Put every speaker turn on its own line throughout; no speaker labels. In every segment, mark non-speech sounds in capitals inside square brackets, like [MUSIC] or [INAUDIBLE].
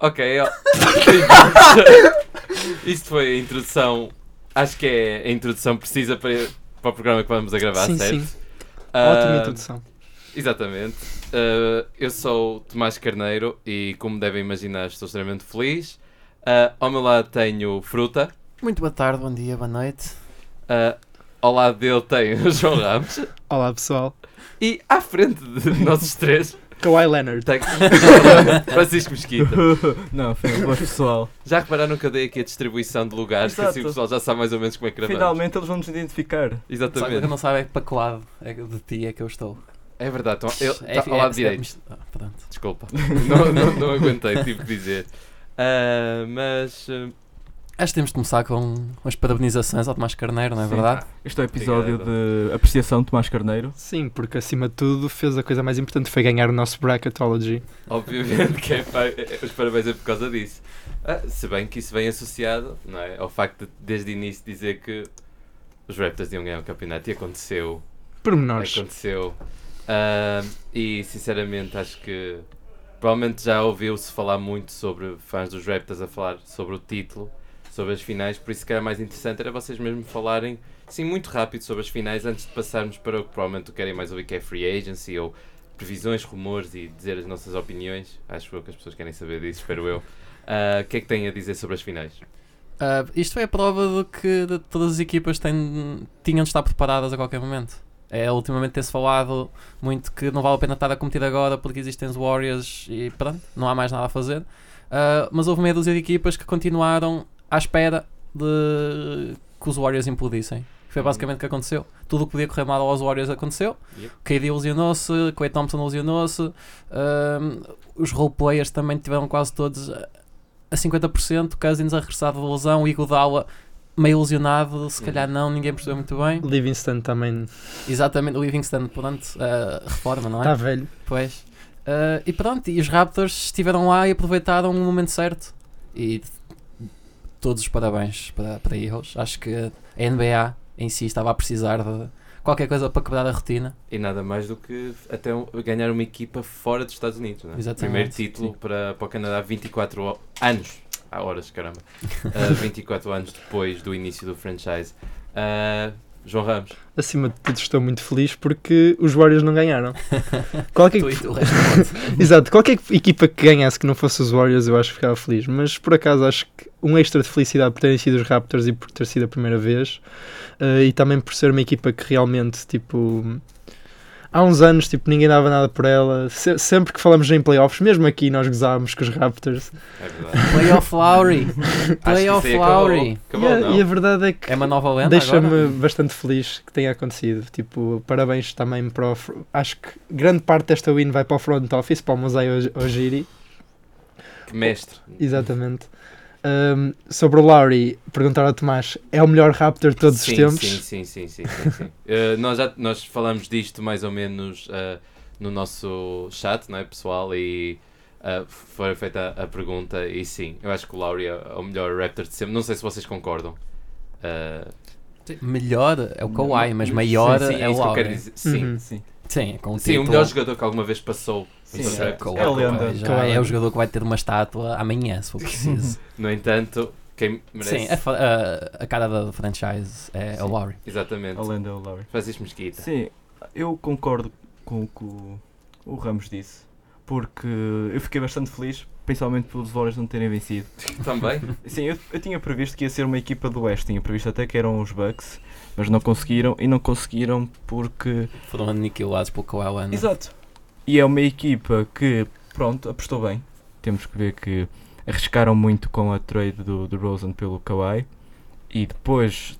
Ok,
[LAUGHS]
ó. Isto foi a introdução. Acho que é a introdução precisa para, para o programa que vamos a gravar,
Sim,
certo?
sim.
Ah,
Ótima introdução.
Exatamente. Ah, eu sou o Tomás Carneiro e, como devem imaginar, estou extremamente feliz. Ah, ao meu lado tenho Fruta.
Muito boa tarde, bom dia, boa noite.
Ah, ao lado dele tenho [LAUGHS] João Ramos.
Olá pessoal.
E à frente de nós três
Kawhi Leonard. [LAUGHS]
tenho Francisco Mesquita.
Não, foi um pessoal.
Já repararam que eu dei aqui a distribuição de lugares? Que assim o
Exato.
pessoal já sabe mais ou menos como é que gravamos.
Finalmente eles vão nos identificar.
Só que
Exatamente.
eu não sabe é que para que lado é que- de ti é que eu estou.
É verdade, então, eu,
É-
tá ao
é-
lado
é-
direito.
Ah, pronto.
[LAUGHS] Desculpa, não, não, não aguentei, tive que dizer. Ah, mas. ah,
Acho que temos de começar com as parabenizações ao Tomás Carneiro, não é
Sim.
verdade?
Este é o episódio
Obrigado.
de apreciação de Tomás Carneiro.
Sim, porque acima de tudo fez a coisa mais importante foi ganhar o nosso Bracketology.
obviamente que é, pa- é- os parabéns é por causa disso. Ah, se bem que isso vem associado não é, ao facto de, desde o início, dizer que os Raptors iam ganhar o campeonato e aconteceu.
Pormenores.
É Aconteceu. Ah, e sinceramente acho que provavelmente já ouviu-se falar muito sobre fãs dos Raptors a falar sobre o título, sobre as finais, por isso que era mais interessante era vocês mesmo falarem sim muito rápido sobre as finais antes de passarmos para o que provavelmente querem mais ouvir que é free agency ou previsões, rumores e dizer as nossas opiniões. Acho eu que as pessoas querem saber disso, espero eu. Ah, O que é que têm a dizer sobre as finais?
Ah, isto é a prova do que de- todas as equipas têm, tinham de estar preparadas a qualquer momento. É, ultimamente tem-se falado muito que não vale a pena estar a competir agora porque existem os Warriors e pronto, não há mais nada a fazer. Ah, mas houve meia dúzia de equipas que continuaram à espera de que os Warriors implodissem. Foi
Uhum.
basicamente o que aconteceu. Tudo o que podia correr mal aos Warriors aconteceu.
Yep.
KD ilusionou-se, Clay Thompson ilusionou-se, ahm, os roleplayers também tiveram quase todos a a 50%, Cousins a regressar de lesão, Iguodala meio ilusionado, se
Uhum.
calhar não, ninguém percebeu muito bem.
Livingston também
Exatamente, o Livingston, pronto, ah, reforma, não é?
está velho.
Pois. Ah, e pronto, e os Raptors estiveram lá e aproveitaram o momento certo. E todos os parabéns para, para eles. Acho que a NBA em si estava a precisar de qualquer coisa para quebrar a rotina.
E nada mais do que até um- ganhar uma equipa fora dos Estados Unidos, não é?
Exatamente.
Primeiro título para, para o Canadá 24 ho- anos. Há horas,
[LAUGHS]
caramba. Ah, 24 anos depois do início do franchise. Ah, João Ramos.
Acima de tudo estou muito feliz porque os Warriors não ganharam. Qualquer,
Tu e tu, o resto do mundo.
exato, qualquer equipa que ganhasse que não fosse os Warriors eu acho que ficava feliz. Mas por acaso acho que um extra de felicidade por terem sido os Raptors e por ter sido a primeira vez. eh, e também por ser uma equipa que realmente tipo há uns anos tipo, ninguém dava nada por ela. Se- sempre que falamos em playoffs, mesmo aqui nós gozávamos com os Raptors.
É
[LAUGHS]
verdade.
Playoff Lowry.
Acho
Playoff
que isso aí acabou.
Lowry.
Acabou,
e, a,
não?
e a verdade é que
É uma nova lenda
Deixa-me
agora?
bastante feliz que tenha acontecido. Tipo, parabéns também para o. fr- Acho que grande parte desta win vai para o front office, para o Museu Ogiri.
Que mestre.
Exatamente. Um, sobre o Lowry, perguntar ao Tomás: é o melhor Raptor de todos
sim,
os tempos?
Sim, sim, sim, sim, sim,
[LAUGHS]
sim. Ah, nós, já, nós falamos disto mais ou menos ah, no nosso chat, não é, pessoal? E ah, foi feita a pergunta e sim, eu acho que o Lowry é o melhor Raptor de sempre. Não sei se vocês concordam. Ah,
Melhor é o Kawhi, mas maior
sim,
é o Tipo-
isso que eu quero
Lowry.
dizer. Sim.
Uhum.
Sim.
Sim, um com o
Sim, o
título.
melhor jogador que alguma vez passou
Sim,
pelos
é, o
Raptors.
Kawhi.
É a lenda.
Já
Kawhi.
é o jogador que vai ter uma estátua amanhã, [LAUGHS] se for preciso.
No entanto, quem merece.
Sim, é- a, fa- a- a cara da franchise é o Lowry.
Exatamente.
A lenda é o Lowry.
Francisco Mesquita.
Sim, eu concordo com o que o, o Ramos disse. Porque eu fiquei bastante feliz, principalmente pelos Warriors não terem vencido.
[LAUGHS]
Também.
Sim, eu, eu tinha previsto que ia ser uma equipa do Oeste, tinha previsto até que eram os Bucks, mas não conseguiram e não conseguiram porque.
Foram aniquilados pelo Kawhi Leonard.
Exato. E é uma equipa que, pronto, apostou bem. Temos que ver que arriscaram muito com a trade do, do Rosen pelo Kawhi. E depois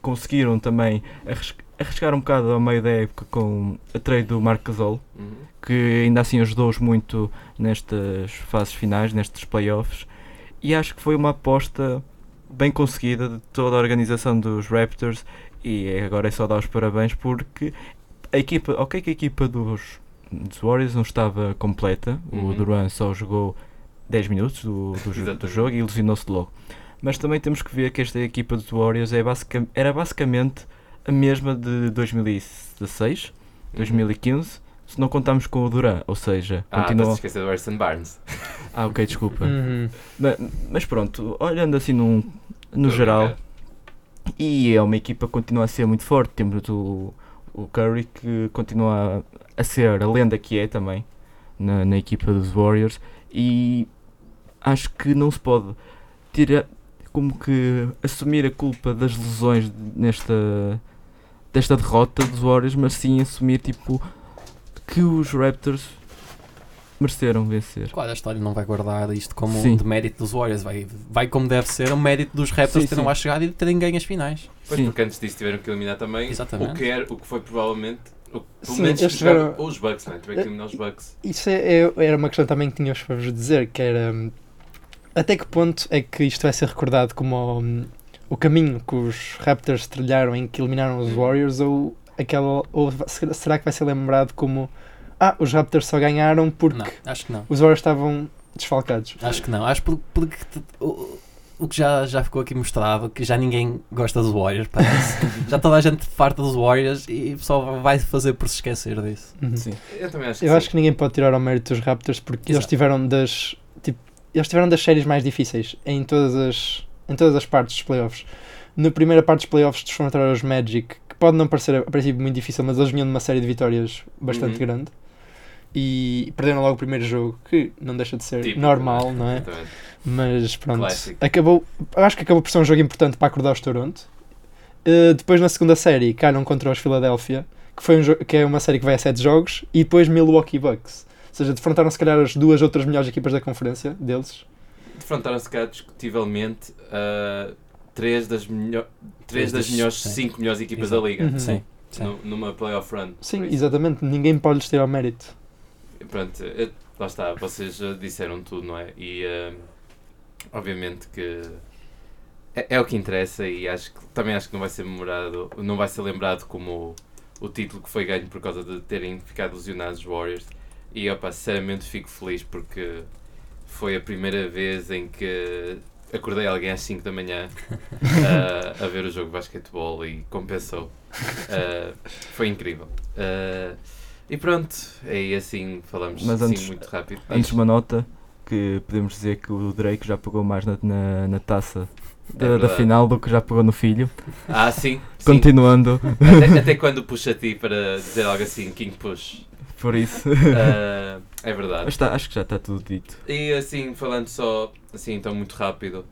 conseguiram também arris- arriscar um bocado ao meio da época com a trade do Marc Gasol,
Uhum.
que ainda assim ajudou-os muito nestas fases finais, nestes playoffs. E acho que foi uma aposta bem conseguida de toda a organização dos Raptors. E agora é só dar os parabéns porque a equipa, ok, que a equipa dos, dos Warriors não estava completa.
Uhum.
O Duran só jogou 10 minutos do, do, jo- do
Exatamente.
jogo e ilusionou-se logo. Mas também temos que ver que esta equipa dos Warriors é basica- era basicamente a mesma de 2016, 2015, se não contarmos com o Duran, ou seja,
Ah, estás a
continua.
esquecer do Harrison Barnes.
Ah, ok, desculpa.
Uhum.
Ma- Mas, pronto, olhando assim num, no
Estou a
geral,
brincar.
e é uma equipa que continua a ser muito forte. Temos o, o Curry que continua a, a ser a lenda que é também na, na equipa dos Warriors. E acho que não se pode tirar como que assumir a culpa das lesões nesta desta derrota dos Warriors, mas sim assumir tipo que os Raptors mereceram vencer.
Claro, a história não vai guardar isto como
Sim.
um demérito dos Warriors, vai, vai como deve ser o mérito dos Raptors
Sim,
terem
sim.
lá chegado e terem ganho as finais.
Pois
Sim.
porque antes disso tiveram que eliminar também
Exatamente.
o que era, o que foi provavelmente. O, que, pelo
Sim,
menos
eles
jogaram-
tiveram-
ou os Bucks, não é? Tiveram que eliminar os Bucks.
Isso é- é- era uma questão também que tínhamos para vos dizer, que era hum, até que ponto é que isto vai ser recordado como hum, o caminho que os Raptors trilharam em que eliminaram os Warriors ou aquela ou va- será- será que vai ser lembrado como ah, os Raptors só ganharam porque
Não, acho que não.
os Warriors estavam desfalcados.
Acho que não. Acho por- porque, t- o, o que já, já ficou aqui mostrado, que já ninguém gosta dos Warriors, parece. já toda a gente farta dos Warriors e o pessoal vai fazer por se esquecer disso.
Uhum.
Sim.
Eu também acho que
Eu
sim.
acho que ninguém pode tirar ao mérito dos Raptors porque eles
Exato.
tiveram das tipo, eles tiveram das séries mais difíceis em todas as em todas as partes dos playoffs. Na primeira parte dos playoffs desfrontaram os Magic, que pode não parecer a princípio muito difícil, mas eles vinham de uma série de vitórias bastante
Uhum.
grande e perderam logo o primeiro jogo, que não deixa de ser
Típico,
normal, não é?
Exatamente.
Mas pronto,
Clássico.
acabou. eu Acho que acabou por ser um jogo importante para acordar os Toronto. Uh, depois na segunda série calham contra os Philadelphia, que, foi um jo- que é uma série que vai a 7 jogos, e depois Milwaukee Bucks. Ou seja, defrontaram se calhar as duas outras melhores equipas da conferência deles.
Defrontaram-se cá discutivelmente a três das, melhor, três
Três
das
das-
melhores,
sim.
cinco melhores equipas
Exato.
da liga.
Uhum.
Sim. sim.
Nu- numa playoff run.
Sim,
Por isso,
exatamente. Ninguém pode lhes tirar o mérito.
Pronto, eh, lá está, vocês eh, disseram tudo, não é? E eh, obviamente que é, é o que interessa e acho que também acho que não vai ser memorado, não vai ser lembrado como o, o título que foi ganho por causa de terem ficado lesionados os Warriors. E opa, sinceramente fico feliz porque foi a primeira vez em que acordei alguém às 5
[LAUGHS]
da manhã ah, a ver o jogo de basquetebol e compensou. Ah, foi incrível. Ah, e pronto, aí assim falamos
Mas
assim
antes-
muito rápido.
Antes
Diz.
uma nota que podemos dizer que o Drake já pagou mais na, na, na taça da,
É
da
verdade.
final do que já pagou no filho.
Ah, sim. sim.
Continuando
Até, até quando puxa a ti para dizer algo assim, King Push.
por isso.
Ah, é verdade.
Mas tá- acho que já está tudo dito.
E assim, falando só, assim, então muito rápido,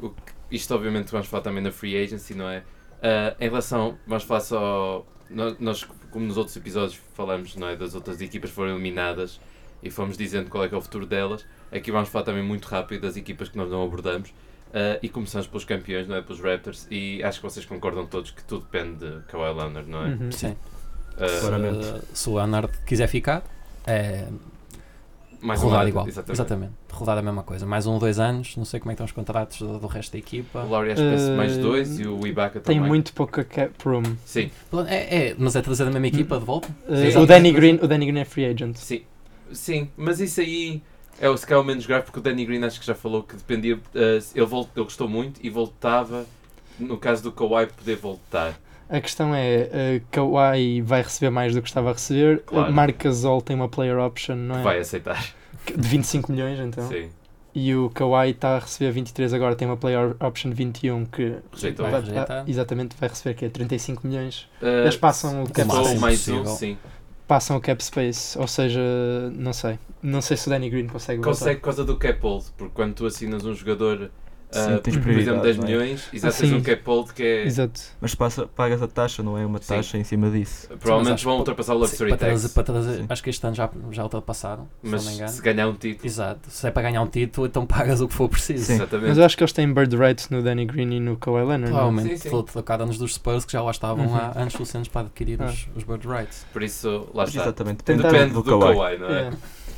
o que- isto obviamente vamos falar também da Free Agency, não é? Ah, em relação, vamos falar só, no- nós como nos outros episódios falamos, não é, das outras equipas que foram eliminadas e fomos dizendo qual é que é o futuro delas, aqui vamos falar também muito rápido das equipas que nós não abordamos ah, e começamos pelos campeões, não é, pelos Raptors e acho que vocês concordam todos que tudo depende de Kawhi Leonard, não é?
Uhum.
Sim.
Ah,
Claramente.
Se, se o Leonard quiser ficar, é
mais um
rodar
lado,
igual. Exatamente.
Exatamente.
Rodar a mesma coisa. Mais um, dois anos, não sei como é que estão os contratos do, do resto da equipa.
O Laurie acho que parece mais
Ah,
dois e o Ibaka
Tem
também.
muito pouca cap room.
Sim.
É, é, mas é trazer a mesma equipa de volta?
Uh,
Sim.
o, Danny Green, o Danny Green é free agent.
Sim, sim, mas isso aí é o se calhar o menos grave porque o Danny Green acho que já falou que dependia. eh, ele, vol- ele gostou muito e voltava, no caso do Kawhi, poder voltar.
A questão é, uh, Kawhi vai receber mais do que estava a receber.
Claro.
Uh, Marc Gasol tem uma player option, não é?
Vai aceitar.
De 25 milhões, então.
Sim,
E o Kawhi está a receber 23 agora, tem uma player option 21 que
rejeitou.
Vai
vai-
rejeitar.
ah, exatamente vai receber que é 35 milhões.
É,
Eh,
Eles passam o
só
cap
máximo
space,
mais um,
possível.
sim.
passam o cap space, ou seja, não sei, não sei se o Danny Green consegue, voltar.
Consegue por causa do cap hold, porque quando tu assinas um jogador. eh,
Sim, tens
por exemplo,
prioridade,
10
não é?
milhões e já
Ah,
tens
sim.
um cap hold que é.
Exato.
Mas passa- pagas a taxa, não é uma
Sim.
taxa em cima disso.
Mas
Provavelmente
acho
vão
que-
ultrapassar o
Sim,
Luxury
para trazer,
Tax.
para trazer,
Sim.
acho que este ano já, já ultrapassaram,
Mas
se não me
se
engano.
ganhar um título.
Exato, se é para ganhar um título, então [LAUGHS] pagas o que for preciso.
Sim.
Mas
Exatamente.
eu acho que eles têm bird rights no Danny Green e no Kawhi Leonard. não é?
Provavelmente
Sim, sim.
pelo trocaram-nos dos Spurs que já lá estavam
Uhum.
há anos suficientes para adquirir
Ah.
os, os Bird Rights.
Por isso, lá está.
Exatamente, depende,
Tentar-
Depende do,
do Kawhi,
Kawhi, não é?
É.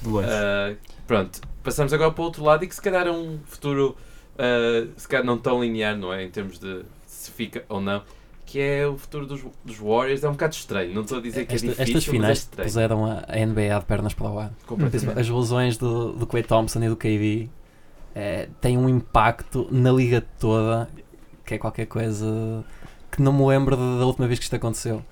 de longe.
Ah, pronto, passamos agora para o outro lado e que se calhar é um futuro ah, se calhar não tão linear, não é? Em termos de se fica ou não, que é o futuro dos, dos Warriors. É um bocado estranho, não estou a dizer que
Esta-
é difícil,
estas finais
mas é estranho.
puseram a a NBA de pernas para o ar.
Completamente.
As lesões do, do Clay Thompson e do KD eh, têm um impacto na liga toda que é qualquer coisa que não me lembro da da última vez que isto aconteceu.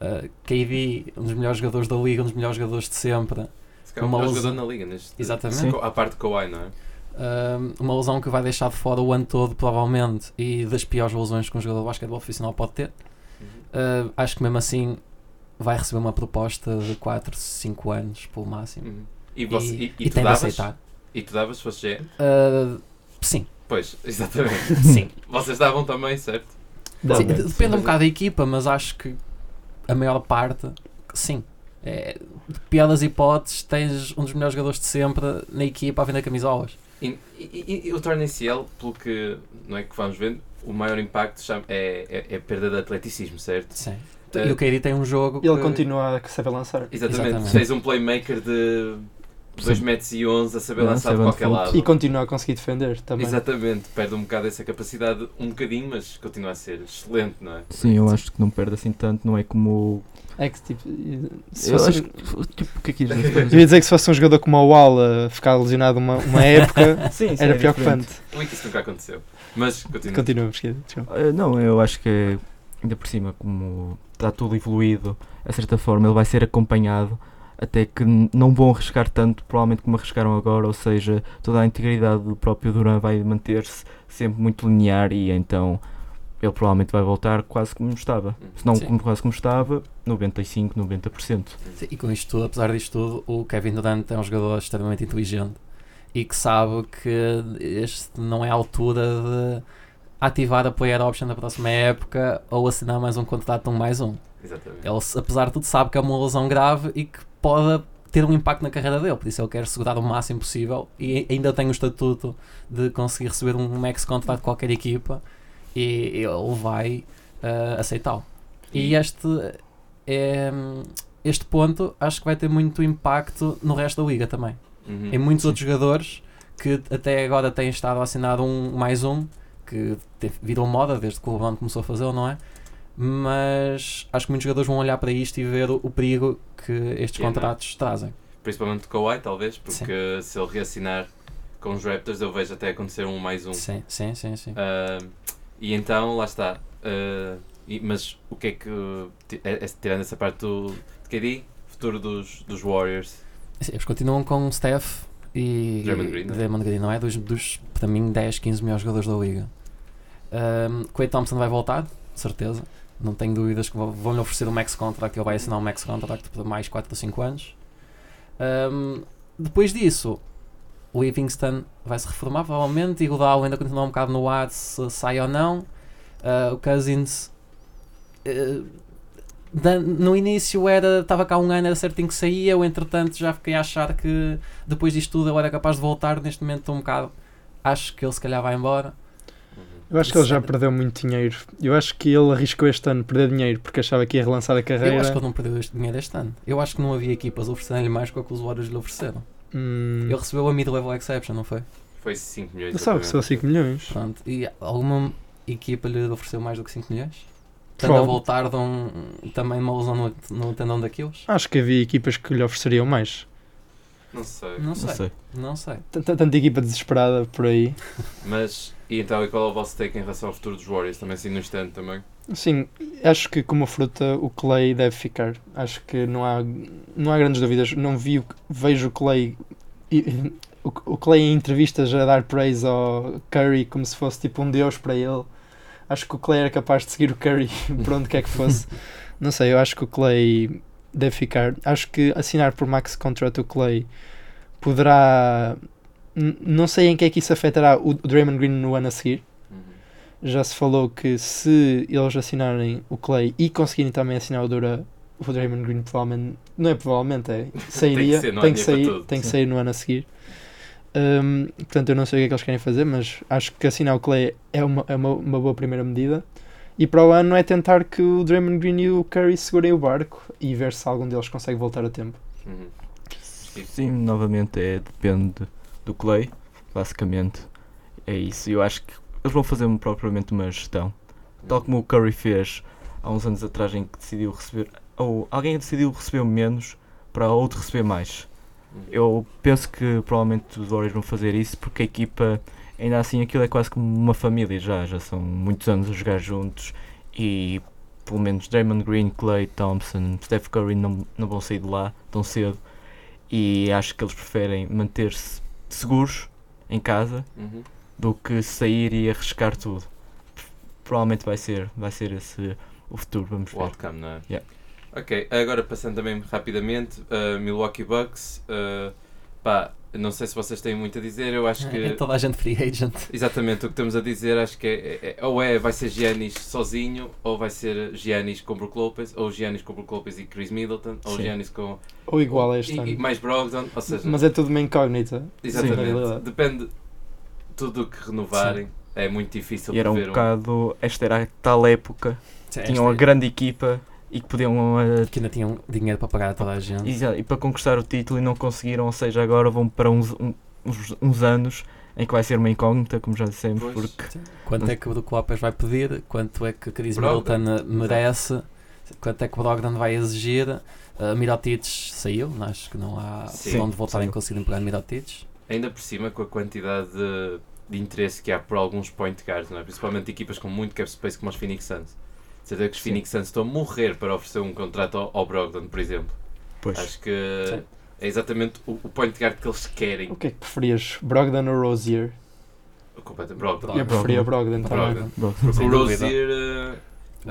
Eh, KD, um dos melhores jogadores da liga, um dos melhores jogadores de sempre.
Se calhar é o
uma
melhor
ousa-
jogador na liga, neste,
Exatamente.
Sim.
à parte do Kawhi, não é?
Um, uma lesão que vai deixar de fora o ano todo, provavelmente, e das piores lesões que um jogador de basquetebol profissional pode ter. Uh, acho que mesmo assim vai receber uma proposta de 4, 5 anos pelo máximo.
Uhum. E, você, e, e tu
tem de
davas?
aceitar.
E tu davas se fosse GM?
Uh, sim,
Pois, [LAUGHS] exatamente.
sim.
Vocês davam também, certo?
Dá,
Sim,
bem.
depende um bocado da equipa, mas acho que a maior parte, sim. É, de pior das hipóteses, tens um dos melhores jogadores de sempre na equipa a vender camisolas.
E, e, e o torna pelo que não é que vamos vendo, o maior impacto chama- é, é, é a perda de atleticismo, certo?
Sim.
Eh,
E o KD tem um jogo.
Ele
que-
continua a saber lançar.
Exatamente.
Exatamente.
Tens um playmaker de 2
Sim.
metros e 11 a saber
Não,
lançar de
sabe onde
qualquer
for.
é lado.
E continua a conseguir defender também.
Exatamente, perde um bocado essa capacidade, um bocadinho, mas continua a ser excelente, não é?
Sim, eu acho que não perde assim tanto, não é como.
É que tipo. se
Eu
fosse-
acho que. Tipo, o que é
[LAUGHS]
que ias
Eu ia dizer que se fosse um jogador como o Wall a ficar lesionado uma,
[LAUGHS]
uma época,
Sim,
era preocupante.
O é que isso nunca aconteceu. Mas continua.
Continua, tipo, pesquisa. desculpa.
Ah, Não, eu acho que ainda por cima, como está tudo evoluído, a certa forma ele vai ser acompanhado até que n- não vão arriscar tanto, provavelmente como arriscaram agora, ou seja, toda a integridade do próprio Duran vai manter-se sempre muito linear e então ele provavelmente vai voltar quase como estava.
Uhum.
Se não
Sim.
como, quase como estava, 95, 90%.
Sim, E com isto tudo, apesar disto tudo, o Kevin Durant é um jogador extremamente inteligente e que sabe que este não é a altura de ativar a player option da próxima época ou assinar mais um contrato um mais um.
Exatamente.
Ele, se- apesar de tudo, sabe que é uma lesão grave e que pode ter um impacto na carreira dele, por isso ele quer segurar o máximo possível e ainda tem o estatuto de conseguir receber um max contrato de qualquer equipa e ele vai ah, aceitá-lo. E este, é, este ponto acho que vai ter muito impacto no resto da liga também.
Uhum.
Em muitos outros jogadores que até agora têm estado a assinar um mais um, que te- virou moda desde que o LeBron começou a fazer, não é? Mas acho que muitos jogadores vão olhar para isto e ver o, o perigo que estes
Que é, não é?
contratos trazem.
Principalmente o Kawhi, talvez, porque se ele reassinar com os Raptors, eu vejo até acontecer um mais um.
Sim, sim, sim, sim.
Ah, e então, lá está. Ah, e- mas o que é que. ti- é- é- Tirando essa parte do de KD, futuro dos, dos Warriors.
Sim, Assim, Eles continuam com o Steph e
Draymond Green, não é?
Draymond Green, não é? Dos, dos, para mim, 10, 15 melhores jogadores da liga. Um, Clay Thompson vai voltar, de certeza. Não tenho dúvidas que vão- vão-lhe oferecer um max contract. Ele vai assinar um max contract por mais 4 ou 5 anos. Um, depois disso, o Livingston vai se reformar, provavelmente. E o Dow ainda continua um bocado no ar se sai ou não. Uh, o Cousins. uh, da- no início era estava cá um ano, era certinho que saía, eu entretanto já fiquei a achar que depois disto tudo eu era capaz de voltar, neste momento estou um bocado. Acho que ele se calhar vai embora.
Uhum.
Eu acho que
é
ele já perdeu muito dinheiro. Eu acho que ele arriscou este ano perder dinheiro porque achava que ia relançar a carreira.
Eu acho que ele não perdeu este dinheiro este ano. Eu acho que não havia equipas a oferecerem-lhe mais que o que os Warriors lhe ofereceram.
Hum,
Ele recebeu a mid-level exception, não foi?
Foi 5 milhões
eu sabe que são
exatamente.
5 milhões.
Pronto. E alguma equipa lhe ofereceu mais do que 5 milhões? Tendo a
Bom.
voltar de um, também uma lesão no, no tendão daqueles?
Acho que havia equipas que lhe ofereceriam mais.
Não sei.
Não sei,
Não sei.
não sei.
Tanta, tanta equipa desesperada por aí.
Mas, e então, e qual é o vosso take em relação ao futuro dos Warriors? Também assim no instante também.
Sim, acho que como fruta o Clay deve ficar. Acho que não há, não há grandes dúvidas. Não vi, o que- vejo o Clay e- [LAUGHS] o, o Clay em entrevistas a dar praise ao Curry como se fosse tipo um deus para ele. Acho que o Clay era capaz de seguir o Curry [LAUGHS] por onde quer que fosse. Não sei, eu acho que o Clay deve ficar. Acho que assinar por max contract o Clay poderá N- não sei em que é que isso afetará o, o Draymond Green no ano a seguir.
Uhum.
Já se falou que se eles assinarem o Clay e conseguirem também assinar o Dura, o Draymond Green provavelmente, não é provavelmente,
[LAUGHS]
é, sairia,
ser no
tem
ano
que
e é para
sair,
tudo,
tem que
sim.
sair no ano a seguir. Hum, portanto, eu não sei o que é que eles querem fazer, mas acho que assinar o Clay é uma, é uma, uma boa primeira medida. E para o ano é tentar que o Draymond Green e o Curry segurem o barco e ver se algum deles consegue voltar a tempo.
Uhum.
Sim, novamente é, depende do Clay, basicamente. É isso. Eu acho que eles vão fazer propriamente uma gestão. Tal como o Curry fez há uns anos atrás em que decidiu receber. Ou alguém decidiu receber menos para outro receber mais.
Uhum.
Eu penso que provavelmente os Warriors vão fazer isso porque a equipa, ainda assim, aquilo é quase como uma família já. Já são muitos anos a jogar juntos e pelo menos Draymond Green, Clay Thompson, Steph Curry não, não vão sair de lá tão cedo e acho que eles preferem manter-se seguros em casa
Uhum.
do que sair e arriscar tudo. Provavelmente vai ser, vai ser esse o futuro, vamos
O
ver.
outcome, não é?
Yeah.
Ok, agora passando também rapidamente, uh, Milwaukee Bucks, uh, pá, não sei se vocês têm muito a dizer, eu acho que...
É toda a gente free agent.
Exatamente, o que estamos a dizer acho que é, é- é- ou é vai ser Giannis sozinho, ou vai ser Giannis com Brook Lopez, ou Giannis com Brook Lopez e Chris Middleton, ou
Sim.
Giannis com
Ou igual a este
e, e
ano.
mais Brogdon, ou seja,
Mas é tudo uma incógnita.
exatamente,
Sim, na verdade.
depende tudo o que renovarem, é muito difícil
E era um
prever
bocado. Esta era a tal época,
é
tinham uma grande equipa e que podiam. eh,
Que ainda tinham dinheiro para pagar a toda a gente.
e, e para conquistar o título e não conseguiram, ou seja, agora vão para uns, um- uns, uns anos em que vai ser uma incógnita, como já dissemos,
Pois.
porque
Sim. Quanto é que o Brook Lopez vai pedir? Quanto é que Chris
Brogdon.
Middleton merece? Quanto é que o Brogdon vai exigir? Uh, Mirotic saiu, acho que não há
Sim,
onde voltarem a
saiu.
conseguir empregar Mirotic.
Ainda por cima, com a quantidade de, de interesse que há por alguns point guards, não é? principalmente equipas com muito cap space como os Phoenix Suns. De Certeza que os
Sim.
Phoenix Suns estão a morrer para oferecer um contrato ao, ao Brogdon, por exemplo.
pois,
Acho que
Sim.
é exatamente o, o point guard que eles querem.
O que é que preferias? Brogdon ou Rozier?
O completo- Brogdon.
Eu preferia Brogdon também.
Brogdon.
bom,
Porque
Sem
o
dúvida.
Rozier. eh,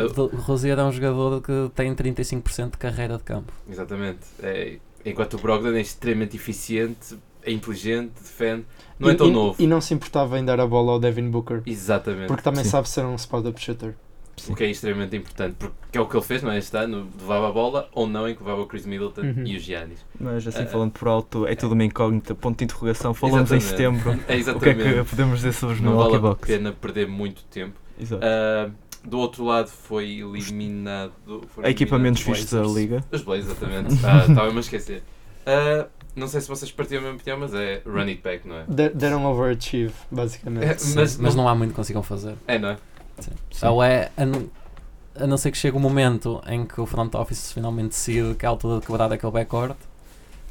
O do- O Rosier é um jogador que tem 35% de carreira de campo.
Exatamente. É, enquanto o Brogdon é extremamente eficiente, é inteligente, defende. Não é
E-
tão
e-
novo.
E não se importava em dar a bola ao Devin Booker.
Exatamente.
Porque também
Sim.
sabe ser um spot-up shooter.
O que é extremamente importante. Porque é o que ele fez, não é? Este ano, levava a bola ou não, encovava o Chris Middleton
Uhum.
e o Giannis.
Mas assim
Eh,
falando por alto, é tudo uma incógnita, ponto de interrogação, falamos em
Exatamente.
setembro.
[LAUGHS] É
O que é
exatamente.
que podemos dizer sobre os
não
Milwaukee
vale a
Bucks?
pena perder muito tempo.
Exato.
Ah, do outro lado foi eliminado. foram
A equipa menos
eliminados
fixe da
Blazers.
liga.
Os Blazers, exatamente. [LAUGHS] Ah, Estava-me a esquecer. Ah, não sei se vocês partiam a mesma opinião, mas é run it back, não é?
De- Deram overachieve,
É,
basicamente.
mas,
Mas não há muito que consigam fazer.
É, não é?
Sim.
Ou é, a, n- a não ser que chegue o momento em que o front office finalmente decide que a altura de quebrar aquele backcourt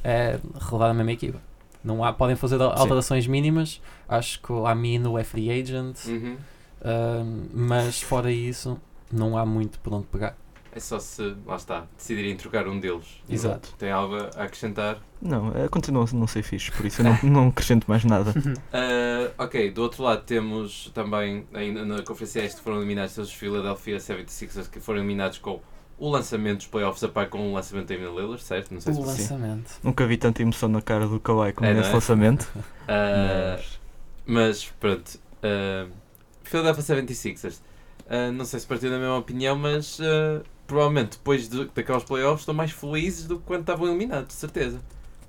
é rodar a mesma equipa. Não há, podem fazer al-
Sim.
alterações mínimas. Acho que o Amino é free agent,
Uhum.
Hum.
ahm, mas fora isso, não há muito por onde pegar.
É só se, lá está, decidirem trocar um deles. Tem algo a acrescentar?
Não, eh, continua a não ser fixe, por isso eu
[LAUGHS]
não, não acrescento mais nada.
Ah, ok, do outro lado temos também, ainda na Conferência Este, foram eliminados os Philadelphia 76ers, que foram eliminados com o lançamento dos playoffs a par com o lançamento da Emily Lillard, certo? Não sei se
O
vocês...
lançamento.
Nunca vi tanta emoção na cara do Kawhi como
É, não
nesse
é?
lançamento.
Ah,
Mas,
Mas pronto, ah, Philadelphia 76ers. Ah, não sei se partiu da mesma opinião, mas ah, provavelmente depois de, daqueles playoffs estão mais felizes do que quando estavam eliminados, de certeza.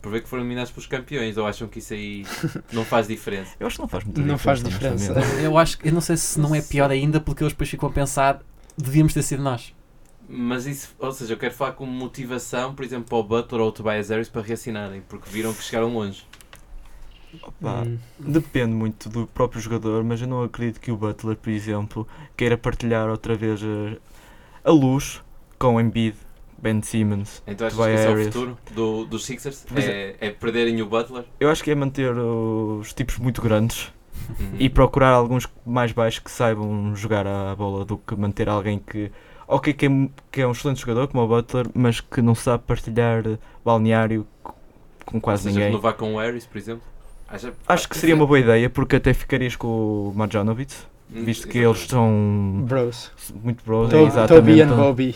Por ver que foram eliminados pelos campeões, ou acham que
[LAUGHS]
isso aí não faz diferença?
eu acho que não faz muita
Não faz diferença. [LAUGHS]
Eu acho que eu não sei se não é pior ainda porque eles depois ficam a pensar devíamos ter sido nós.
Mas isso, ou seja, eu quero falar como motivação, por exemplo, para o Butler ou o Tobias Harris para reassinarem, porque viram que chegaram longe.
Opa,
Hum.
Depende muito do próprio jogador, mas eu não acredito que o Butler, por exemplo, queira partilhar outra vez eh, a luz com o Embiid, Ben Simmons.
Então achas que
Tobias
esse é o
Harris.
futuro do, dos Sixers?
Pois
É, é perderem o Butler?
Eu acho que é manter os tipos muito grandes
Uhum.
e procurar alguns mais baixos que saibam jogar a bola do que manter alguém que, ok, que é, mu- que é um excelente jogador como o Butler, mas que não sabe partilhar eh, balneário co- com
Ou
quase
seja,
ninguém.
renovar com o Harris, por exemplo? Acha-
Acho que seria uma boa ideia porque até ficarias com o Marjanovic,
Hum,
visto que eles
exatamente.
são
Bros.
muito bros,
To-
Toby
exatamente,
and Bobby.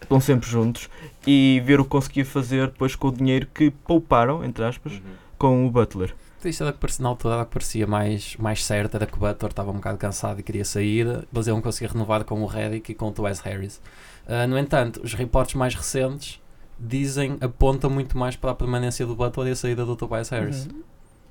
estão sempre juntos e ver o que conseguia fazer depois com o dinheiro que pouparam, entre aspas,
Uhum.
com o Butler.
isto era que parecia, na altura era que parecia mais, mais certo, era que o Butler estava um bocado cansado e queria sair, mas ele não conseguia renovar com o Reddick e com o Wes Harris. Ah, no entanto, os reportes mais recentes dizem, apontam muito mais para a permanência do Butler e a saída do Tobias
Uhum.
Harris.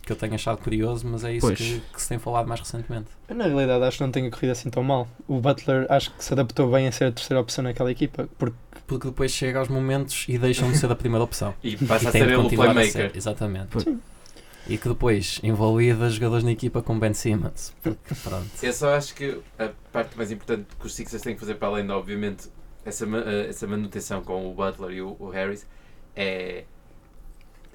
Que eu tenho achado curioso, mas é isso
Pois.
que, que se tem falado mais recentemente.
Eu, na realidade, acho que não tenho corrido assim tão mal. O Butler acho que se adaptou bem a ser a terceira opção naquela equipa, porque
Porque depois chega aos momentos e deixam de ser a primeira opção.
E
E
passa a
tem
ser
de
ele o
continuar a ser,
playmaker.
Exatamente.
Pois.
E que depois envolvida jogadores na equipa com Ben Simmons. Porque, pronto.
Eu só acho que a parte mais importante que os Sixers têm que fazer para além de, obviamente, essa, ma- eh, essa manutenção com o Butler e o, o Harris é,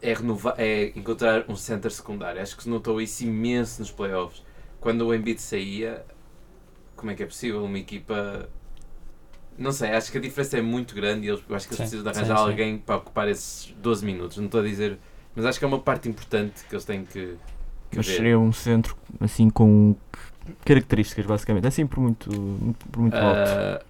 é, renovar, é encontrar um center secundário. Acho que se notou isso imenso nos playoffs. Quando o Embiid saía, como é que é possível uma equipa... Não sei, acho que a diferença é muito grande e eles, eu acho que eles
Sim,
precisam de
sim,
arranjar
sim.
alguém para ocupar esses 12 minutos. Não estou a dizer... Mas acho que é uma parte importante que eles têm que, que
Mas
ver.
seria um centro assim com características, basicamente. Assim por muito, por muito alto.
Ah,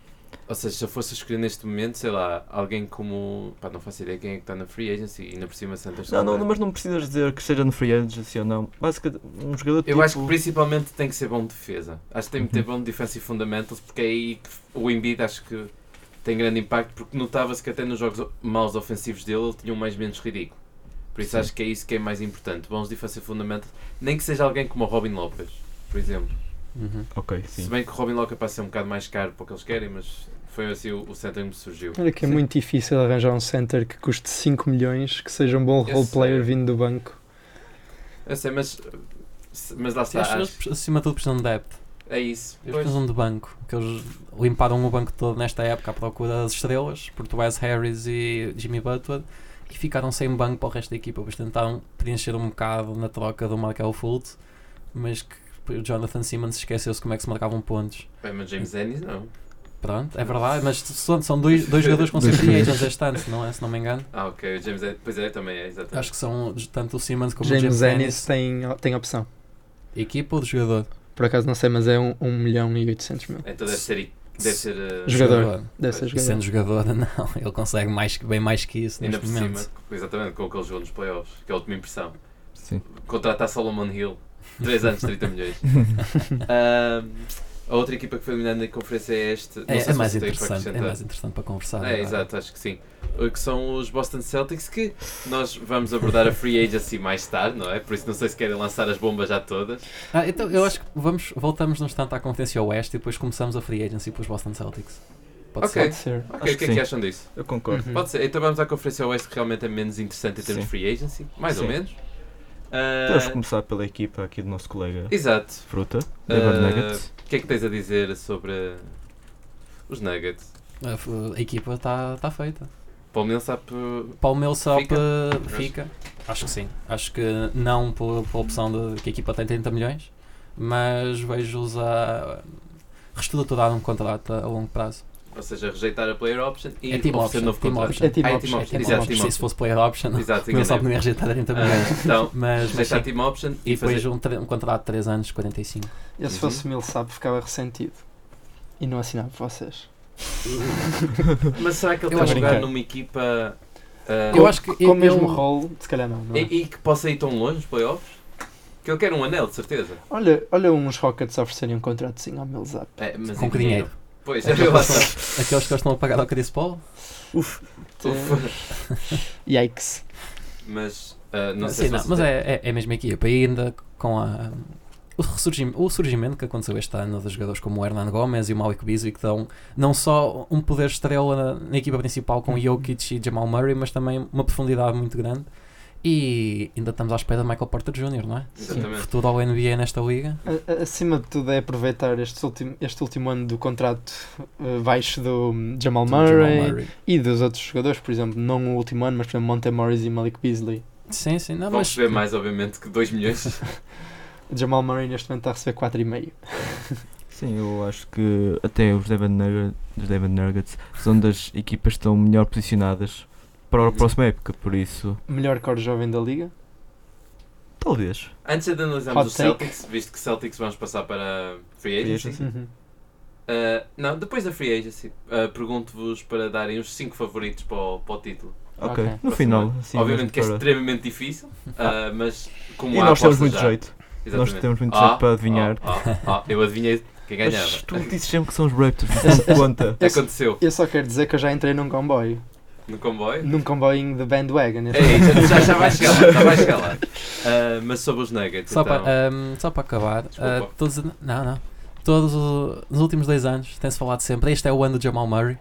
ou seja, se eu fosse escolher neste momento, sei lá, alguém como. Pá, não faço ideia quem é que está na free agency e ainda por cima Santos.
Não, não, mas não precisas dizer que seja no free agency ou não. Basicamente, um jogador
Eu
tipo...
acho que principalmente tem que ser bom de defesa. Acho que tem que
Uhum.
ter bom de defensive fundamentals, porque é aí que o Embiid acho que tem grande impacto, porque notava-se que até nos jogos o- maus ofensivos dele ele tinha um mais menos ridículo. Por isso acho que é isso que é mais importante. Bons defensive fundamentals, nem que seja alguém como o Robin Lopez, por exemplo.
Uhum.
tipo- Ok,
Se
sim.
bem que o Robin Lopez passa a ser um bocado mais caro para o que eles querem, mas foi assim o, o center que me surgiu.
olha que é
Sim.
muito difícil arranjar um center que custe 5 milhões, que seja um bom
Eu
role player
sei.
vindo do banco.
Eu sei, mas. Mas lá
Sim,
está.
as pessoas,
acho-
acima de tudo, precisam de depth.
É isso.
Eles
Pois.
precisam de banco. Que eles limparam o banco todo nesta época à procura das estrelas, por Tobias Harris e Jimmy Butler, e ficaram sem banco para o resto da equipa. Pois tentaram preencher um bocado na troca do Markel Fultz, mas que o Jonathan Simmons esqueceu-se como é que se marcavam pontos.
Bem, mas James Ennis não.
Pronto, é verdade, mas são, são dois, dois jogadores com sempre agents este ano, se não, é, se não me engano.
Ah, ok. O James Ennis. Pois é, também é, exatamente.
Acho que são tanto o Simmons como o
James
James
Ennis
Ennis.
tem, tem opção.
Equipa ou de jogador?
Por acaso não sei, mas é 1 um, um milhão e 800 mil.
Então deve ser. Deve ser uh,
Jogador. Deve ser
E
E
jogador.
sendo jogador, [LAUGHS] não, ele consegue mais, que- bem mais que isso
Ainda
neste
por
momento.
cima. Exatamente, com o que ele jogou nos playoffs. Que é a última impressão.
sim.
Contratar Solomon Hill. 3 anos, 30
[LAUGHS]
milhões. Ahm, a outra equipa que foi eliminada na conferência é este. Não
É,
sei
é
se vocês
mais
têm para
interessante, é
acrescentar.
mais interessante para conversar.
É,
agora.
exato, acho que sim. O Que são os Boston Celtics que nós vamos abordar a free agency mais tarde, não é? Por isso não sei se querem lançar as bombas já todas.
Ah, então eu acho que vamos, voltamos num instante à Conferência Oeste e depois começamos a Free Agency para os Boston Celtics. Pode
Ok.
ser?
Pode ser.
Ok, o
que
que é que
sim.
acham disso?
Eu concordo.
Uhum.
Pode ser. Então vamos à Conferência Oeste que realmente é menos interessante em termos de
Sim.
free agency, mais ou
Sim.
menos. Ah,
Temos que começar pela equipa aqui do nosso colega
exato.
Fruta,
Ah,
Denver Nuggets.
O que é que tens a dizer sobre os Nuggets?
A, f- a equipa está tá feita.
Paulo Millsap, uh,
Para o Millsap
Fica?
eh, fica? Acho que sim. Acho que não por, por opção de que a equipa tem 30 milhões, mas vejo-os a reestruturar um contrato a longo prazo.
ou seja, rejeitar a player option e
é team
oferecer
option.
novo
team
contrato.
option.
É team
Ah, é
option,
team
É
option.
team
Exato,
option.
team
Sim, Se fosse player option,
[LAUGHS] Exato,
[LAUGHS] o Millsap não
enganei-me.
ia rejeitar a 30
[LAUGHS]
milhões.
Ah, Então,
mas, mas
rejeitar
sim.
team option
E
e,
depois
fazer...
um, tre- um contrato de 3 anos, 45.
Eu se
Uhum.
fosse Millsap ficava ressentido. E não assinava por vocês.
Mas será que ele
Eu
tem
acho
um
que-
lugar numa equipa... ah,
Eu acho que
Com o mesmo
eu-
role, se calhar não. não é?
E, e que possa ir tão longe nos playoffs? Que ele quer um anel, de certeza.
Olha, olha uns Rockets oferecerem um contrato sim ao Millsap.
É, mas
Com
em
que dinheiro?
Pois, é,
Aqueles que
lá
eles
está. [LAUGHS]
estão- aqueles que eles estão a pagar ao Chris Paul?
É. [LAUGHS] Yikes.
Mas ah, não sei se
Sim, não,
vocês
mas
têm-
é, é, é a mesma equipa. E ainda com a, o, ressurgim- o surgimento que aconteceu este ano dos jogadores como o Hernan Gomes e o Malik Beasley, que dão não só um poder estrela na, na equipa principal
Uhum.
com Jokic e Jamal Murray, mas também uma profundidade muito grande. E ainda estamos à espera de Michael Porter Jr., não é?
Exatamente.
Futuro ao NBA nesta liga.
A- a- Acima de tudo é aproveitar este último, este último ano do contrato eh, baixo do hum, Jamal
Jamal
Murray, e dos outros jogadores, por exemplo, não o último ano, mas por exemplo Monte Morris e Malik Beasley.
Sim, sim. Não,
Vão
mas
receber mais, obviamente, que
[LAUGHS]
2 milhões.
Jamal Murray neste momento está a receber 4,5.
Sim, eu acho que até os Denver Nugget- os Denver Nuggets são das equipas que estão melhor posicionadas para a próxima época, por isso,
Melhor cor jovem da liga.
talvez.
Antes de analisarmos
Hot
os
take.
Celtics, visto que Celtics vamos passar para Free
Free
Agency.
agency.
Uhum.
ah, não, depois da Free Agency, ah, pergunto-vos para darem os 5 favoritos para o, para o título.
Ok,
Ok.
no final. Assim,
Obviamente que é
mesmo para-
extremamente difícil,
[LAUGHS]
ah, mas como
E
há
nós temos
apostas
muito
já-
jeito.
Exatamente.
Nós temos muito
Ah,
jeito para adivinhar.
ah, ah, ah, eu adivinhei quem ganhava.
Mas
[LAUGHS]
tu dizes sempre que são os Raptors, não [LAUGHS] conta.
Eu só-
Aconteceu
Eu só quero dizer que eu já entrei num comboio.
no comboio.
Num comboinho de bandwagon.
Ei, É já, já, já vai chegar lá, já vai
[LAUGHS]
chegar lá. Ah, mas sobre os Nuggets,
Só,
então.
para, ahm, só para acabar,
Desculpa.
ah, todos, não, não. Todos o- nos últimos dois anos tem-se falado sempre, este é o ano do Jamal Murray.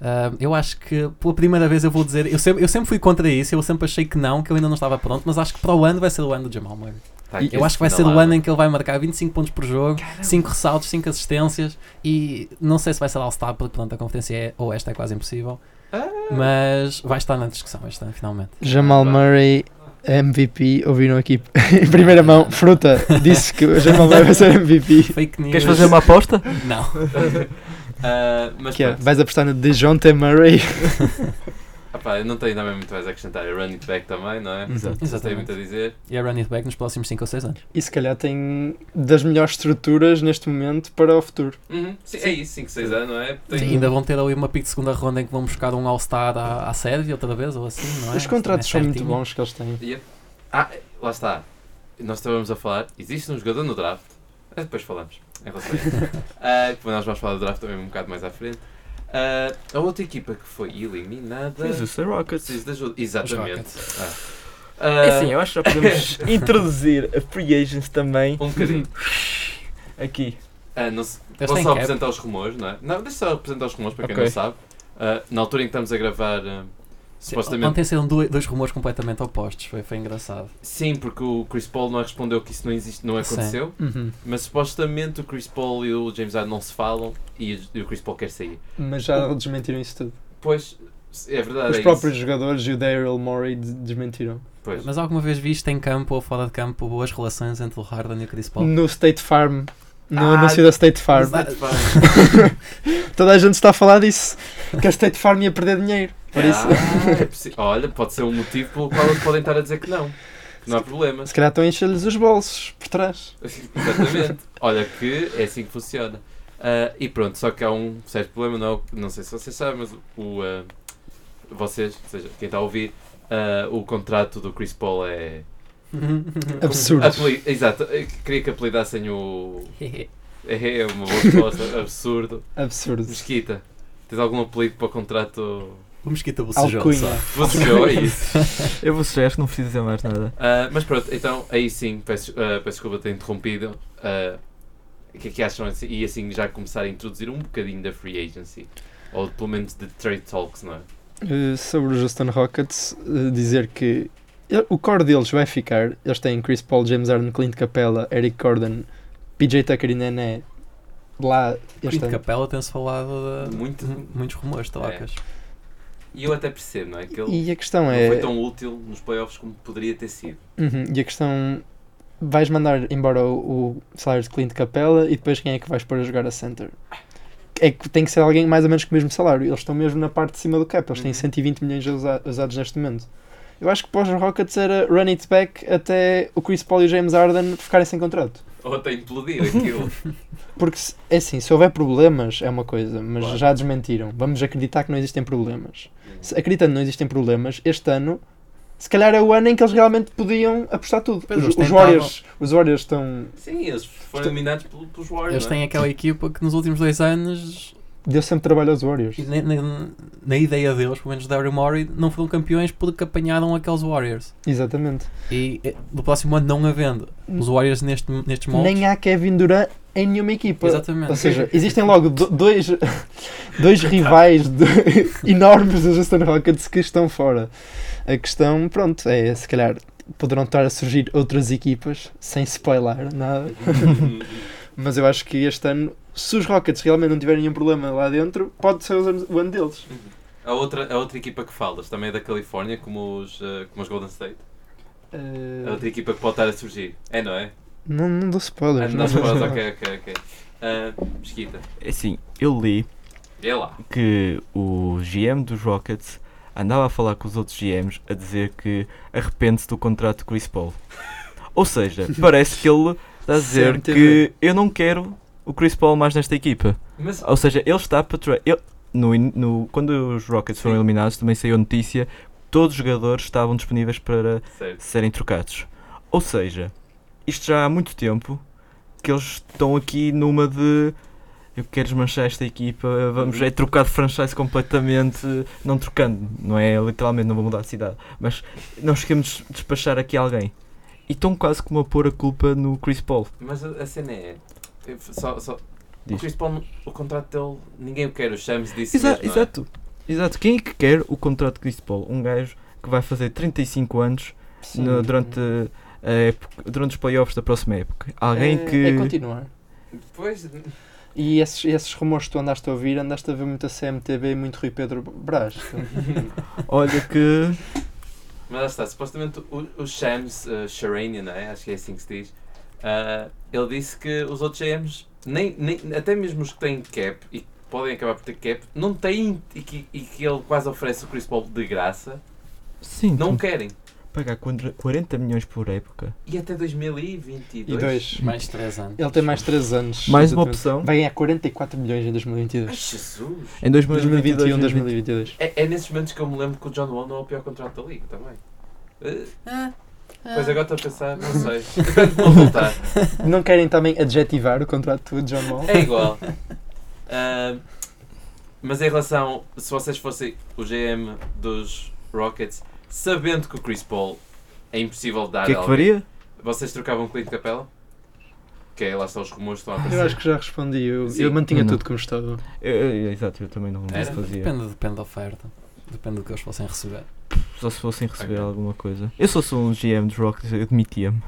Ahm, eu acho que pela primeira vez eu vou dizer, eu sempre, eu sempre fui contra isso, eu sempre achei que não, que eu ainda não estava pronto, mas acho que para o ano vai ser o ano do Jamal Murray.
Tá,
Eu acho que vai ser o
né?
ano em que ele vai marcar 25 pontos por jogo, 5 ressaltos, 5 assistências e não sei se vai ser All-Star porque pronto, a conferência é ou esta é quase impossível.
Ah.
Mas vai estar na discussão este ano, finalmente.
Jamal Murray, MVP, ouviram aqui [LAUGHS] em primeira mão. Fruta disse que o Jamal Murray vai ser MVP.
Fake news.
Queres fazer uma aposta? [LAUGHS]
Não.
[LAUGHS] Ah, mas
Que é,
pronto.
vais apostar no DeJounte Murray.
Ah pá, eu não tenho nada muito mais a acrescentar. É running back também, não é?
Hum,
Exato.
Não tenho muito a dizer.
E a running back nos próximos 5 ou 6 anos.
E se calhar tem das melhores estruturas neste momento para o futuro.
Uhum, sim, É isso, 5, 6 anos, não é? Tem-
E ainda vão ter ali uma pick de segunda ronda em que vão buscar um All-Star à, à Sérvia outra vez, ou assim, não é?
Os contratos são
Também é
muito
certinho.
bons que eles têm.
Ah, lá está. Nós estávamos a falar. Existe um jogador no draft. Ah, Depois falamos. Em relação a isso.
[LAUGHS]
Ah, depois nós vamos falar do draft também um bocado mais à frente. Ah, a outra equipa que foi eliminada.
Fiz isso, Rockets.
Preciso de ajuda.
Os
Exatamente.
Rockets.
Ah. Ah,
É assim, eu acho que já podemos [LAUGHS] introduzir a Free Agents também
um bocadinho.
aqui.
Ah, não se-
Eles
vou
têm
só
cap.
apresentar os rumores, não é? Não, deixa só apresentar os rumores para quem
Ok.
não sabe. Ah, na altura em que estamos a gravar, ah, supostamente.
Ontem saíram dois, dois rumores completamente opostos, foi, foi engraçado.
Sim, porque o Chris Paul não respondeu que isso não existe, não
Sim.
aconteceu. Mas supostamente o Chris Paul e o James Harden não se falam e o- e o Chris Paul quer sair.
Mas já desmentiram isso tudo.
Pois, é verdade.
Os
é
próprios
isso.
jogadores e o Daryl Morey de- desmentiram.
Pois.
Mas alguma vez viste em campo ou fora de campo boas relações entre o Harden e o Chris [LAUGHS] Paul?
No State Farm. No
Ah,
anúncio da State Farm.
Mas-
[LAUGHS] Toda a gente está a falar disso. Que a State Farm ia perder dinheiro. Por isso.
Ah, é possi- Olha, pode ser um motivo pelo qual eles podem estar a dizer que não. Que não há problema.
Se calhar estão a encher-lhes os bolsos por trás.
Exatamente. Olha que é assim que funciona. Ah, e pronto, só que há um certo problema, não, não sei se vocês sabem, mas o, ah, vocês, ou seja, quem está a ouvir, ah, o contrato do Chris Paul é.
Absurdo.
Apeli- Exato, eu queria que apelidassem o. É uma boa resposta,
[LAUGHS]
absurdo.
Absurdo.
Mesquita, tens algum apelido para o contrato?
o Mosquito bocejou
Alcunha.
Bocejou, é isso.
[LAUGHS] Eu vou sugerir que não preciso dizer mais nada.
Ah, mas pronto, então aí sim, peço, ah, peço desculpa ter interrompido. Ah, O que é que acham? assim- E assim já começar a introduzir um bocadinho da free agency. Ou pelo menos de trade talks, não é?
Uh, sobre o Houston Rockets, uh, dizer que ele- o core deles vai ficar. Eles têm Chris Paul, James Harden, Clint Capella, Eric Gordon, PJ Tucker e Nené lá. Este
Quinto
ano.
Capela tem-se falado de
Muito. É.
m- muitos rumores, trocas.
E eu até percebo, não é? Que ele
E a questão
não
é.
foi tão útil nos playoffs como poderia ter sido.
Uhum, e a questão. Vais mandar embora o, o salário de Clint Capella e depois quem é que vais pôr a jogar a center? É que tem que ser alguém mais ou menos com o mesmo salário. Eles estão mesmo na parte de cima do cap. Eles têm
Uhum.
120 milhões de usa- usados neste momento. Eu acho que para os Rockets era run it back até o Chris Paul e o James Harden ficarem sem contrato.
Ou até implodiu aquilo.
Porque, se- é assim, se houver problemas é uma coisa, mas
Claro.
já desmentiram. Vamos acreditar que não existem problemas. Se, acreditando que não existem problemas, este ano, se calhar é o ano em que eles realmente podiam apostar tudo.
Pois,
Os,
eles
os,
tentavam.
Warriors, os Warriors estão...
Sim, eles foram eliminados pelo- pelos Warriors.
Eles
não é?
têm aquela equipa que nos últimos dois anos,
Deu sempre trabalho aos Warriors.
e na, na- na ideia deles, pelo menos da Daryl Morey, não foram campeões porque apanharam aqueles Warriors.
Exatamente.
E eh, no próximo ano não havendo os Warriors neste, nestes moldes.
Hum. Nem há Kevin Durant em nenhuma equipa.
Exatamente.
Ou
[LAUGHS]
seja, existem logo do- dois, [LAUGHS] dois rivais de- [LAUGHS] enormes dos Houston Rockets que estão fora. A questão, pronto, é se calhar poderão estar a surgir outras equipas, sem spoiler nada.
é?
Mas eu acho que este ano, se os Rockets realmente não tiverem nenhum problema lá dentro, pode ser o ano- o ano deles.
[LAUGHS] A outra, a outra equipa que falas também é da Califórnia, como os, eh, como os Golden State.
Eh,
A outra equipa que pode estar a surgir. É, não é?
Não, não dou
Ah,
spoilers.
não, spoilers, [LAUGHS] ok, ok, ok. Ah, Mesquita,
É assim, eu li
é lá.
que o GM dos Rockets andava a falar com os outros GMs a dizer que arrepende-se do contrato de Chris Paul. Ou [LAUGHS] seja, parece que ele está a dizer
CMTV.
que eu não quero o Chris Paul mais nesta equipa.
Mas
Ou seja, ele está para tra- ele, no, in- no- quando os Rockets foram eliminados, também saiu a notícia que todos os jogadores estavam disponíveis para
Certo.
serem trocados. Ou seja, isto já há muito tempo que eles estão aqui numa de eu quero desmanchar esta equipa, vamos é trocar de franchise completamente, não trocando, não é literalmente, não vou mudar de cidade, mas nós queremos des- despachar aqui alguém. E estão quase como a pôr a culpa no Chris Paul.
Mas a, a cena é. eu- Só, só, o
Diz.
Chris Paul, o contrato dele, ninguém o quer. O Shams disse
Exa-
mesmo, não é?
exato, exato. Quem é que quer o contrato de Chris Paul? Um gajo que vai fazer 35 anos no-
Eh,
durante, a época- durante os playoffs da próxima época. Alguém
é,
que.
É continuar.
Pois,
E esses, esses rumores que tu andaste a ouvir, andaste a ver muito a CMTV e muito Rui Pedro Brás.
Olha que.
mas lá está. Supostamente o, o Shams uh, Sharanian, não é? Acho que é assim que se diz. ah, ele disse que os outros GMs, nem, nem- até mesmo os que têm cap e que podem acabar por ter cap, não têm e que, e que ele quase oferece o Chris Paul de graça,
Sim, [LAUGHS]
não
tu
querem.
pagar 40 milhões por época.
E até 2022.
E dois.
Mais 3 anos.
Ele tem mais 3 anos.
Mais uma
Exatamente.
opção.
Vai ganhar 44 milhões em
Ai,
2022.
Jesus!
Em
2021,
2022.
2022.
É, é nesses momentos que eu me lembro que o John Wall não é o pior contrato da liga também. Eh, Pois agora estou a pensar, não sei. [LAUGHS] Depende de como voltar.
Não querem também adjetivar o contrato de John Wall?
É igual. Ahm, mas em relação, se vocês fossem o GM dos Rockets, sabendo que o Chris Paul é impossível de
O
dar
que é que
alguém,
faria?
vocês trocavam o Clint Capela? Que aí lá estão os rumores que estão a
Eu
aparecer.
acho que já respondi. Eu,
Sim.
eu mantinha
Não.
tudo como estava.
Eu- eu- exato, eu também não não
Era?
fazia.
Depende, depende da oferta. Depende do que eles fossem receber.
Só se fossem receber
Ok.
alguma coisa. Eu só sou um GM de Rockets, eu demitia-me.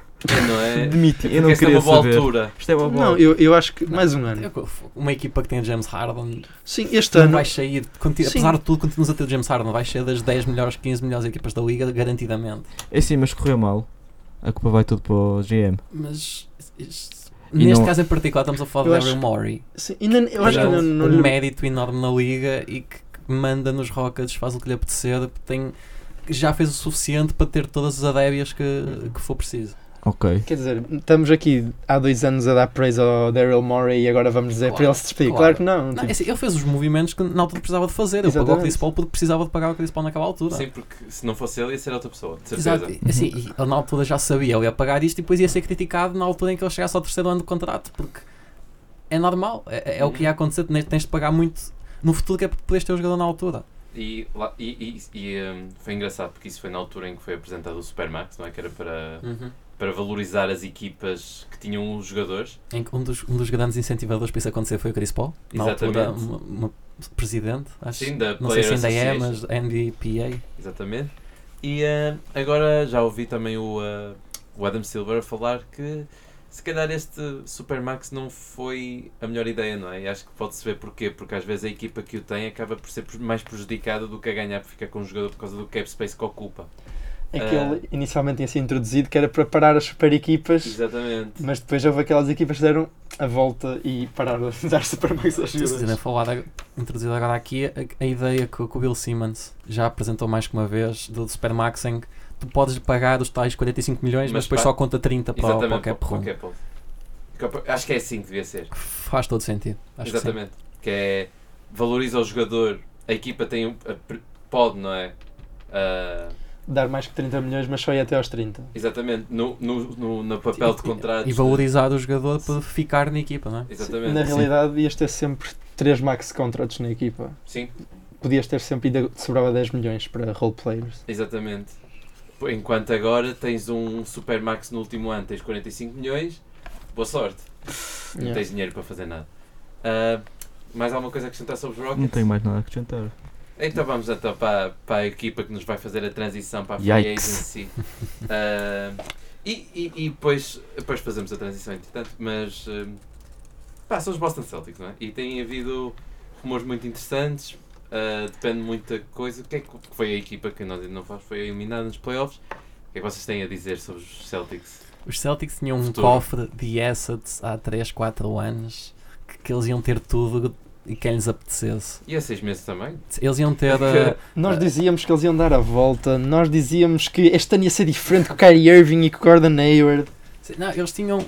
Não é?
Demitia, eu
Porque
não
esta é
queria
uma boa
saber.
altura.
Isto é uma bola.
Não, eu, eu acho que mais um ano.
Eu- Uma equipa que tem James Harden
Sim, este
não
ano.
vais sair, conti-
Então, Sim.
apesar de tudo, continuas a ter o James Harden, vais sair das 10 melhores, 15 melhores equipas da liga, garantidamente.
É sim, mas correu mal. A culpa vai tudo para o GM.
Mas isto-
E
neste
não-
caso em particular, estamos a falar
Eu
de
acho-
Larry Murray.
Sim, ainda, eu acho que
Ele é
ainda
um,
não,
um
lhe-
mérito enorme na liga e que que manda nos Rockets, faz o que lhe apetecer, tem, já fez o suficiente para ter todas as adébias que, que for preciso.
Ok.
Quer dizer, estamos aqui há dois anos a dar praise ao Daryl Morey e agora vamos dizer para
Claro,
ele se despedir. Claro,
claro.
que não.
Não,
tipo,
é assim, ele fez os movimentos que na altura precisava de fazer. Ele pagou o
Exatamente.
Chris Paul porque precisava de pagar o Chris Paul naquela altura.
Sim, porque se não fosse ele ia ser outra pessoa, de certeza.
Exato, e- assim, e ele na altura já sabia, ele ia pagar isto e depois ia ser criticado na altura em que ele chegasse ao terceiro ano de contrato, porque é normal, é, é o que ia acontecer, tens, tens de pagar muito no futuro que é para poderes ter o jogador na altura.
E, lá- e- e- e, hum, foi engraçado porque isso foi na altura em que foi apresentado o Supermax, não é? Que era para, para valorizar as equipas que tinham os jogadores.
Em que um dos, um dos grandes incentivadores para isso acontecer foi o Chris Paul, na altura
Exatamente.
uma, uma presidente, acho.
Sim, da
Não sei
Player
se ainda é,
Association.
mas NBPA.
Exatamente. E ah, agora já ouvi também o, ah, o Adam Silver a falar que se calhar este Supermax não foi a melhor ideia, não é? E acho que pode-se ver porquê, porque às vezes a equipa que o tem acaba por ser mais prejudicada do que a ganhar por ficar com um jogador por causa do cap space que ocupa.
é que
Ah.
ele inicialmente tinha sido introduzido que era para parar as super equipas,
Exatamente.
mas depois houve aquelas equipas que deram a volta e pararam de [LAUGHS] dar super mais às
Se quiserem
ajudas.
falar, ag- introduzir agora aqui a, a ideia que, o- que o Bill Simmons já apresentou mais que uma vez do Supermax em que tu podes lhe pagar os tais 45 milhões, mas,
Mas
depois
pa-
só conta 30 para, o- para o
Exatamente,
cap
para o é
room.
cap hold. Acho que é assim que devia ser.
Que Faz todo sentido. Acho
Exatamente. Que, é valoriza o jogador, a equipa tem um- a pre- pode, não é? Ah,
Dar mais que 30 milhões, mas só ia até aos 30.
exatamente, no, no, no, no
Que sim.
papel de contrato.
E valorizar o jogador para ficar na equipa, não é?
Exatamente.
Na
Sim.
realidade, ias ter sempre 3 max contratos na equipa.
Sim,
Podias ter sempre, ainda te sobrava 10 milhões para role players.
exatamente. Enquanto agora tens um Supermax no último ano, tens 45 milhões, boa sorte. Não
Yeah.
tens dinheiro para fazer nada. Ah, mais alguma coisa a acrescentar sobre os Rockets?
Não tenho mais nada a acrescentar.
Então vamos então para, para a equipa que nos vai fazer a transição para a Free
Yikes.
Agency. Ah, e e, e depois, depois fazemos a transição, entretanto, mas hum, pá, são os Boston Celtics, não é? E tem havido rumores muito interessantes, ah, depende de muita coisa. O que é que foi a equipa que nós ainda não faz? Foi eliminada nos playoffs. O que é que vocês têm a dizer sobre os Celtics?
Os Celtics tinham um
Futuro.
cofre de assets há 3, 4 anos que, que eles iam ter tudo e quem lhes apetecesse.
E há seis meses também.
Eles iam ter. eh,
Nós
Ah.
dizíamos que eles iam dar a volta, nós dizíamos que este ano ia ser diferente com o Kyrie Irving e com o Gordon Hayward.
Sim, Não, eles tinham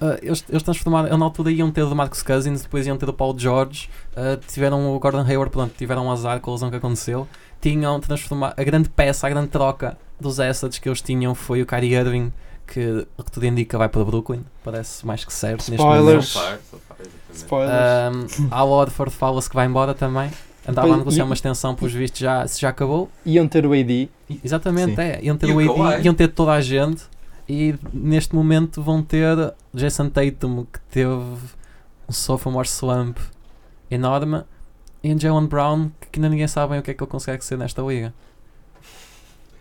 ah, eles, eles transformaram, eles na altura iam ter o Marcus Cousins, depois iam ter o Paul George, ah, tiveram o Gordon Hayward, pronto, tiveram um azar com a lesão que aconteceu. Tinham transformado, a grande peça, a grande troca dos assets que eles tinham foi o Kyrie Irving, que, o que tudo indica, vai para o Brooklyn, parece mais que certo. neste momento.
Spoilers.
So far, so far, exatamente.
Spoilers.
Um, Al Horford fala-se que vai embora também. Andava a
Pois,
negociar
e-
uma extensão pelos vistos, já, se já acabou.
Iam ter o AD.
I- Exatamente,
Sim.
é. Iam ter
E
o
o
AD,
Kawhi.
iam ter toda a gente. E neste momento vão ter Jason Tatum, que teve um sophomore slump enorme. E um Jalen Brown, que ainda ninguém sabe bem o que é que ele consegue ser nesta liga.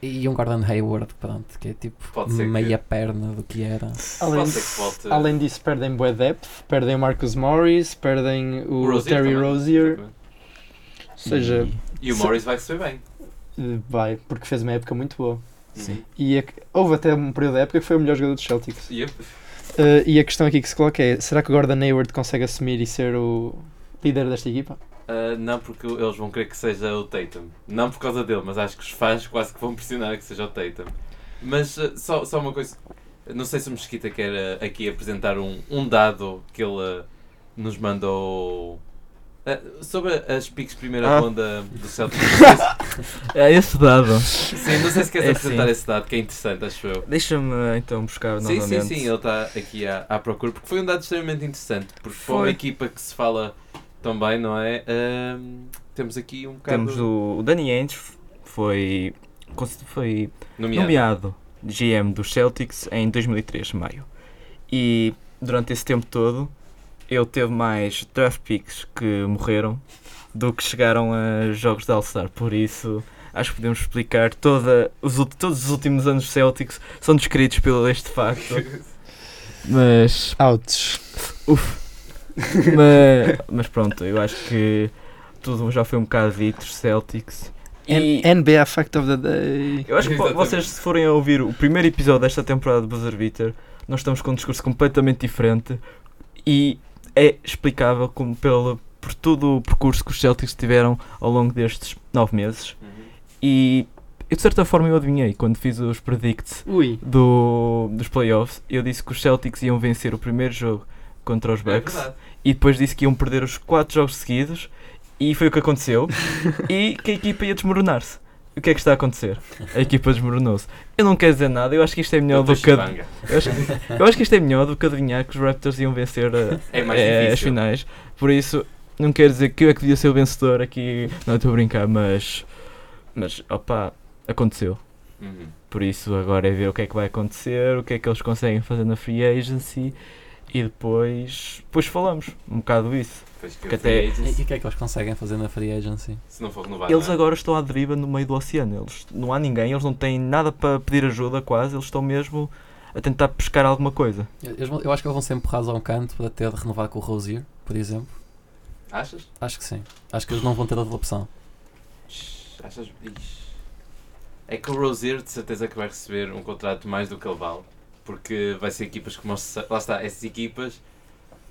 E um Gordon Hayward, pronto, que é tipo
Pode ser que-
meia perna do que era.
Além,
Pode ser que volte.
além disso, perdem Boa Depth, perdem o Marcus Morris, perdem o,
o Rozier
Terry
também,
Uhum.
Rozier.
exatamente.
Ou seja,
E o
Se-
Morris vai ser bem. Uhum.
eh, vai, porque fez uma época muito boa.
Sim.
E a- houve até um período da época que foi o melhor jogador dos Celtics.
Yep.
Eh, e a questão aqui que se coloca é: será que o Gordon Hayward consegue assumir e ser o líder desta equipa?
Ah, não porque eles vão querer que seja o Tatum. Não por causa dele, mas acho que os fãs quase que vão pressionar que seja o Tatum. Mas ah, só, só uma coisa. Não sei se o Mesquita quer ah, aqui apresentar um, um dado que ele ah, nos mandou. Ah, sobre as piques primeira
Ah.
ronda do Celtic. [LAUGHS] Não sei
É esse dado.
se- Sim, não sei se queres
É,
apresentar
sim.
esse dado, que é interessante, acho eu.
Deixa-me então buscar
Sim, sim,
novamente.
sim, ele está aqui à, à procura, porque foi um dado extremamente interessante, porque foi uma
Foi.
equipa que se fala tão bem, não é? Ahm, temos aqui um bocado
Temos o, o Danny Ainge, f- foi, cons- foi
nomeado.
nomeado GM dos Celtics em 2003, maio. E durante esse tempo todo, ele teve mais draft picks que morreram do que chegaram a jogos de All-Star. Por isso, acho que podemos explicar toda, os, ult- todos os últimos anos Celtics são descritos pelo este facto. Mas
Outs.
mas, mas pronto, eu acho que tudo já foi um bocado dito, os Celtics. E
NBA Fact of the Day.
eu acho que po-
Exatamente.
vocês, se forem a ouvir o primeiro episódio desta temporada de Buzzer Beater, nós estamos com um discurso completamente diferente e é explicável como pelo, por todo o percurso que os Celtics tiveram ao longo destes nove meses.
Uhum.
E eu, de certa forma, eu adivinhei quando fiz os predicts
Ui.
do, dos playoffs. Eu disse que os Celtics iam vencer o primeiro jogo contra os
É
Bucks.
verdade.
e depois disse que iam perder os 4 jogos seguidos e foi o que aconteceu e que a equipa ia desmoronar-se. O que é que está a acontecer? A equipa desmoronou-se. Eu não quero dizer nada, eu acho que isto é melhor
Eu
do
tô
que. ad-
chibanga.
Eu acho, eu acho que isto é melhor do que adivinhar que os Raptors iam vencer eh,
É mais
eh, as
difícil.
finais. Por isso, não quero dizer que eu é que devia ser o vencedor aqui. Não estou a brincar, mas. Mas opa, aconteceu.
Uhum.
Por isso agora é ver o que é que vai acontecer, o que é que eles conseguem fazer na free agency e depois. Depois falamos um bocado isso.
Depois que
Porque
eu fui
até-
E, e o
agent,
que é que eles conseguem fazer na free agency?
Se não for renovado.
Eles
não é?
agora estão à deriva no meio do oceano. Eles, não há ninguém, eles não têm nada para pedir ajuda quase, eles estão mesmo a tentar pescar alguma coisa.
Eles vão- eu acho que eles vão ser empurrados a um canto para ter de renovar com o Rosier, por exemplo.
Achas?
Acho que sim. Acho que eles não vão ter outra opção.
Shhh, Achas? Ixi. É que o Rozier de certeza que vai receber um contrato mais do que ele vale. Porque vai ser equipas como. os- Lá está, essas equipas,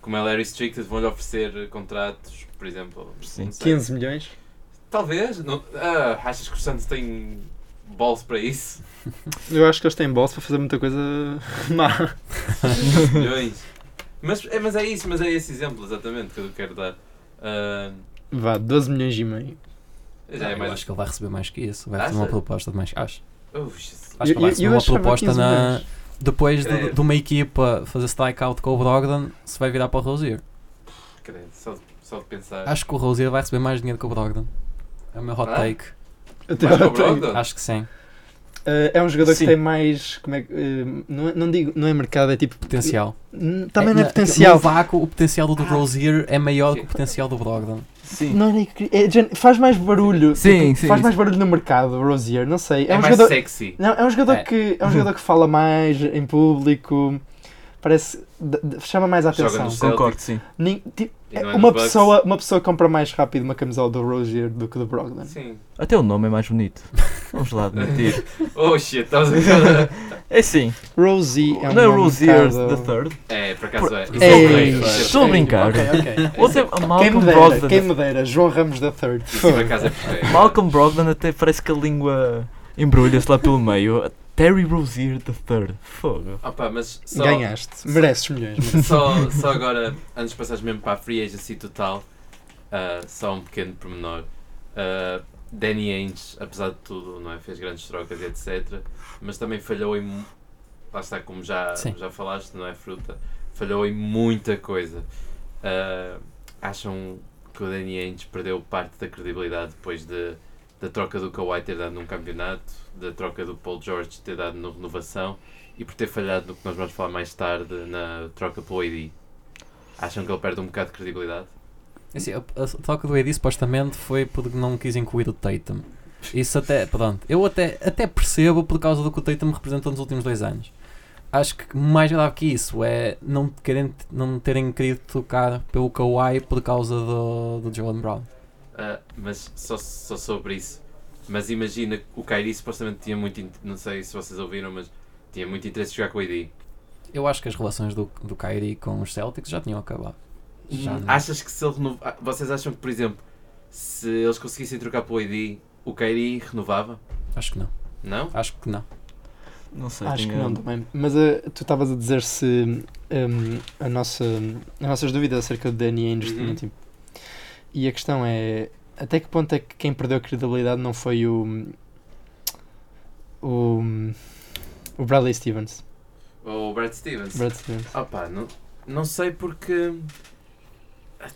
como ela é restricted, vão lhe oferecer eh, contratos, por exemplo.
Sim.
não sei.
15 milhões.
Talvez. Não, ah, achas que o Santos tem balls para isso? [LAUGHS]
Eu acho que eles têm bolsa para fazer muita coisa [LAUGHS] má.
Milhões. Mas é, mas é isso, mas é esse exemplo exatamente que eu quero dar. Ah,
Vá, 12 milhões e meio.
já é
eu
mais.
acho que ele vai receber mais que isso. Vai receber
Acha?
uma proposta de mais. Acho.
Oh, Jesus.
Acho que
Eu- eu-
vai receber
eu
uma
achava
proposta
15
na.
milhões.
Depois de,
Creio.
de uma equipa fazer strikeout com o Brogdon, se vai virar para o Rosier.
Credo, só, de- só de pensar.
Acho que o Rosier vai receber mais dinheiro que o Brogdon. É o meu hot
É. Ah?
take.
Até
Vai para o
agora tenho.
Brogdon?
Acho que sim.
Eh, é um jogador
Sim.
que tem mais. Como é, que, eh, não, é- não digo, não é mercado, é tipo.
Potencial.
Hum, Também não é
na-
potencial. Ah.
No vácuo, o potencial do Rosier é maior que o
Sim.
potencial do Brogdon.
Sim.
Não, nem que- é gen- faz mais barulho.
Sim,
tipo,
sim,
Faz
sim.
mais barulho no mercado, Rosier. Não sei.
É,
É, um
mais
jogador.
sexy.
Não, é um jogador
É.
que é um jogador que fala mais em público. Parece d- d- chama mais a
Joga
atenção.
nos-
Concordo, sim.
Nin- ti-
E não
uma
é nos Bucks.
pessoa, uma pessoa compra mais rápido uma camisola do Rosier do que do Brogdon.
Sim.
Até o nome é mais bonito. Vamos lá admitir.
Oh shit, estás a ver? [LAUGHS]
É sim.
Rosie é um
não é
nome
Rosier
bocado-
the Third.
É, por acaso é. Isso
Ei,
é horrível.
ei,
Isso
Estou a brincar.
Ok, ok.
Outro é
Quem me
Malcolm
dera, quem
Brogdon.
me dera, João Ramos da Third.
é- isso por acaso é perfeito.
Malcolm Brogdon até parece que a língua embrulha-se lá pelo meio. Terry Rozier III. Fogo.
Opa, mas só,
Ganhaste. Mereces milhões.
[LAUGHS]
mereces.
só, só agora, antes de passares mesmo para a free agency total, ah, só um pequeno pormenor. Ah, Danny Ainge, apesar de tudo, não é? fez grandes trocas e etc. Mas também falhou em. mu- Lá está, como já,
Sim.
já falaste, não é fruta. Falhou em muita coisa. Ah, acham que o Danny Ainge perdeu parte da credibilidade depois de, da troca do Kawhi ter dado num campeonato, da troca do Paul George ter dado na renovação e por ter falhado no que nós vamos falar mais tarde na troca pelo AD. Acham que ele perde um bocado de credibilidade?
Assim, a, a troca do AD supostamente foi porque não quis incluir o Tatum. Isso até, pronto, eu até, até percebo por causa do que o Tatum representou nos últimos dois anos. Acho que mais grave que isso é não, querem, não terem querido trocar pelo Kawhi por causa do, do Jalen Brown.
Ah, mas só, só sobre isso. Mas imagina, que o Kyrie supostamente tinha muito. in- Não sei se vocês ouviram, mas tinha muito interesse de jogar com o AD.
Eu acho que as relações do, do Kyrie com os Celtics já tinham acabado.
E
Já não-
achas que se ele renovar. Vocês acham que, por exemplo, se eles conseguissem trocar pelo AD, o Kyrie renovava?
Acho que não.
Não?
Acho que não.
Não sei.
Acho que
tenho-
não também. Mas eh, tu estavas a dizer se hum, a nossa, as nossas dúvidas acerca de Danny Ainge
Uhum.
tinham tipo. E a questão é até que ponto é que quem perdeu a credibilidade não foi o o, o Bradley Stevens.
Ou o Brad Stevens?
Brad Stevens.
Opa, não, não sei porque.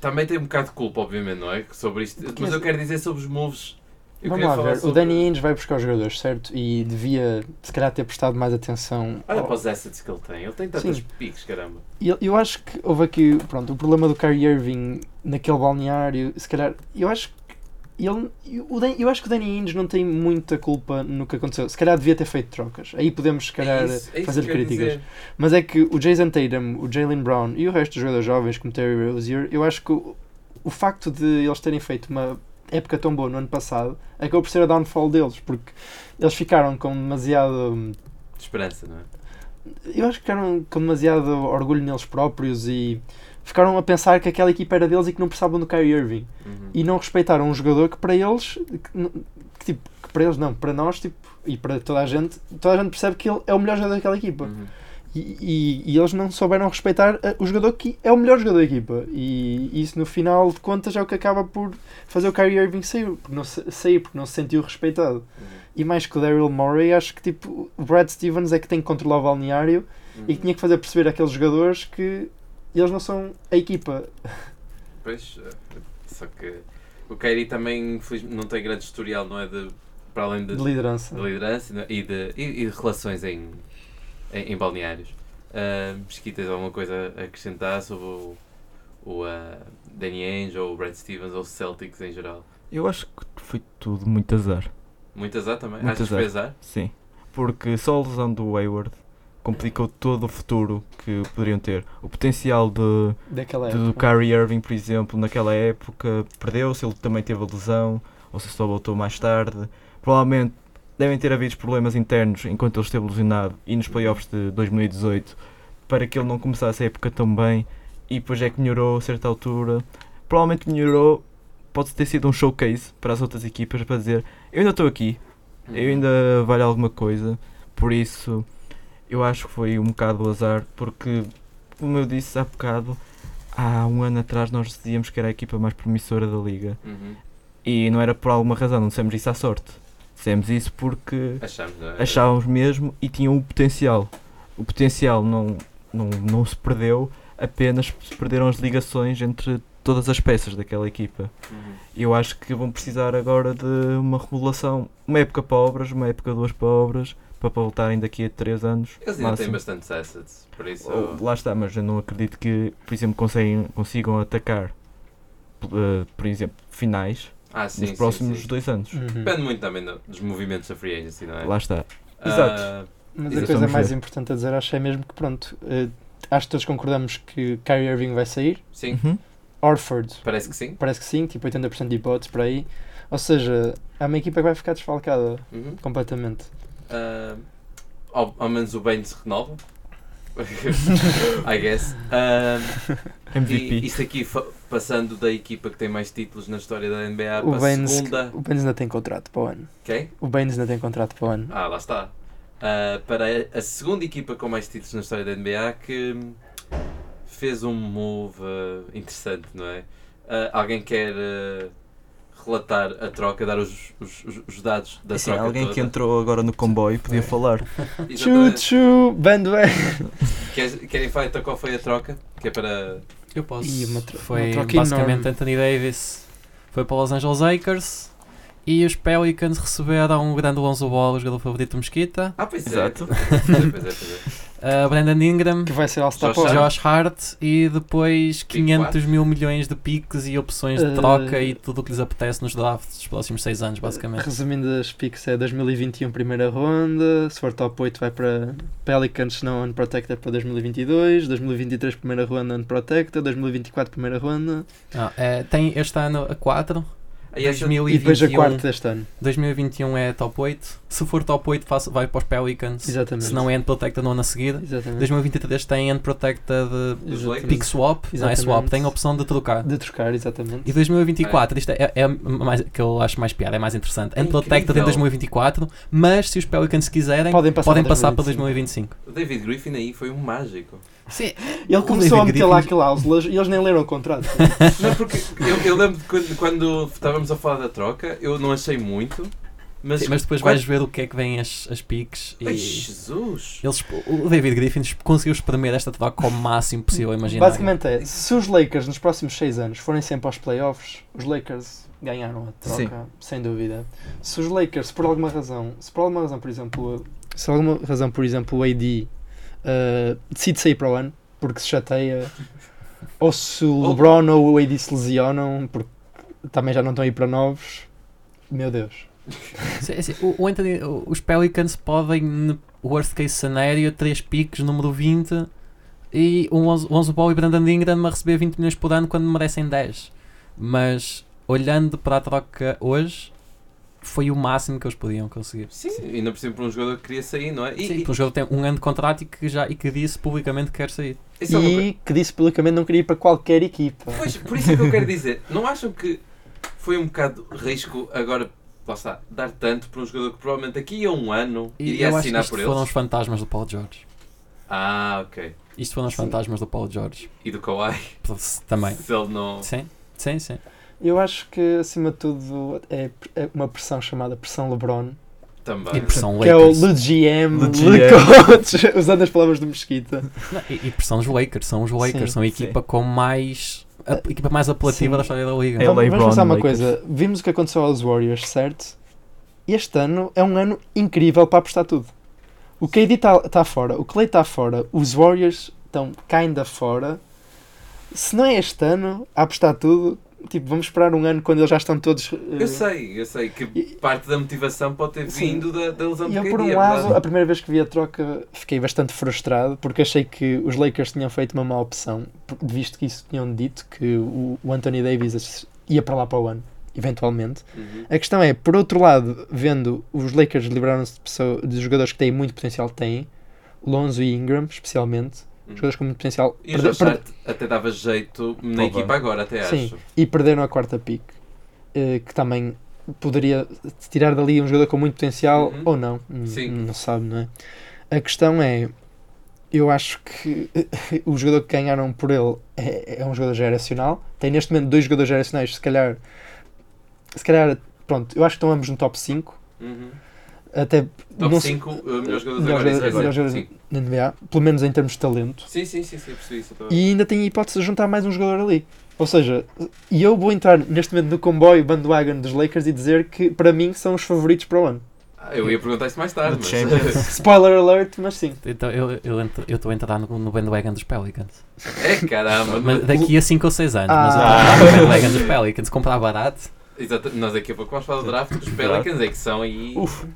Também tem um bocado de culpa, obviamente, não é? Sobre isto.
Porque
Mas
é-
eu quero dizer sobre os moves. Eu
Vamos
queria
lá
falar
ver. O
sobre-
Danny Ainge vai buscar os jogadores, certo? E devia se calhar ter prestado mais atenção.
Olha
ao-
para os assets que ele tem. Ele tem tantos
Sim.
piques, caramba.
E Eu, eu acho que houve aqui, pronto, o problema do Kyrie Irving naquele balneário, se calhar, eu acho que ele, eu, o Dan- eu acho que o Danny Ainge não tem muita culpa no que aconteceu. Se calhar devia ter feito trocas. Aí podemos, se calhar,
É isso- isso
fazer
que eu quero
críticas.
dizer.
Mas é que o Jason Tatum, o Jalen Brown e o resto dos jogadores jovens, como Terry Rozier, eu acho que o, o facto de eles terem feito uma época tão boa no ano passado acabou por ser a downfall deles, porque eles ficaram com demasiado hum,
Esperança, não é?
eu acho que ficaram com demasiado orgulho neles próprios e ficaram a pensar que aquela equipa era deles e que não precisavam do Kyrie Irving
Uhum.
e não respeitaram um jogador que para eles que, n- que, tipo, que para eles não, para nós tipo, e para toda a gente, toda a gente percebe que ele é o melhor jogador daquela equipa
Uhum.
e, e- e eles não souberam respeitar eh, o jogador que é o melhor jogador da equipa e isso no final de contas é o que acaba por fazer o Kyrie Irving sair porque não, se- sair porque não se sentiu respeitado
Uhum.
e mais que o Daryl Morey acho que tipo o Brad Stevens é que tem que controlar o balneário e
Uhum.
que tinha que fazer perceber àqueles jogadores que eles não são a equipa.
Pois, eh, só que o Kairi também infelizmente, não tem grande historial, não é? De, para além de,
De liderança.
de liderança não é? e de, e, e de relações em, em, em balneários. Ah, Mesquita, tens alguma coisa a acrescentar sobre o, o ah, Danny Ainge ou o Brad Stevens ou os Celtics em geral?
Eu acho que foi tudo muito azar.
Muito azar também?
Muito
Achas que foi azar?
Sim. Porque só a lesão do Hayward complicou todo o futuro que poderiam ter. O potencial de
Daquela
do
época.
Kyrie Irving, por exemplo, naquela época perdeu-se, ele também teve a lesão, ou se só voltou mais tarde. Provavelmente devem ter havido problemas internos enquanto ele esteve lesionado e nos playoffs de 2018 para que ele não começasse a época tão bem e depois é que melhorou a certa altura. Provavelmente melhorou, pode ter sido um showcase para as outras equipas para dizer eu ainda estou aqui, eu ainda valho alguma coisa, por isso eu acho que foi um bocado o azar, porque, como eu disse há bocado, há um ano atrás nós dizíamos que era a equipa mais promissora da liga
Uhum.
e não era por alguma razão, não dissemos isso à sorte, dissemos isso porque
Achamos, não é?
achávamos mesmo e tinham o potencial. O potencial não, não, não se perdeu, apenas se perderam as ligações entre todas as peças daquela equipa.
Uhum.
Eu acho que vão precisar agora de uma remodelação. Uma época para obras, uma época duas para obras, para para voltarem daqui a 3 anos.
Eles ainda têm
máximo.
bastantes assets, por isso.
Ou- Lá está, mas eu não acredito que, por exemplo, conseguem, consigam atacar, eh, por exemplo, finais
Ah, sim,
nos
sim,
próximos
sim.
dois anos.
Uhum.
Depende muito também do- dos movimentos da free agency, não é?
Lá está.
Ah,
Exato.
Mas
Isso
a coisa
vamos
mais
ver.
importante a dizer acho é mesmo que pronto. eh, acho que todos concordamos que Kyrie Irving vai sair.
sim,
Uhum.
Orford,
parece que sim.
parece que sim, tipo 80% de hipóteses por aí. Ou seja, há uma equipa que vai ficar desfalcada
Uhum.
completamente.
Ah, ao, ao menos o Bane se renova. [LAUGHS] I guess. Ah,
MVP.
e isto aqui, fa- passando da equipa que tem mais títulos na história da
o,
NBA É para a
Baines,
segunda.
o Baines ainda tem contrato para o ano.
Quem?
O Baines ainda tem contrato para o ano.
Ah, lá está. ah, para a segunda equipa com mais títulos na história da NBA que hum, fez um move ah, interessante, não é? Ah, alguém quer ah, relatar a troca, dar os, os, os- os dados da
Assim,
troca
alguém
toda?
que entrou agora no comboio podia falar.
Exatamente.
Chuchu, bandwagon.
Queres- Querem falar então qual foi a troca? Que é para
Eu posso.
Ih, uma tro-
foi
uma troca
basicamente
enorme.
Anthony Davis foi para Los Angeles Lakers e os Pelicans receberam o grande Lonzo Ball, o jogador favorito do Mesquita,
Ah, pois é. [LAUGHS]
Exato.
Pois é, pois é, pois é.
a Brandon
[LAUGHS]
Ingram,
Que vai ser All-Star
Josh
para o
Allen.
Josh Hart e depois
Pick
500 mil milhões de piques e opções de
Eh,
troca e tudo o que lhes apetece nos drafts dos próximos 6 anos,
uh,
basicamente.
Resumindo as picks, é 2021 primeira ronda, se for top 8 vai para Pelicans, não Unprotected é para 2022, 2023 primeira ronda Unprotected, 2024 primeira ronda
Não, eh, tem este ano a 4,
Aí esta-
e, depois a
2021,
quarta deste ano.
2021 é top 8. Se for top 8, faço- vai para os Pelicans.
Exatamente.
Se não é Unprotected no ano a seguir.
Exatamente.
2023 tem Unprotected eh,
Dos Lakers.
Pick Swap. Não é swap,
Exatamente.
tem a opção de trocar.
De trocar, exatamente.
E 2024, isto é, é mais, que eu acho mais piada, é mais interessante.
É
Unprotected em
incrível.
2024, mas se os Pelicans quiserem,
Podem passar
podem
para
passar para
2025.
2025.
O David Griffin aí foi um mágico.
Sim,
Ele
O
começou
David
a meter lá
Griffin-
cláusulas e eles nem leram o contrato.
Não, porque eu, eu lembro de quando, quando estávamos a falar da troca, eu não achei muito, mas.
mas depois
quando-
vais ver o que é que vêm as, as piques e.
Ai, Jesus!
Eles, o David Griffin conseguiu espremer esta troca ao máximo possível, imagina.
Basicamente é, se os Lakers nos próximos 6 anos forem sempre aos playoffs, os Lakers ganharam a troca,
Sim.
sem dúvida. Se os Lakers, por alguma razão, se por alguma razão, por exemplo, se por alguma razão, por exemplo, o AD eh, decide sair para o ano, porque se
[LAUGHS]
chateia, ou se o
Ou-
LeBron ou o AD se lesionam, porque também já não estão aí para novos, meu Deus.
Sim, é assim, o- o Anthony- o- os Pelicans podem, no worst case scenario, 3 piques, número 20, e um Lonzo Lonzo Ball e Brandon Ingram a receber 20 milhões por ano quando merecem 10. Mas, olhando para a troca hoje, foi o máximo que eles podiam conseguir.
Sim, ainda por cima para um jogador que queria sair, não é? E,
Sim,
e-
porque o jogo tem um ano de contrato e que, já, e que disse publicamente que quer sair.
e
E
sabe é uma
que disse publicamente não queria ir para qualquer equipa.
coisa? Pois, por isso é que eu quero dizer, não acham que foi um bocado risco agora, lá está, dar tanto para um jogador que provavelmente daqui a um ano
E
iria
eu acho que
assinar
isto
por
foram
eles?
os fantasmas do Paul George.
Ah, ok.
Isto foram os
Sim.
fantasmas do Paul George.
E do Kawhi? [LAUGHS]
Também.
Se ele não.
Sim, sim, sim.
Eu acho que, acima de tudo, é é uma pressão chamada pressão LeBron,
E
Também.
pressão
Que é o
Lakers.
Le GM,
Le
Le
GM.
Coach, [LAUGHS] usando as palavras do Mesquita.
Não, e, e porque são os Lakers, são os Lakers,
Sim, É,
são a equipa com mais a equipa mais apelativa
Sim.
da história da liga.
É.
Vamos-
LeBron,
Vamos pensar uma
Lakers.
coisa. Vimos o que aconteceu aos Warriors, certo? Este ano é um ano incrível para apostar tudo. O KD está tá fora, o Clay está fora, os Warriors estão ainda fora. Se não é este ano, a apostar tudo, tipo, vamos esperar um ano quando eles já estão todos. eh,
Eu sei, eu sei que
E-
parte da motivação pode ter
Sim.
vindo da, da lesão
E
de
eu,
KD,
por um
é
lado,
verdade.
a primeira vez que vi a troca, fiquei bastante frustrado porque achei que os Lakers tinham feito uma má opção, por- visto que isso tinham dito que o, o Anthony Davis ia para lá para o ano, eventualmente.
Uhum.
A questão é, por outro lado, vendo os Lakers livraram-se de, pessoa- de jogadores que têm muito potencial, que têm, Lonzo e Ingram, especialmente,
Hum.
jogadores com muito potencial,
E o
perde-
Josh
perde-
Hart até dava jeito na
Oba.
equipa agora, até acho.
Sim. e perderam a quarta pick, eh, que também poderia tirar dali um jogador com muito potencial
Uhum.
ou não, Hum,
Sim.
não sabe, não é? A questão é, eu acho que [LAUGHS] o jogador que ganharam por ele é, é um jogador geracional, tem neste momento dois jogadores geracionais, se calhar, se calhar, pronto, eu acho que estão ambos no top 5,
Uhum.
até
Top
não sei-
5 melhores jogadores
melhores
agora. isso
jogadores-
agora.
melhores jogadores
Sim.
na NBA, pelo menos em termos de talento,
Sim, sim, sim, sim, percebi isso. agora.
e ainda tem a hipótese de juntar mais um jogador ali. Ou seja, e eu vou entrar neste momento no comboio bandwagon dos Lakers e dizer que para mim são os favoritos para o ano.
Ah, eu ia perguntar isso mais tarde,
No
mas...
Champions.
Spoiler alert, mas sim.
Então eu eu entro- eu estou a entrar no, no bandwagon dos Pelicans.
[LAUGHS] é, caramba.
Mas daqui a 5 ou 6 anos, mas eu
Ah.
estou no bandwagon dos Pelicans, comprar barato.
Exato, nós daqui a pouco vamos falar do draft dos Pelicans, é que são e...
Uf,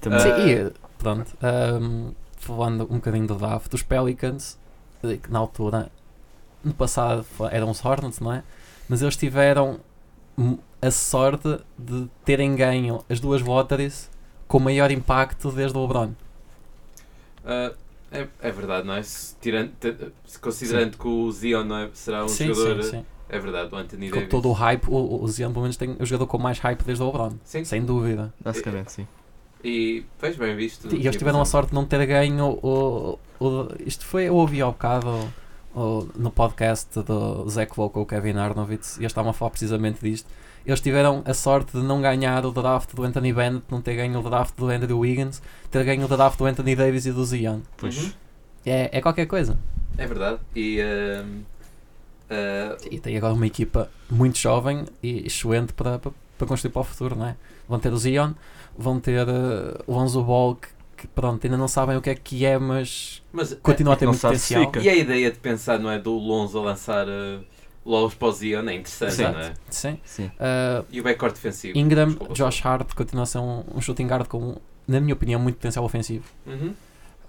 Também.
Sim,
Ah.
e, pronto, ahm, falando um bocadinho do draft, os Pelicans, eh, que na altura, no passado fo- eram os Hornets, não é? Mas eles tiveram hum, a sorte de terem ganho as duas lotteries com maior impacto desde o LeBron.
Ah, é, é verdade, não é? Se, tirando, te- se considerando que o Zion não é, será um
sim,
jogador...
sim, sim.
É verdade, o Anthony
Com
Davis.
todo o hype, o, o Zion pelo menos tem o jogador com mais hype desde o LeBron,
Sim.
sem dúvida.
Basicamente, sim.
E fez bem visto.
E eles tiveram a sorte de não ter ganho o. o- o- isto foi, eu ouvi ao bocado o- no podcast do Zach Lowe com o Kevin Arnovitz e eles estavam a falar precisamente disto. Eles tiveram a sorte de não ganhar o draft do Anthony Bennett, não ter ganho o draft do Andrew Wiggins, ter ganho o draft do Anthony Davis e do Zion.
Pois.
Uhum.
É, é qualquer coisa.
É verdade. E. ehm, eh,
E tem agora uma equipa muito jovem e excelente para, para, para construir para o futuro, não é? Vão ter o Zion, vão ter eh, o Lonzo Ball, que, que, pronto, ainda não sabem o que é que é, mas
mas ah,
continua a ter
é Não
muito
sabe se
potencial.
fica.
E a ideia de pensar, não é? Do Lonzo a lançar uh, Lowe's para o Zion é interessante,
Sim.
não é?
Sim.
Sim.
Uh,
E o backcourt defensivo.
Ingram,
Desculpa.
Josh Hart continua a ser um, um shooting guard com, na minha opinião, muito potencial ofensivo.
Uhum.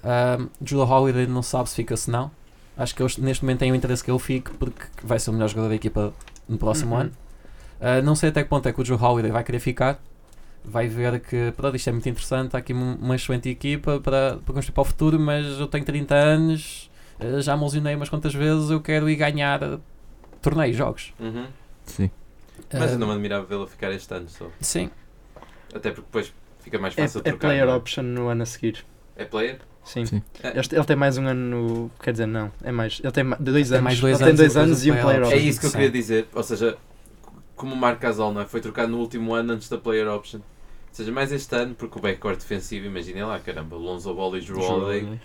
Um, Julio Holiday não sabe se fica ou se não. Acho que eles, neste momento tem o interesse que ele fique porque vai ser o melhor jogador da equipa no próximo
Uhum.
ano. Uh, não sei até que ponto é que o Joe Holiday vai querer ficar. Vai ver que pronto, isto é muito interessante. Há aqui um- uma excelente equipa para, para construir para o futuro, mas eu tenho 30 anos, uh, já me lesionei umas quantas vezes. Eu quero ir ganhar uh, torneios, jogos.
Uhum.
Sim.
Mas
Ah.
Uh,
eu não é. me admirava vê-lo ficar este ano só.
Sim,
Até porque depois fica mais
É,
fácil
é
trocar.
player
não é?
option no ano a seguir.
É player?
Sim.
Sim.
Este- ele tem mais um ano no. Quer dizer, não. É mais. Ele tem ma- de dois
Tem
anos.
mais
ele
dois
tem
anos
dois
e depois
anos
o
e um
player
player
option.
É
option.
isso que eu
Sim.
queria dizer. Ou seja, como o Marc Gasol, não é? Foi trocado no último ano antes da player option. Ou seja, mais este ano, porque o backcourt defensivo, imaginem lá, caramba, Lonzo Ball e Drew Holiday.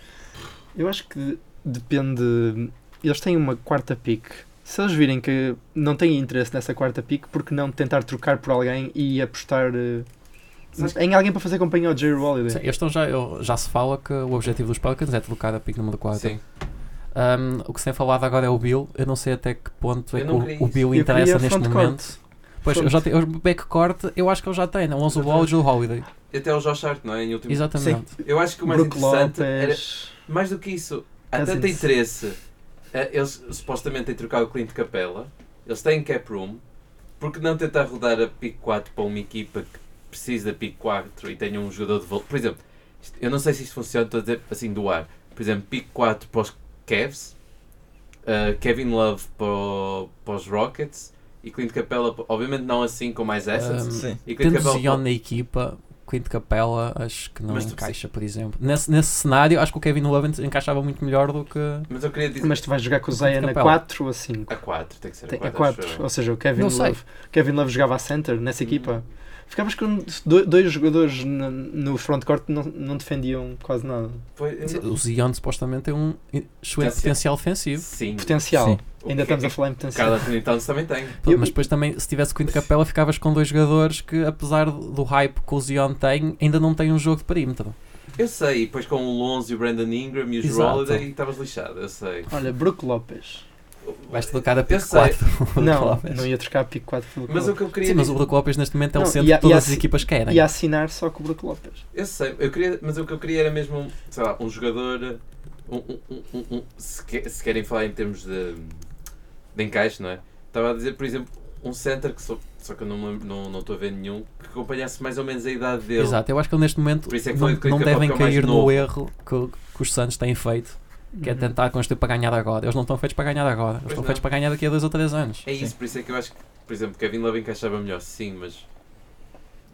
Eu acho que depende. Eles têm uma quarta pick. Se eles virem que não têm interesse nessa quarta pick, porque não tentar trocar por alguém e apostar eh,
Sabes
em alguém para fazer companhia ao Jerry Holiday?
sim, eles estão já, eu- já se fala que o objetivo dos Pelicans é trocar a pick número 4.
Sim.
Um, o que se tem falado agora é o Bill. Eu não sei até que ponto é
Eu
que
não
o,
queria
o
isso.
Bill
Eu
interessa
queria
neste
frontcourt.
momento. Pois, eu já tenho, o backcourt eu acho que ele já tem, não? O Lonzo Ball e o Joe Holiday.
E até o Josh Hart, não é? Em último...
Exatamente.
Eu acho que o mais
Brook Lopes.
interessante era, Mais do que isso, há
Cousins.
tanto interesse. eh, Eles supostamente têm trocado o Clint Capella, eles têm cap room, porque não tentar rodar a pick 4 para uma equipa que precisa da pick 4 e tenha um jogador de valor? Por exemplo, isto- eu não sei se isto funciona, estou a dizer assim do ar. Por exemplo, pick 4 para os Cavs, eh, Kevin Love para, o- para os Rockets e Clint Capella, para- obviamente não assim com mais assets.
Um,
Sim.
e Clint
Tendo
Capella
Zion na equipa, Quinto Capella acho que não
Mas tu
encaixa, por exemplo. Nesse, nesse cenário, acho que o Kevin Love encaixava muito melhor do que.
mas eu queria dizer
Mas tu vais jogar com o Zion na
Capela.
4 ou a 5?
a 4, tem que ser a 4.
A 4, ou seja, o Kevin
Não sei.
Love. Kevin Love jogava a center nessa
Hum.
equipa. Ficavas com do- dois jogadores no, no frontcourt que não, não defendiam quase nada.
é.
O Zion supostamente tem um excelente potencial ofensivo.
Sim.
Potencial.
Sim.
Ainda estamos
é
a falar em
[LAUGHS]
potencial.
Carla Anthony Towns também tem.
Eu-
mas depois também, se tivesse Quinto Capela, ficavas com dois jogadores que, apesar do hype que o Zion tem, ainda não tem um jogo de perímetro.
Eu sei, e depois com o Lonzo e o Brandon Ingram e o Drew
Exato.
Holiday, estavas lixado, eu sei.
Olha, Brook
[LAUGHS]
Lopes.
Vais trocar a
Eu
pick
sei.
4. [LAUGHS] do
Não,
Lopes.
não ia trocar a pick 4 pelo
Mas o que eu queria.
Sim, mas o
dizer-
Brook Lopes neste momento é o
Não,
centro
e a-
que todas
e a-
as equipas querem.
E assinar só com o Brook Lopes.
Eu sei, eu queria, mas o que eu queria era mesmo, sei lá, um jogador. um- um- um- um- um- se, que- se querem falar em termos de, de encaixe, não é? Estava a dizer, por exemplo, um center que só, só que eu não me lembro- não não estou a ver nenhum, que acompanhasse mais ou menos a idade dele.
Exato, eu acho que ele neste momento
Por isso é que
não,
foi o que
não
acabou
devem
a ficar mais
cair no
novo.
erro que, que os Santos têm feito, que é
Uhum.
tentar construir para ganhar agora. Eles não estão feitos para ganhar agora, eles
Pois
estão
não.
feitos para ganhar daqui a dois ou três anos.
É isso, por isso é que eu acho que, por exemplo, Kevin Love encaixava melhor, sim, mas.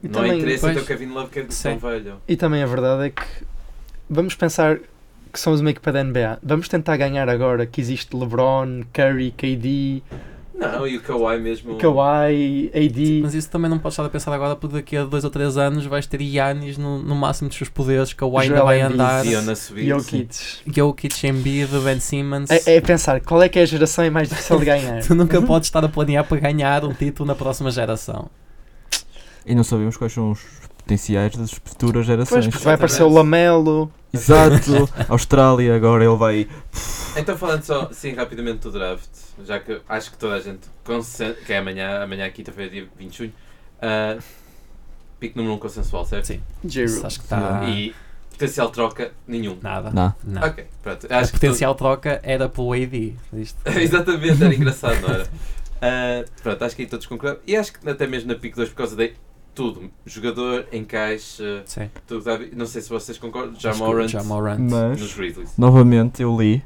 E
não há
também-
interesse,
pois.
então Kevin Love quer que
Sim.
tão velho.
E também a verdade é que vamos pensar que somos uma equipa da NBA. Vamos tentar ganhar agora que existe LeBron, Curry, KD,
Não, e o Kawhi mesmo.
Kawhi, AD.
Mas isso também não podes estar a pensar agora, porque daqui a dois ou três anos vais ter Yannis no, no máximo dos seus poderes, que o ainda
Joel
vai
Embiid.
andar,
Zion a subir. sim.
Jokic.
Jokic, Embiid, Ben Simmons.
É, é pensar qual é que é a geração mais difícil de ganhar. Uhum.
[LAUGHS] Tu nunca
Uhum.
podes estar a planear para ganhar um título na próxima geração.
E não sabemos quais são os potenciais das futuras
Pois,
gerações.
porque vai aparecer o Lamelo.
Exato. [LAUGHS] Austrália agora ele vai.
Então falando só, sim, rapidamente do draft, já que acho que toda a gente consen- que é amanhã, amanhã é quinta-feira, dia 20 de junho, ah, pico número 1 um consensual, certo? Ah,
Sim. Isso
Jiro.
acho que está.
E potencial troca, nenhum.
Nada.
Não.
Não.
Ok, pronto.
A
Acho que
potencial troca era pelo AD.
[LAUGHS]
Isto.
tu- Exatamente, era engraçado, não era? Ah, pronto, acho que aí todos concordaram. E acho que até mesmo na pico 2 por causa de tudo. Jogador, encaixe,
Sim.
tudo. sabe? Não sei se vocês concordam,
Acho que o
Jamorant
Jamorant.
Mas.
nos Grizzlies.
Novamente eu li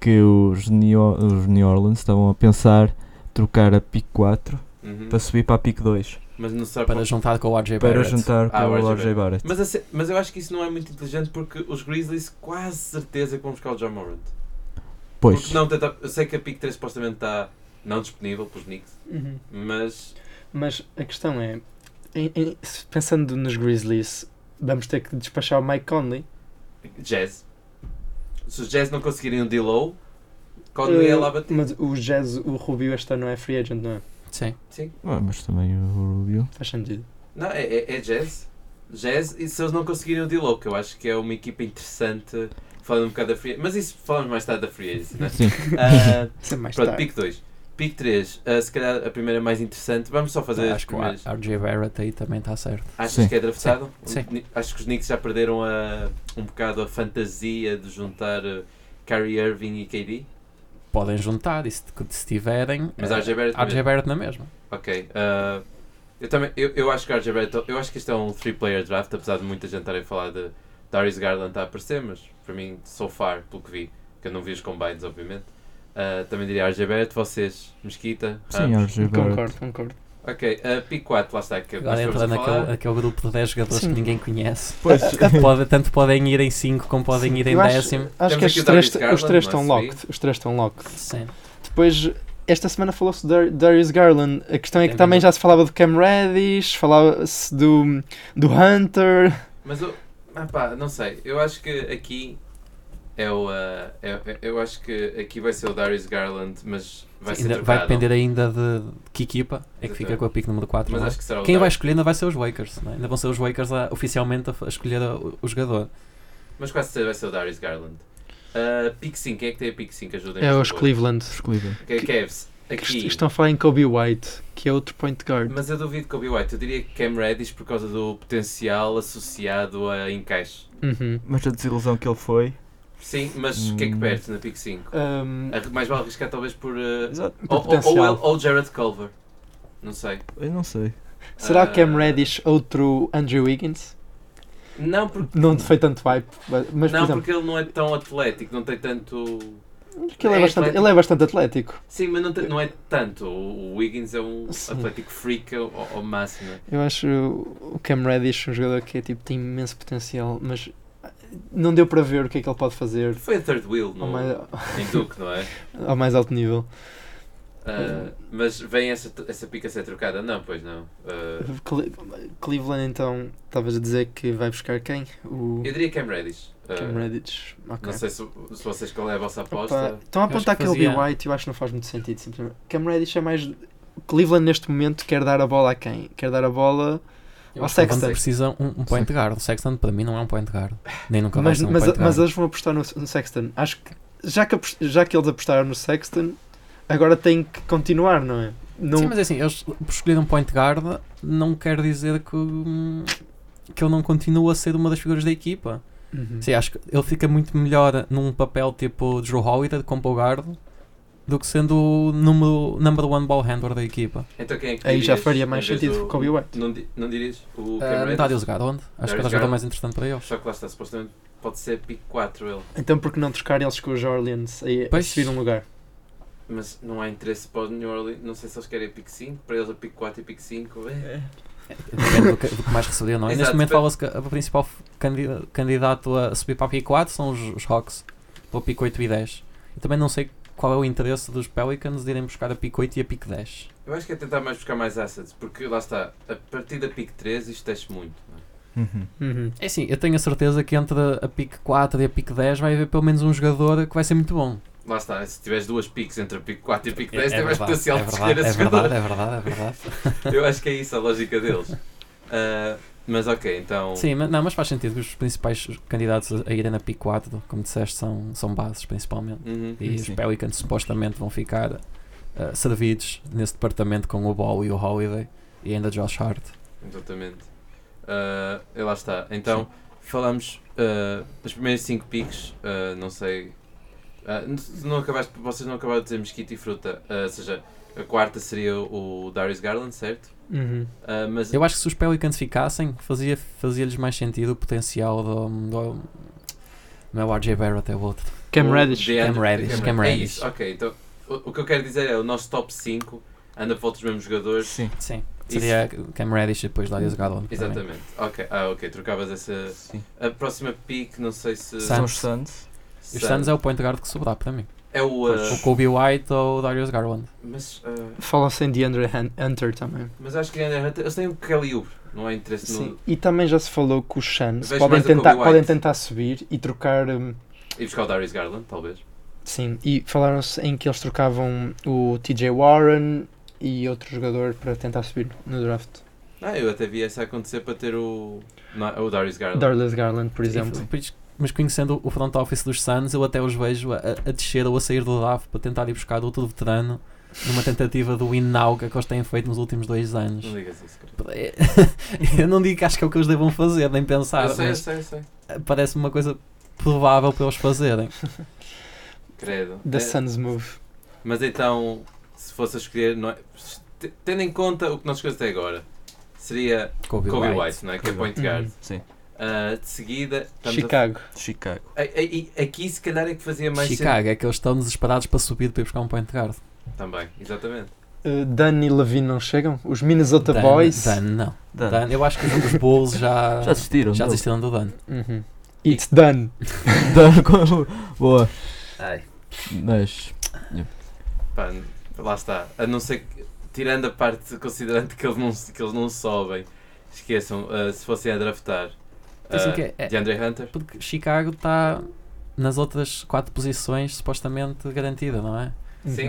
que os New, os New Orleans estavam a pensar trocar a pick 4
Uhum.
para subir para a pick 2.
mas não serve
para juntar com o RJ
para
Barrett.
juntar com
Ah, o
o
RJ
RJ Barrett.
Mas, a ce- mas eu acho que isso não é muito inteligente porque os Grizzlies quase certeza que vão buscar o John Morant.
Pois,
Porque não tenta, eu sei que a pick 3 supostamente está não disponível pelos Knicks, mas
Uhum. Mas a questão é, em- em- se- pensando nos Grizzlies, vamos ter que despachar o Mike Conley.
Jazz. Se os Jazz não conseguirem o D-Low, Conley é
Eh,
lá batido.
Mas o Jazz, o Rubio, este ano é free agent, não é?
Sim.
Sim.
Ah, mas também o Rubio.
Faz sentido.
Não, é, é, é Jazz. Jazz, e se eles não conseguirem o D-Low, que eu acho que é uma equipa interessante, falando um bocado da Free Mas isso falamos mais tarde da Free
[LAUGHS]
Agency, né?
Sim.
Ah,
Isso é mais
pronto,
tarde.
pick 2. Pick 3, se calhar a primeira mais interessante. Vamos só fazer as
Ah, Acho que o
primeiras.
RJ Barrett aí também está certo.
Achas
Sim.
que é draftado?
Sim.
Ni- Acho que os Knicks já perderam a, um bocado a fantasia de juntar uh, Kyrie Irving e KD?
Podem juntar e se, se tiverem.
Mas
eh,
RJ Barrett na
RJ Barrett na mesma.
Ok. uh, eu também, eu, eu acho que o RJ Barrett, eu acho que isto é um three-player draft, apesar de muita gente estarem a falar de Darius Garland a aparecer, mas para mim, so far, pelo que vi, que eu não vi os combines, obviamente, uh, também diria RJ Barrett, vocês, Mesquita,
Sim,
Ramos.
RJ Barrett.
Concordo, concordo.
Ok, uh, pick 4, lá está, que
Agora
nós
entra
estamos a falar.
naquele aquele grupo de 10 jogadores
Sim.
que
[LAUGHS]
ninguém conhece.
Pois.
Pode- tanto podem ir em 5 como podem ir em
Eu acho-
décimo.
Acho
Temos
que
aqui o
estes três,
Darius Garland,
os três estão
must
locked. Os três estão locked.
Sim.
Depois, esta semana falou-se de Dar- Darius Garland. A questão é que
Também.
também já se falava do Cam Reddish, falava-se do, do Hunter.
Mas eu, ah pá, não sei, eu acho que aqui é o. ah, é- é- eu acho que aqui vai ser o Darius Garland, mas vai
Sim,
ser.
ainda-
trocado.
vai depender ainda de, de que equipa é que fica
Exatamente.
com a pick número 4.
Mas acho que será o
Quem vai
Darius.
escolher ainda vai ser os Wakers. Ainda vão ser os Wakers a, oficialmente a, f- a escolher a- o, o jogador.
Mas quase certeza vai ser o Darius Garland. Ah, pick 5, quem é que tem a pick 5? Ajudem-me.
É
por
os
favor.
Cleveland.
Os Cleveland.
Que- Cavs,
que
aqui.
est- estão a falar em Kobe White, que é outro point guard.
Mas eu duvido que o White, eu diria que Cam Reddish por causa do potencial associado a encaixe.
Uhum.
Mas a desilusão que ele foi.
Sim, mas o que é que
Hum.
perde na pick 5?
Um,
Mais vale arriscar talvez por. ah,
Exato.
por
ou, ou, ou,
potencial.
ele- ou Jared Culver. Não sei.
Eu não sei.
Será que Cam
ah,
Reddish outro Andrew Wiggins?
Não, porque.
Não foi tanto hype, mas- mas
não,
por exemplo,
porque ele não é tão atlético, não tem tanto.
porque ele é,
é
bastante,
atlético.
ele é bastante atlético.
Sim, mas não, tem- não é tanto. O o Wiggins é um
Sim.
atlético freak ao, ao máximo.
Eu acho o Cam Reddish um jogador que é, tipo, tem imenso potencial, mas ah, não deu para ver o que é que ele pode fazer
Foi a third wheel
ao
no,
mais,
em Duke,
[LAUGHS]
não é?
ao mais alto nível.
Ah, mas vem essa, essa pica ser trocada? Não, pois não. Ah,
Cle- Cleveland, então, estavas a dizer que vai buscar quem? O
eu diria Cam Reddish. Ah,
Cam
eh,
Reddish. Ok.
Não sei se, se vocês qual é a vossa
Opa,
aposta.
estão a
acho
apontar
que
que ele
fazia-
White eu acho que não faz muito sentido. Simplesmente. Cam Reddish é mais. Cleveland neste momento quer dar a bola a quem? Quer dar a bola.
Eu
Ao
acho que o
Sexton.
Bond precisa um, um point guard. O Sexton para mim não é um point guard. Nem nunca vai
Mas,
ser um
mas,
point
mas
guard.
eles vão apostar no, no Sexton. Acho que já, que apos- já que eles apostaram no Sexton, agora tem que continuar, não é? Não,
Sim, mas é assim, eles por escolher um point guard não quer dizer que, hum, que ele não continue a ser uma das figuras da equipa.
Uhum.
Sim, acho que ele fica muito melhor num papel tipo Drew Holiday como point guard do que sendo o número, number one ball handler da equipa.
Então quem é que
Aí já
dirias,
faria mais
em vez
sentido
do-
que o Kobe White.
Não, di- não dirias o Cam
Uh,
Reddish?
Darius Garland, acho que
Darius
era o jogador
Garland.
mais interessante para eles.
Só que lá está, supostamente pode ser pick 4 ele.
Então por que não trocar eles com os Orleans a, a
Pois.
subir um lugar?
Mas não há interesse para o New Orleans. Não sei se eles querem a pick 5, para eles a pick 4 e pick 5. É.
Depende do que, do que mais receber, não é?
Exato,
Neste momento
depende.
fala-se que o principal f- candida- candidato a subir para a pick 4 são os, os Hawks, pela pick 8 e 10. Eu também não sei qual é o interesse dos Pelicans de irem buscar a pick 8 e a pick 10.
Eu acho que é tentar mais buscar mais assets, porque lá está, a partir da pick 3 isto desce muito. não é?
Uhum.
Uhum.
É assim, eu tenho a certeza que entre a pick 4 e a pick 10 vai haver pelo menos um jogador que vai ser muito bom.
Lá está, se tiveres duas picks entre a pick 4 e a pick
É,
10,
é
tem mais
verdade,
potencial
é
de
verdade,
escolher a
é verdade,
segunda.
é verdade, é
[LAUGHS]
verdade.
Eu acho que é isso a lógica deles.
[LAUGHS]
Ah, mas ok, então.
Sim, mas, não, mas faz sentido que os principais candidatos a irem na pick 4, como disseste, são, são bases principalmente.
Uhum.
E os
Sim.
Pelicans supostamente vão ficar eh, servidos nesse departamento com o Ball e o Holiday e ainda Josh Hart.
Exatamente. Ah, e lá está. Então, falamos ah, das primeiras 5 picks, ah, não sei. ah, n- não acabaste, vocês não acabaram de dizer mesquita e fruta. ah, ou seja, a quarta seria o Darius Garland, certo?
Uhum.
Ah, mas
Eu acho que se os Pelicans ficassem, fazia- fazia-lhes mais sentido o potencial do. do não é o RJ Barrett, é o outro.
Cam
o
Reddish.
DeAndre-
Cam Reddish, Cam
É
Reddish.
isso, ok. Então, o, o que eu quero dizer é o nosso top 5 anda para outros mesmos jogadores.
Sim.
Sim. Seria Cam Reddish e depois Darius Garland. para mim.
Exatamente. Ok. Ah, ok. Trocavas essa.
Sim.
A próxima pick, não sei se.
Suns.
São os Suns.
E os Suns é o point guard que sobrar para mim.
É o. ah,
O Kobe White ou o Darius Garland.
mas, ah,
Fala sem DeAndre Han- Hunter também.
mas acho que ainda- eles têm o Kelly Uber. Não há interesse
Sim.
no.
E também já se falou que os Suns
Vejo
podem
mais o Kobe
tentar,
White.
podem tentar subir e trocar. hum,
E buscar o Darius Garland, talvez.
Sim, e falaram-se em que eles trocavam o TJ Warren e outro jogador para tentar subir no draft.
Ah, eu até vi essa acontecer para ter o. Não, o Darius Garland.
Darles Garland, por
E
exemplo.
por isso- Mas conhecendo o front office dos Suns, eu até os vejo a, a descer ou a sair do draft para tentar ir buscar outro veterano numa tentativa do win now que é que eles têm feito nos últimos dois anos.
Não digas isso, cara.
[LAUGHS] Eu não digo que acho que é o que eles devam fazer, nem pensar,
eu sei, eu
mas é
sei, eu sei.
parece uma coisa provável para eles fazerem.
Credo.
The
É,
Suns move.
Mas então, se fosse a escolher, não é- te- tendo em conta o que nós escolhemos até agora, seria
Kobe,
Kobe White,
White.
não é? Que é point guard.
Uhum.
Sim.
Ah, de seguida, estamos a-
Chicago.
Chicago.
a- a- a- Aqui, se calhar, é que fazia mais
Chicago, é que eles estão desesperados para subir para ir buscar um point guard.
sentido. Também, exatamente.
Uh, Dan e Levine não chegam? Os Minnesota
Dan-
Boys?
Dan, não.
Dan.
Dan, eu acho que os Bulls já,
Já assistiram?
já
não? [LAUGHS]
desistiram do Dan.
Uhum. It's done.
Dan, como- [LAUGHS] Boa. Mas.
Pá, lá está. A não ser que, tirando a parte, considerando que eles não, que eles não sobem, esqueçam, ah, se fossem a draftar
Então,
ah,
Assim que é- é-
de Andre Hunter,
Porque Chicago está nas outras quatro posições supostamente garantida, não é?
Sim.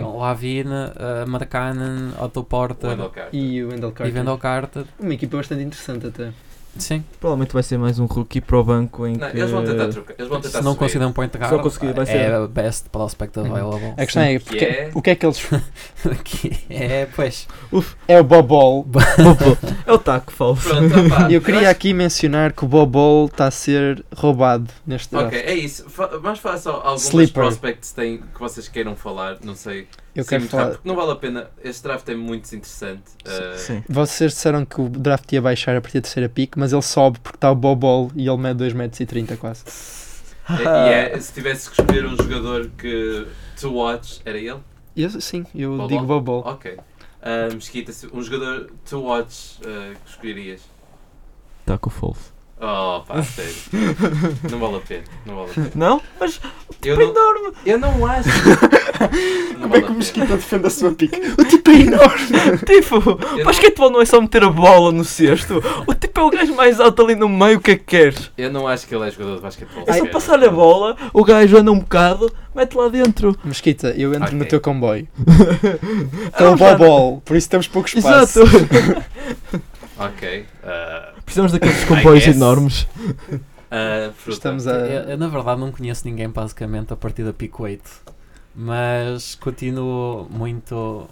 Uhum.
Então, Lavine, uh, Markkanen,
o
Otto
Wendell
Porter
Carter.
Então, E o Wendell
e
Carter.
Wendell Carter.
Uma equipa bastante interessante até.
Sim,
Provavelmente vai ser mais um rookie para o banco em
Não,
que.
eles
[LAUGHS]
vão tentar trocar. Eles vão tentar
se não
subir.
conseguir um point guard,
não conseguir, vai ser-
é a best prospect available.
A
[LAUGHS]
questão é,
Que
porque,
é-
o que é que eles...
Que é, pois,
É o Bobol.
É o taco falso. [LAUGHS]
Pronto,
[LAUGHS]
opá,
Eu queria
acho-
aqui mencionar que o Bobol está a ser roubado neste draft.
Ok, é isso. Fa mas faça algumas
Sleeper.
prospects têm, que vocês queiram falar, não sei.
Eu
Sim,
quero
muito
falar...
rápido, porque não vale a pena. Este draft é muito interessante. Uh,
Sim.
Vocês disseram que o draft ia baixar a partir da terceira pick, mas ele sobe porque está o Bobol e ele mede 2,30m quase.
e- e é- se tivesse que escolher um jogador que to watch, era ele?
Eu, sim, eu
Bobol? Oh.
digo Bobol.
Ok. Uh, Mesquita, se- um jogador to watch uh, que escolherias?
Taco falso.
Oh, pá,
[LAUGHS]
sério. não vale a pena. Não vale a pena.
Não? Mas
Eu não, eu
[LAUGHS]
não acho.
é
Não vale a pena.
defende a sua pick? O tipo é
[LAUGHS]
enorme!
Tipo,
não-
basquetebol não é só meter a bola no cesto. O tipo é o gajo mais alto ali no meio, o que é que queres?
Eu não acho que ele é jogador de basquetebol.
É só
sequer.
passar a bola, o gajo anda um bocado, mete lá [LAUGHS] dentro.
Mesquita, eu entro no
Ok. Ah,
teu
[LAUGHS]
comboio. Então o
Ah, já-
Bobol, por isso temos pouco espaço.
Exato.
Ok. Uh,
[LAUGHS] Precisamos daqueles
I
comboios
guess.
enormes.
uh, fruta.
Estamos
eu,
a.
eu, na verdade não conheço ninguém basicamente a partir da pick 8, mas continuo muito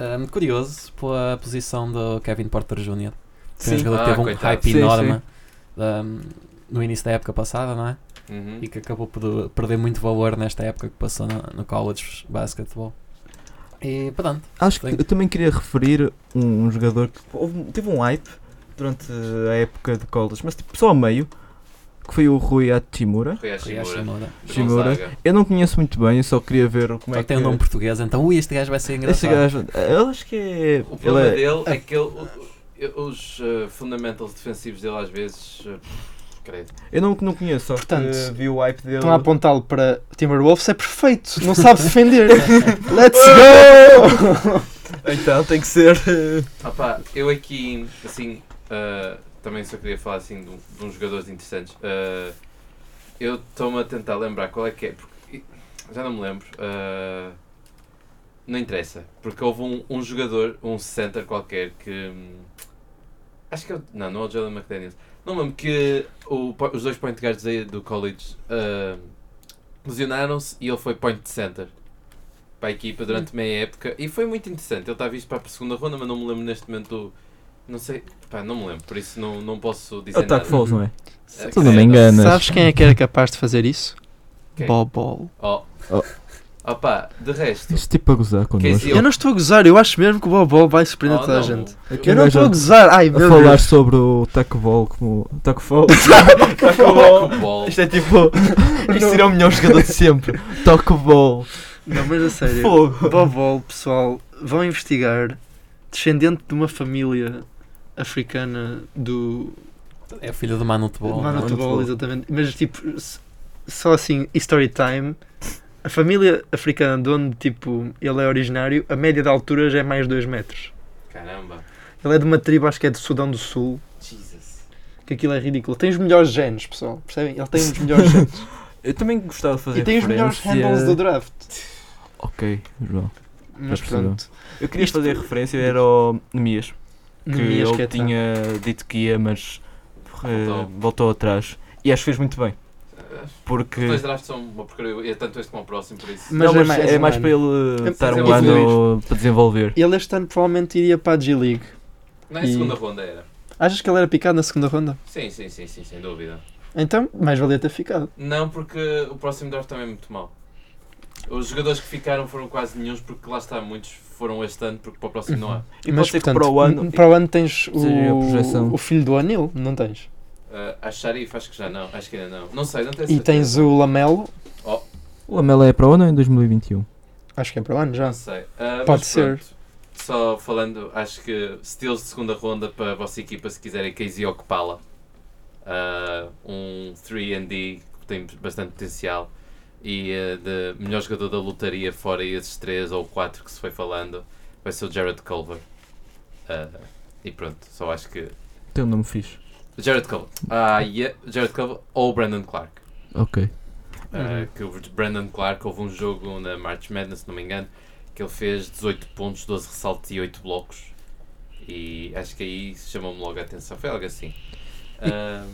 hum, curioso pela posição do Kevin Porter Jr. Foi um
Sim.
jogador que
Ah,
teve um
coitado.
hype
Sim, sim.
enorme hum, no início da época passada, não é?
Uhum.
E que acabou por perder muito valor nesta época que passou no, no college basketball. E pronto,
Acho que
Sim.
eu também queria referir um, um jogador que houve- teve um hype durante a época de college, mas tipo, só a meio, que foi o Rui Atimura.
Foi a
foi a
Shimura.
Shimura.
Shimura. Eu não conheço muito bem, eu só queria ver como
Só
é
que
que
tem um nome português, então ui, este gajo vai ser
Esse
engraçado.
gajo, eu acho que é.
O problema
ele é-
dele é que ele, o- o- os eh, fundamentals defensivos dele às vezes. eh, credo.
Eu não, não conheço, só
Portanto,
que vi o hype dele.
Estão a apontá-lo para Timberwolves, é perfeito, não sabe
[LAUGHS]
defender. Let's go!
Então tem que ser. eh,
Ah pá, eu aqui, assim, eh, também só queria falar assim de, um- de uns jogadores interessantes. Eh, eu estou-me a tentar lembrar qual é que é, porque já não me lembro. eh, não interessa, porque houve um, um jogador, um center qualquer que. hum, Acho que é o- Não, não é o Jordan McDaniels. Não me lembro que o po- os dois point guards aí do college eh, lesionaram-se e ele foi point center para a equipa durante meia época e foi muito interessante. Ele está visto para a segunda ronda, mas não me lembro neste momento do. Não sei, pá, não me lembro, por isso não, não posso
É
dizer
o Taco
nada.
Falls, não é?
Eh,
Tu não me
credo.
enganas.
Sabes quem é que era capaz de fazer isso?
Quem?
Bobol.
Oh.
Oh.
Opá, de resto.
Isto tipo a gozar connosco.
Casey
Eu não estou a gozar, eu acho mesmo que o Bobol vai surpreender
Oh,
toda a
não.
gente.
Aqui
Eu
um
não
gajo
estou a
a-
gozar, ai
a
meu
falar
Deus.
sobre o Taco Ball como. Taco Fall.
[LAUGHS] Taco
Taco Ball.
Ball.
Isto é tipo. [LAUGHS] Isto será o melhor jogador de sempre. Taco Ball.
Não, mas a sério.
Fogo.
Bobol, pessoal, vão investigar. descendente de uma família africana do
É filho do Manu Tebol.
Mano
Manu
Tebol,
Tebol.
exatamente. Mas tipo, s- só assim, story time. A família africana de onde tipo, ele é originário, a média de altura já é mais 2 metros.
Caramba.
Ele é de uma tribo, acho que é do Sudão do Sul,
Jesus.
que aquilo é ridículo. Tem os melhores genes, pessoal, percebem? Ele tem os [LAUGHS] melhores genes.
Eu também gostava de fazer
e tem os melhores
referência-
handles do draft.
Ok, João.
Mas
perceber.
pronto,
Eu queria
Isto-
fazer referência era ao Nemias, que
Nemias é
ele
Keita.
tinha dito que ia, mas eh,
Voltou.
voltou atrás. E acho que fez muito bem, porque...
Hum.
Os dois drafts são uma porcaria, é tanto este como o próximo, por isso.
Mas
Não,
é
mas
mais-
é
é
mais
um
para ele
É
estar
para
um
desenvolver.
ano para desenvolver.
Ele este ano provavelmente iria para a G-League.
Na segunda ronda era.
Achas que ele era picado na segunda ronda?
Sim, sim, sim, sim, sem dúvida.
Então, mais valia ter ficado.
Não, porque o próximo draft também é muito mau. Os jogadores que ficaram foram quase nenhums, porque lá está, muitos foram este ano, porque para o próximo não há.
Uhum.
E pode ser que para o
n-
ano.
para o ano tens
seja, a projeção.
o, o filho do Anil, não tens?
Ah, a Sharif acho que já não, acho que ainda não. Não sei, não tenho
E
é
certeza.
tens o Lamelo,
O Lamela é para o ano ou em 2021?
acho que é para o ano já.
Não sei. Ah,
Pode
mas
ser.
pronto. Só falando, acho que steals de segunda ronda para a vossa equipa, se quiserem, Casey Ocupala. Ah, um 3D que tem bastante potencial. E ah, de melhor jogador da lotaria, fora esses 3 ou 4 que se foi falando, vai ser o Jared Culver. Ah, e pronto, só acho que.
Tem um nome fixe.
Jared Culver. Ah, yeah, Jared Culver ou Brandon Clark.
Ok.
Uh,
Uhum.
que o Brandon Clark houve um jogo na March Madness, se não me engano, que ele fez 18 pontos, 12 ressaltos e 8 blocos. E acho que aí chamou-me logo a atenção. Foi algo assim.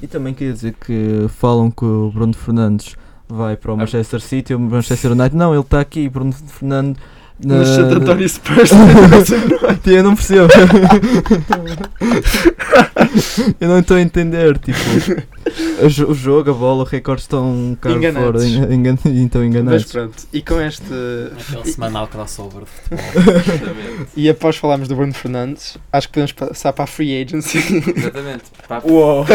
E
Uh,
também queria dizer que falam que o Bruno Fernandes vai para o Manchester City e o Manchester United. Não, ele está aqui, Bruno Fernandes. na-
Mas Santo António Spurs
eu não [LAUGHS] percebo. eu não estou a entender. [LAUGHS] Tipo, o jo- o jogo, a bola, o recorde estão caro
Enganados.
fora. Engan então
Mas
enganados.
pronto, e com este.
[LAUGHS]
Aquele semanal crossover.
[LAUGHS] exatamente.
E após falarmos do Bruno Fernandes, acho que podemos passar para a
[LAUGHS]
Free Agency.
exatamente. Pá,
Uou!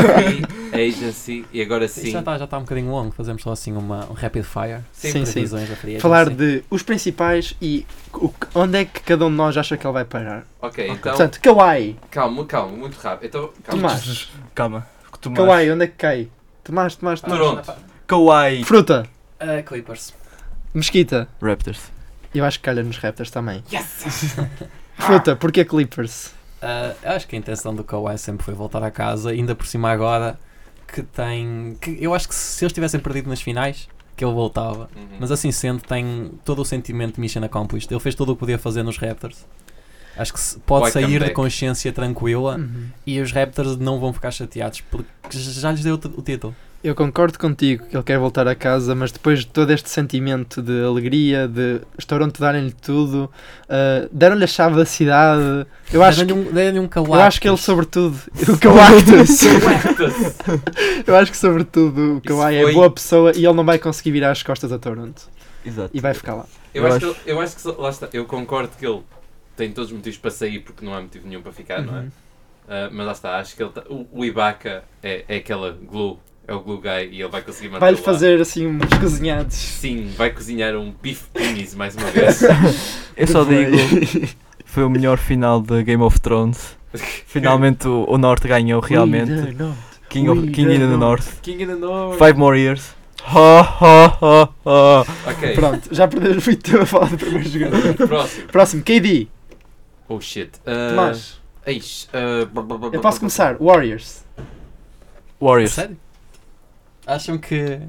e Agency. E agora
Isto
sim.
já está já tá um bocadinho longo, fazemos só assim uma, um rapid fire.
Sim,
Sim, sim.
Previsões da free
[LAUGHS]
agency.
Falar de os principais e o- onde é que cada um de nós acha que ele vai parar.
Ok, então.
Portanto, Kawhi,
Calma, calma, muito rápido. Então, calma.
Tomás,
Calma. Tomás.
Kawhi, onde é que cai? Tomás, Tomás, Tomás.
Toronto.
Kawhi.
Fruta,
Ah, Clippers.
Mesquita.
Raptors.
Eu acho que calha nos Raptors também. [LAUGHS] Fruta, porque Clippers?
Ah, eu acho que a intenção do Kawhi sempre foi voltar a casa, ainda por cima agora que tem. Que eu acho que se eles tivessem perdido nas finais, que ele voltava.
Uhum.
Mas assim sendo, tem todo o sentimento de mission accomplished. Ele fez tudo o que podia fazer nos Raptors. Acho que se- pode
Vai
sair de
comeback.
consciência tranquila
Uhum.
e os Raptors não vão ficar chateados porque já lhes deu o t- o título.
Eu concordo contigo que ele quer voltar a casa, mas depois de todo este sentimento de alegria, de Toronto darem-lhe tudo, ah, deram-lhe a chave da cidade. Eu acho,
Deram-lhe
que,
um, deram-lhe um
eu acho que ele,
Galactus.
sobretudo, [LAUGHS] o Kawhi.
Raptors.
[LAUGHS] eu acho que, sobretudo, o Kawhi é
foi-
boa pessoa e ele não vai conseguir virar as costas a Toronto
Exato.
e vai ficar lá.
Eu,
Eu
acho,
acho-
Que, ele- eu acho que só- lá está, eu concordo que ele tem todos os motivos para sair porque não há motivo nenhum para ficar, não é?
Uhum.
Ah, mas lá está, acho que ele tá- o, o Ibaka é, é aquela glue, é o glue guy e ele vai conseguir manter
Vai-lhe fazer assim uns cozinhados.
Sim, vai cozinhar um beef beanies mais uma
[LAUGHS]
vez.
Eu só
Vai.
digo, foi o melhor final de Game of Thrones. Finalmente o, o Norte ganhou realmente.
We don't know.
King, of,
We
King in
don't
the
know.
North.
King in the North.
Five more years. Ha ha ha ha.
Ok,
Pronto, já perdemos muito tempo a falar do primeiro jogador.
próximo.
Próximo, KD.
Oh shit. Ah,
Tomás,
eis, ah, blá, blá, blá,
eu
blá,
posso
blá,
começar. Warriors. é
Warriors.
Sério? Acham que,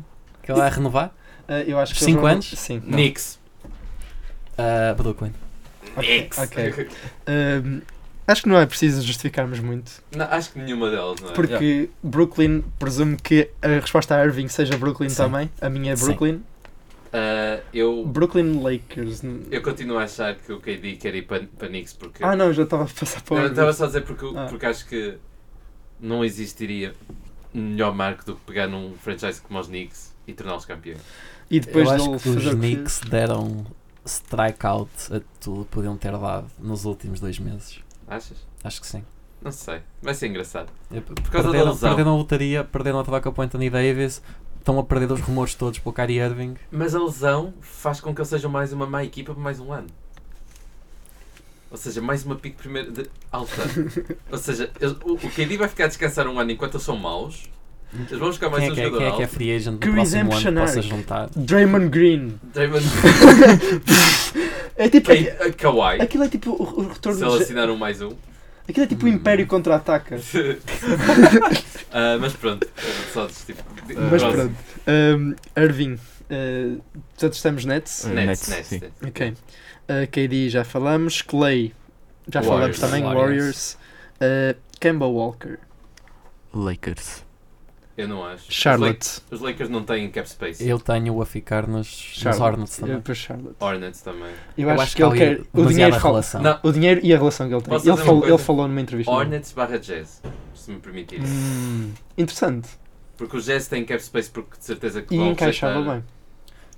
que ele vai renovar?
Ah, eu acho que
Cinco
eles vão-
anos?
Sim.
blá. Knicks.
Ah, Brooklyn.
Knicks.
Ok. Ahm, acho que não é preciso justificarmos muito,
[LAUGHS] Não, acho que nenhuma delas, não é?
porque Brooklyn, presumo que a resposta a Irving seja Brooklyn
Sim.
também. A minha é
Sim.
Brooklyn.
Ah, eu,
Brooklyn Lakers. n-
eu continuo a achar que o KD quer ir para, para Knicks porque
Ah, não, já estava a passar para o
Eu
Irving.
estava só a dizer porque,
Ah.
porque acho que não existiria melhor marco do que pegar num franchise como os Knicks e torná-los campeões.
E depois
eu
dele
acho que os
fazer o que fez.
Knicks deram strikeout a tudo que podiam ter dado nos últimos dois meses.
Achas?
Acho que sim.
Não sei. Vai ser engraçado.
É, p-
causa da
perderam,
lesão.
perderam a lotaria, perderam a troca para o Anthony Davis, estão a perder os rumores todos para o Kyrie Irving.
Mas a lesão faz com que eles sejam mais uma má equipa por mais um ano. Ou seja, mais uma pick primeira de
[LAUGHS]
alta. Ou seja, eles- o, o KD vai ficar a descansar um ano enquanto eles são maus. Eles vão buscar mais
Quem é,
um
que é,
jogador
quem é que é
alto.
free agent do
Chris
próximo ano que
Emptionary.
possa juntar?
Draymond
[LAUGHS]
Green.
Draymond
[LAUGHS]
É tipo.
Quem? Ah, Kawhi.
Aquilo é tipo o, o retorno. do
Se eles
Ja-
assinaram mais um.
Aquilo é tipo o Império contra-ataca.
[LAUGHS] Ah, mas pronto, só desse tipo. de-
Mas
próximo.
pronto. Um, Irving. uh, portanto, estamos Nets.
Hum.
Nets,
Nets,
Nets.
sim.
Nets.
Ok. Uh, KD já falamos. Clay. Já falamos
Warriors.
também. Warriors.
Warriors.
Uh, Kemba Walker.
Lakers.
Eu não acho.
Charlotte.
Os Lakers, os Lakers não têm cap space.
Eu tenho a ficar nos, nos Hornets
Charlotte. Eu,
também.
para Charlotte.
Hornets também.
Eu,
Eu
acho, que ele
há
quer.
ali
O dinheiro,
demasiada
fala,
relação.
Não,
o dinheiro e a relação que ele tem.
Posso
Ele
dizer uma
falou, ele
coisa?
falou numa entrevista.
Hornets barra Jazz, se me permitir.
Hum, interessante.
Porque o Jazz tem cap space porque de certeza que
E
vão
encaixava
rejeitar.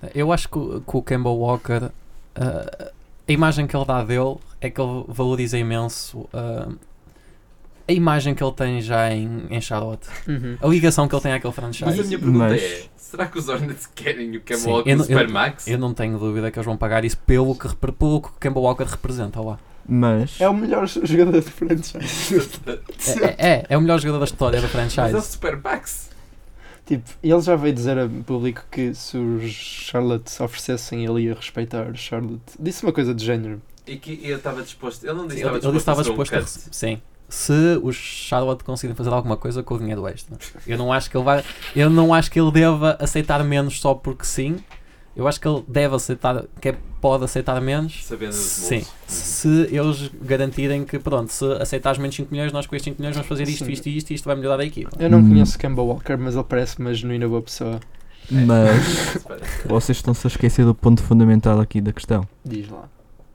bem.
Eu acho que, o- que o Kemba Walker, ah, a imagem que ele dá dele é que ele valoriza imenso ah, a imagem que ele tem já em, em Charlotte.
Uhum.
A ligação que ele tem àquele
Mas a
franchise.
minha pergunta
Mas-
é: será que os Hornets querem o Kemba
Sim,
Walker
eu
no
não- eu-
Supermax?
Eu não tenho dúvida que eles vão pagar isso pelo que, repre- pelo que o Kemba Walker representa lá.
Mas.
É o melhor jogador de franchise.
[LAUGHS]
É, é- é, é o melhor jogador da história do
Mas é o
franchise.
Supermax.
tipo, ele já veio dizer a público que se os Charlotte se oferecessem, ele ia respeitar Charlotte. Disse uma coisa de género.
E que eu estava disposto. Eu não
Ele,
disse
ele disse que
que
estava disposto
fazer
a
um cut.
receber. Sim. Se os Charlotte conseguirem fazer alguma coisa com o dinheiro extra. Eu não acho que ele vai. Eu não acho que ele deva aceitar menos só porque sim. Eu acho que ele deve aceitar, que é- pode aceitar menos.
Sabendo os
Sim.
moves.
Se eles garantirem que, pronto, se aceitares menos 5 milhões, nós com estes 5 milhões vamos fazer isto,
Sim.
isto e isto e isto vai melhorar a equipa.
Eu não
Hum.
conheço Kemba Walker, mas ele parece uma genuína boa pessoa.
Mas.
Espera.
Vocês estão-se a esquecer do ponto fundamental aqui da questão.
Diz lá.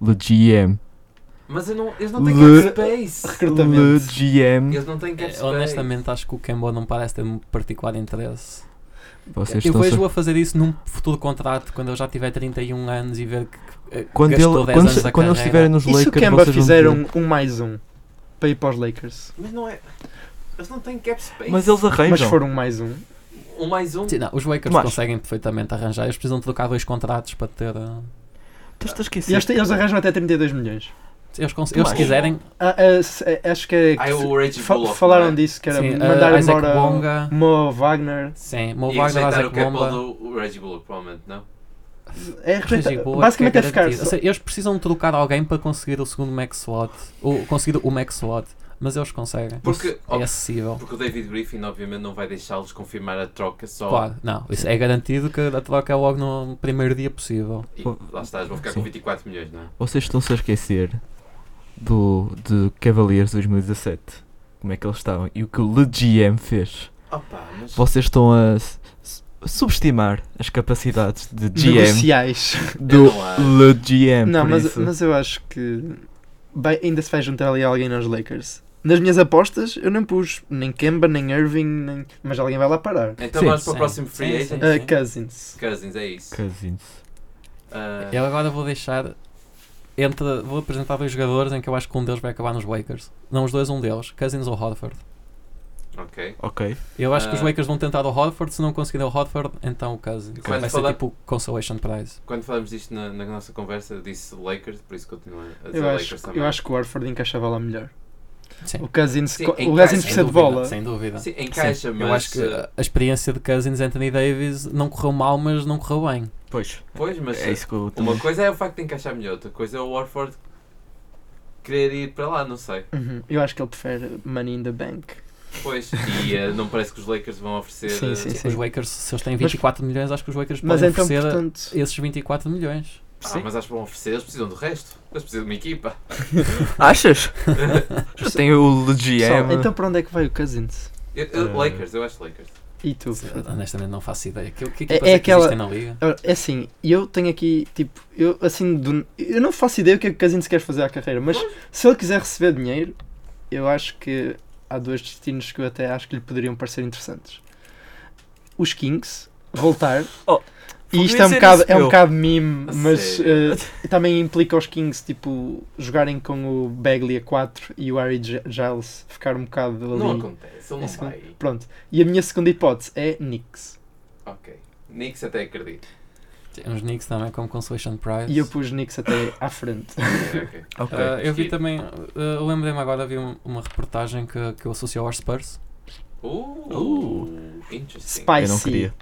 Le GM.
[LAUGHS] Mas eu não, eles não
Le-
têm cap space.
Le
Recrutamento.
GM.
Eles não têm cap
Eh,
space.
Honestamente, acho que o Kemba não parece ter um particular interesse.
Vocês
Eu
estão-se a
vejo-o a fazer isso num futuro contrato, quando ele já tiver 31 anos e ver que eh,
Quando, ele,
gastou 10
quando,
anos
se-
da
quando eles
carreira.
estiverem nos
E se o
Lakers,
Kemba
vocês vão
fizer
dizer-
um, um mais um para ir para os Lakers?
Mas não é. Eles não têm cap space.
Mas eles
Mas
arranjam.
for um mais um.
Um mais um.
Sim, não, os Lakers
Tomás.
conseguem perfeitamente arranjar. Eles precisam de trocar dois contratos para ter. eh,
Estás a
E
esquecer.
eles, eles arranjam até 32 milhões.
Eles, cons- eles
Tomás.
se quiserem.
Ah, ah, se- eh, acho que é.
Ah, é o Reggie
fa-
Bullock,
falaram
não é?
disso, que era
sim, eh,
mandar
Isaac
embora
Bonga.
Mo Wagner.
Sim, Mo
E
Wagner,
rejeitar o é
Isaac
cap
[LAUGHS] Bonga.
do Reggie Bullock, provavelmente, não?
É
Reggie
rejeita-
Bullock,
Basicamente
que
é ficar.
garantido. Ou
só-
seja, eles precisam de trocar alguém para conseguir o segundo max slot. Ou conseguir o max slot. Mas eles conseguem.
Porque-
é acessível.
Porque o David Griffin, obviamente, não vai deixá-los confirmar a troca só.
Claro, não. Isso é garantido que a troca é logo no primeiro dia possível.
E lá estás, vão ficar com
Sim.
24 milhões, não é?
Vocês estão-se a esquecer do, de Cavaliers 2017. Como é que eles estavam e o que o Le GM fez.
Opa, mas.
Vocês estão a s- s- subestimar as capacidades de GM
Negociais.
do
Eu não acho.
Le GM.
Não,
por
mas,
isso.
mas eu acho que vai- ainda se vai juntar ali alguém aos Lakers. Nas minhas apostas, eu não pus nem Kemba, nem Irving, nem... mas alguém vai lá parar.
Então
Sim.
vamos para o
Sim.
próximo free
Sim, sim.
agent.
Ah, Cousins.
Cousins, é isso.
Cousins.
Ah,
Eu agora vou deixar entre. Vou apresentar dois jogadores em que eu acho que um deles vai acabar nos Lakers. Não os dois, um deles. Cousins ou Horford.
Ok.
Ok.
Eu acho que os
Ah.
Lakers vão tentar o Horford. Se não conseguirem o Horford, então o Cousins.
Quando
Vai ser
falar-
tipo o consolation prize.
Quando falámos disto na, na nossa conversa, eu disse Lakers, por isso continuo a dizer
Eu
Lakers
acho,
também.
eu acho que o Warford encaixava lá melhor.
Sim.
O Cousins,
Sim,
co-
em
o Cousins
casa,
precisa de
dúvida,
bola.
Sem dúvida.
Sim, encaixa,
Sim.
mas.
Eu acho que
ah,
a a experiência de Cousins e Anthony Davis não correu mal, mas não correu bem.
Pois.
Pois, mas.
É isso que eu também-
Uma coisa é o facto de encaixar melhor, outra coisa é o Warford querer ir para lá, não sei.
Uhum, Eu acho que ele prefere Money in the Bank.
Pois, e eh, não parece que os Lakers vão oferecer.
Sim,
eh,
sim, sim.
Tipo, Os Lakers, se eles têm
Mas-
24 milhões, acho que os Lakers
Mas
podem
então,
oferecer
portanto,
esses 24 milhões.
Ah,
Sim.
mas acho que vão oferecer, eles precisam do resto. Eles precisam de uma equipa.
Achas? Já tem o Le
pessoal,
GM.
então para onde é que vai o Cousins?
Eu- eu-
Eh.
Lakers, eu acho Lakers.
E tu?
Sim,
é
Fred?
Honestamente, não faço ideia. Que, que
É-
equipas
é
é, que
aquela-
existem na liga?
Ora, É assim, eu tenho aqui, tipo, eu assim, do- eu não faço ideia o que é que o Cousins quer fazer à carreira, mas se ele quiser receber dinheiro, eu acho que há dois destinos que eu até acho que lhe poderiam parecer interessantes. Os Kings, voltar,
Oh,
e isto
ia
é um,
dizer
bocado,
isso,
é um
meu.
bocado meme,
A
mas
sério?
eh, também implica os Kings, tipo, jogarem com o Bagley a 4 e o Harry Gi- Giles ficar um bocado ali.
Não acontece, ele não
Esse que-
vai.
Pronto, e a minha segunda hipótese é Knicks.
Ok. Knicks até acredito.
Temos Knicks também como consolation prize.
E eu pus Knicks até à frente.
Ok, ok.
Ok.
Ah, eu vi também, ah, lembrei-me agora, vi um- uma reportagem que, que eu associou aos Spurs.
Uh, interesting.
Spicy.
eu não queria.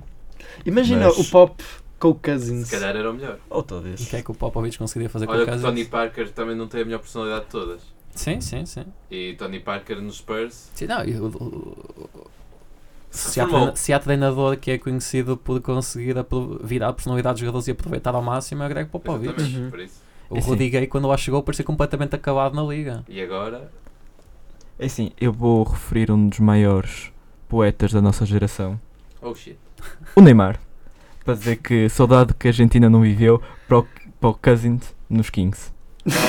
Imagina
Mas-
o Pop com o
Se
Cousins.
calhar era o melhor.
Ou
E o
talvez.
que é que o Popovich conseguiria fazer
Olha
é com
que
o
o
Cousins?
Tony Parker também não tem a melhor personalidade de todas.
Sim, sim, sim.
E Tony Parker nos Spurs.
Sim, não, eu- eu- se, há
Formou.
treina- se há treinador que é conhecido por conseguir apro- virar a personalidade dos jogadores e aproveitar ao máximo é o Greg Popovich.
Exatamente,
Uhum.
por isso.
O
É sim.
Rudy Gay, quando lá chegou, parecia completamente acabado na liga.
E agora?
É assim, eu vou referir um dos maiores poetas da nossa geração,
Oh shit.
o Neymar, para dizer que saudade que a Argentina não viveu para o, para o Cousins nos Kings.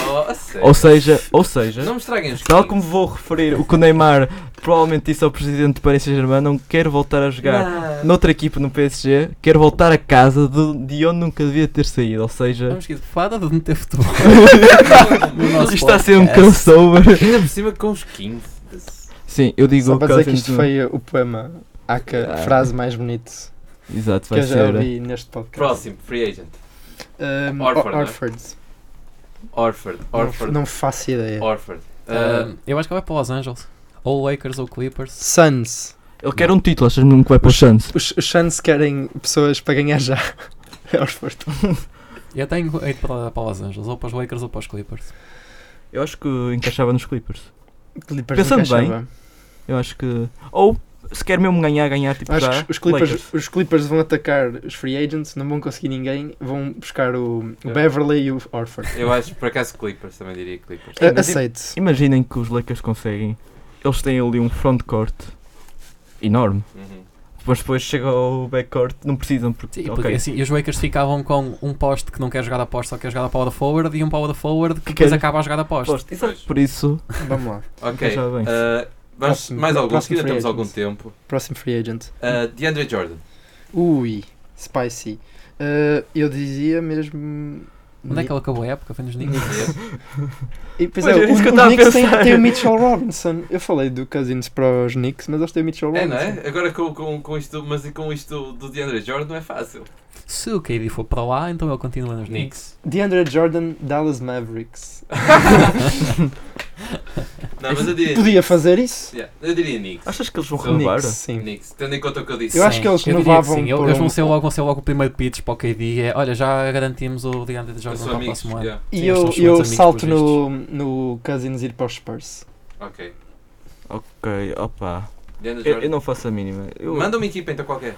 Oh, a sério.
Ou seja, ou seja,
não me estraguem os
tal
Kings.
como vou referir o que o Neymar provavelmente disse ao presidente do Paris Saint-Germain, não quero voltar a jogar
[LAUGHS]
noutra equipa no PSG, quero voltar a casa de, de onde nunca devia ter saído. Ou seja,
Vamos que para de meter futebol.
[LAUGHS]
no nosso
isto está a ser um
podcast.
crossover.
Ainda por cima com os 15.
Sim, eu digo
Só
o
para dizer que
Cousins.
isto foi o poema, a ca-
Ah.
frase mais bonita
Exato,
que
vai
eu já
ser.
ouvi neste podcast.
Próximo, free agent.
Um,
Orford, não é?
Orford.
Orford. Orford.
Não, é. não faço ideia.
Orford. Ah,
Ah, eu acho que ele vai para Los Angeles. Ou Lakers ou Clippers.
Suns.
Ele quer um título, achas mesmo que vai para o Santos?
Os, os Suns querem pessoas para ganhar já. [LAUGHS] É Orford.
Eu tenho ido para, para Los Angeles, ou para os Lakers ou para os Clippers.
Eu acho que encaixava nos Clippers.
Clippers
Pensando
nunca
bem,
achava.
Eu acho que. Ou se quer mesmo ganhar, ganhar tipo
acho
já.
que os Clippers,
Lakers.
os Clippers vão atacar os free agents, não vão conseguir ninguém, vão buscar o, o
É.
Beverly e o Orford.
Ah, eu acho, por acaso, Clippers. Também diria Clippers.
A-
mas-
Aceito.
Imaginem que os Lakers conseguem. Eles têm ali um frontcourt enorme.
Uhum.
Depois, depois chega ao backcourt, não precisam porque.
Sim,
ok.
porque, assim, e os Lakers ficavam com um poste que não quer jogar a poste, só quer jogar a power forward, e um power forward que
Que
depois
quer-
acaba a jogar a poste.
Posto. Exato. Por isso,
Vamos lá.
Ok.
Já bem.
ah, vamos-
Próximo-
mais alguns, que
próximo
ainda
free
temos algum
agent.
tempo.
Próximo free agent.
Ah, DeAndre Jordan.
Ui, spicy. Uh, eu dizia mesmo.
Onde é que ele acabou a época? Foi nos Knicks?
E, pois
Pois
é,
era
o,
isso que eu
o
tava a
Knicks tem,
pensar.
tem o Mitchell Robinson. Eu falei do Cousins para os Knicks, mas eles têm o Mitchell
É,
Robinson.
não é? Agora com, com, com isto, mas e com isto do DeAndre Jordan não é fácil.
Se o KD for para lá, então ele continua nos Knicks.
Knicks.
DeAndre Jordan, Dallas Mavericks.
Não, mas eu diria.
Podia fazer isso?
Yeah, eu diria Knicks.
achas que eles vão
São
renovar?
Knicks, sim.
Knicks. Tendo em conta o que eu disse.
Eu acho
Sim,
que eles
eu diria
renovavam
sim. Eu-
por
Eles vão
um-
ser, logo, vão ser logo o primeiro pitch para o KD. É, olha, já garantimos o DeAndre
Eu
Jordan
sou
para o
amigos.
tá próximo ano.
yeah,
Sim,
E
eles
eu,
são excelentes
eu
amigos,
salto
pelos
no, no Cousins ir para os Spurs.
Ok.
Ok, opa.
DeAndre
Eu,
Jordan.
eu não faço a mínima. Eu-
Manda uma equipa então qualquer.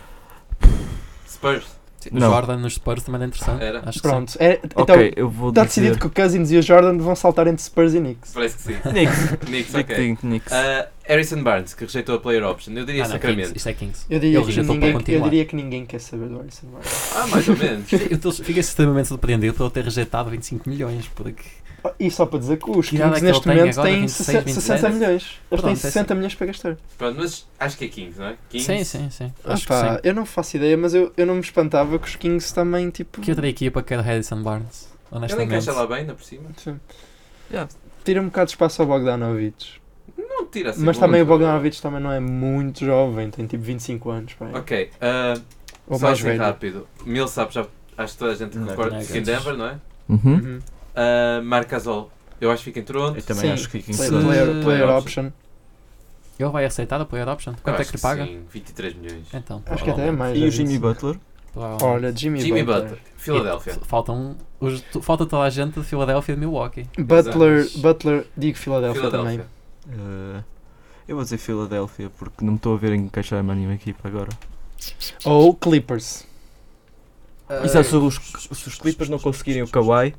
Spurs.
Sim,
Não.
Jordan nos Spurs também era interessante.
Era.
Acho que sim.
Pronto. É,
Ok,
então,
eu vou
está
dizer.
decidido que o Cousins e o Jordan vão saltar entre Spurs e Knicks.
Parece que sim.
[LAUGHS]
Knicks.
Knicks,
Digo que
ok.
tem Knicks.
Ah, Harrison Barnes, que rejeitou a player option. Eu diria
Ah, não, Kings,
Sacramento.
isto é Kings.
Eu diria,
Ele
que
rejeitou
ninguém,
para
eu
continuar.
diria que ninguém quer saber do Harrison Barnes.
Ah, mais ou
[LAUGHS]
menos.
Eu estou- fiquei extremamente surpreendido por ele ter rejeitado 25 milhões, porque
E só para dizer que os
Que idade
Kings
é que
neste
ele tem
momento
agora?
têm
26,
60, 60
27?
milhões. Eles
Pronto, é
têm
assim.
60 milhões para gastar.
Pronto, mas acho que é Kings, não é? Kings.
Sim, sim, sim.
Ah
Acho
pá,
que
eu não faço ideia, mas eu, eu não me espantava que os Kings também, tipo.
sim. Que outra equipa quer Harrison Barnes?
Ele
Honestamente.
encaixa lá bem, ainda por cima.
sim.
Já.
Tira um bocado de espaço ao Bogdanovich.
Não tira assim.
mas
muito.
também o Bogdanovich também não é muito jovem, tem tipo 25 anos, pá.
Ok. ah,
ou
só
mais
assim
velho.
rápido. Millsap, já, acho que toda a gente
Não,
concorda.
não é
Fica em
grandes.
Denver, não é?
Hum?
Uhum.
Uhum.
Uh, Marcasol, eu acho que fica em Toronto.
Eu também
Sim,
acho que Knicks.
Player,
Sim.
player- player
Player
option.
Ele vai aceitar a player option?
Eu
Quanto é
acho
que lhe paga?
Sim, 23 milhões.
Então,
Acho que até é mais.
E o
já
Jimmy
disse.
Butler?
provavelmente.
Olha, Jimmy,
Jimmy
Butler.
Butler, Filadélfia.
E Faltam os, tu- falta toda a gente de Filadélfia e de Milwaukee.
Butler,
Exato.
Butler, digo Filadélfia, também.
Filadélfia.
Eh, eu vou dizer Filadélfia porque não me estou a ver encaixar a minha equipa agora.
Ou Clippers.
é
Exato, é se os, se os Clippers não conseguirem o Kawhi,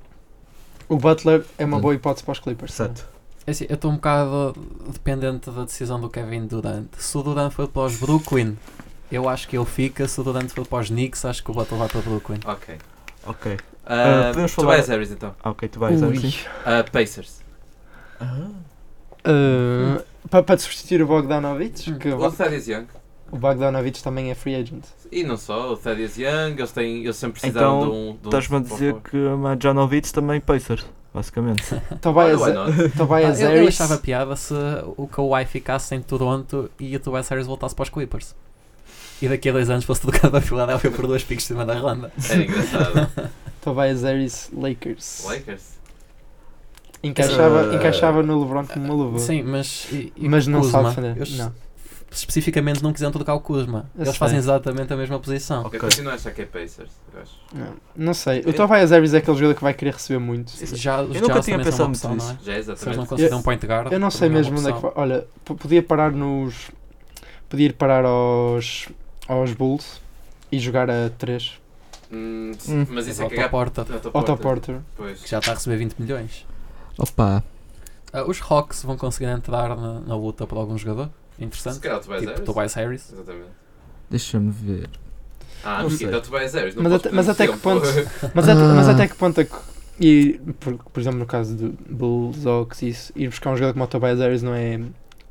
O Butler é uma
Hum.
boa hipótese para os Clippers.
exato.
É assim, eu estou um bocado dependente da decisão do Kevin Durant. Se o Durant for para os Brooklyn, eu acho que ele fica. Se o Durant for para os Knicks, acho que o Butler vai para o Brooklyn.
Ok.
Ok.
Uh,
Ah, podemos
tu
falar-
vais Harris então.
Ah, ok, tu vais
Ui.
assim.
Uh, Pacers.
Ah.
Uh, pa- para substituir o Bogdanovich,
Hum.
que
O
o-
Thaddeus Young.
o Bogdanovich também é free
[LAUGHS]
agent.
E não só, o Thaddeus Young, eles, têm, eles sempre precisaram
Então,
de um. de um
Estás-me a dizer
power
que a Majanovic também Pacers, basicamente.
forward.
Tobias,
Why not?
Ah,
Tobias
eu,
é
eu
Harris.
achava piada se o Kawhi ficasse em Toronto e o Tobias Harris voltasse para os Clippers. e daqui a dois anos fosse trocado [LAUGHS] para Filadélfia por dois picos de cima da Irlanda.
[LAUGHS]
Era É engraçado.
Tobias Harris Lakers.
Lakers.
Encaixava,
Eh,
encaixava no LeBron como uma luva.
Sim, mas. e- e
Mas não
Kuzma?
sabe defender.
Eles
Não.
Especificamente não quiseram trocar o Kuzma.
Eu
Eles
sei.
fazem exatamente a mesma posição.
Ok, continuo a achar que é Pacers, eu acho.
não. Não sei. O Tobias Harris é aquele jogador que vai querer receber muito.
[LAUGHS] Sim.
Já, os
Eu nunca
Jazz
tinha
também
pensado
são uma
muito
opção, não
nisso.
é?
Já é
Se eles não
exatamente.
conseguiram um point guard.
Eu não sei
também
mesmo onde é que
uma opção.
vai. Olha, p- podia parar nos. Podia ir parar aos. aos Bulls e jogar a 3.
Hum,
Hum.
mas isso
Mas
é
Otto
cagar
Porter,
Otto Porter.
Pois.
que já está a receber 20 milhões.
Opa.
Ah, os Hawks vão conseguir entrar na, na luta por algum jogador.
Se
Interessante.
calhar o Tobias
Tipo
Harris.
Tobias Harris.
Exatamente.
Deixa-me ver.
Ah,
Não
mas ainda
sei.
o Tobias Harris. não um
Mas
podes
até- mas
perder
até que ponto-
tempo.
Mas, até, mas
Ah.
até que ponto é que. E, por, por exemplo, no caso do Bulls, Hawks, isso, ir buscar um jogador como o Tobias Harris não é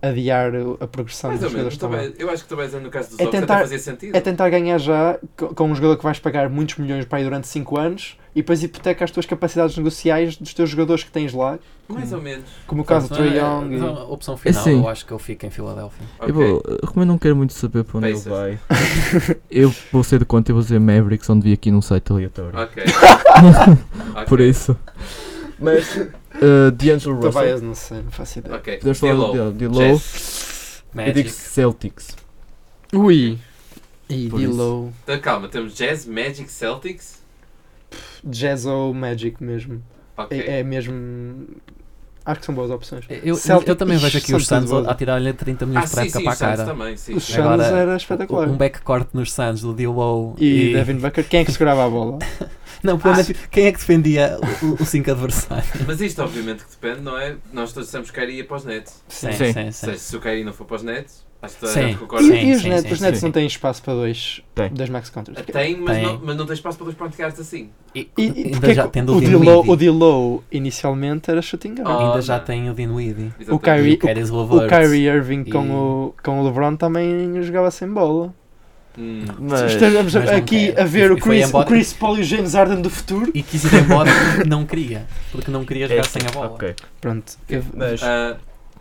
adiar a
Tá,
progressão
Mais
dos
ou menos.
jogadores também.
Tobias- Eu acho que o Tobias Harris no caso dos
É
Hawks até
tentar-
fazia sentido.
É tentar ganhar já co- com um jogador que vais pagar muitos milhões para aí durante 5 anos e depois hipoteca as tuas capacidades negociais dos teus jogadores que tens lá,
Mais ou
[LAUGHS]
menos.
como o caso do
Portanto,
Trae
é-
Young. e-
então,
[LAUGHS]
A opção final,
Assim.
eu acho que eu fico em Filadélfia.
Ok.
Eu, vou, eu como eu não quero muito saber para onde
Pacers.
ele vai, eu vou ser de conta e vou dizer Mavericks, onde vi aqui num site aleatório. [LAUGHS]
Ok. Ok.
Por isso. Mas. [LAUGHS] Uh, D'Angelo Russell.
Tobias, não sei, não faço ideia.
Ok.
Podemos falar
Dilo.
dele, de Low. Eu digo
Magic.
Celtics.
Ui! E
Por isso.
D-Low.
Então calma, temos Jazz, Magic, Celtics.
Jazz ou Magic mesmo.
Ok.
É, é mesmo. Acho que são boas opções.
Eu,
Celtic-
eu também vejo aqui os
Ixi, Santos
Suns a
boa.
a tirar-lhe 30
Ah,
milhões de
sim,
época
sim,
para
os
a
Suns
cara.
também, sim.
Os
sim.
Suns
Tipo, Agora,
era
O-
espetacular.
Um backcourt nos Suns, do Dilow
É E, [LAUGHS] Devin Booker, quem é que segurava a bola?
Não, pelo menos, quem é que defendia o- o 5 adversário?
É. Mas isto obviamente que depende, não é? Nós todos damos que Kyrie ia para os Nets.
Sim,
Sim.
sim,
Ou seja, se o Kyrie não for para os Nets, acho que toda a
Sim.
gente
E,
concorda.
Sim.
e os Nets, os
sim,
Nets
sim.
não têm espaço para dois,
Tem.
dois max contras.
Ah, Tem, mas,
Tem.
Não, mas não tem espaço para dois praticares assim.
E,
E, e
ainda
porque é
já
que
tendo
o
o
D-Low o
Dinwiddie.
D-Low inicialmente era shooting guard.
Oh,
Ainda
não.
já tem o Dinwiddie.
Exatamente.
O Kyrie-
E o Caris
O
Levert.
Kyrie Irving com,
Oh, E-
o, com o LeBron também jogava sem bola.
Hum.
Mas.
Estamos
mas não
aqui
quer.
a ver
E-
o
e foi
Chris,
embora-
o Chris Paul e o James Harden do futuro.
E quis ir embora porque não queria. Porque não queria jogar
É,
sem a bola.
Ok.
Pronto,
Mas.
Ah,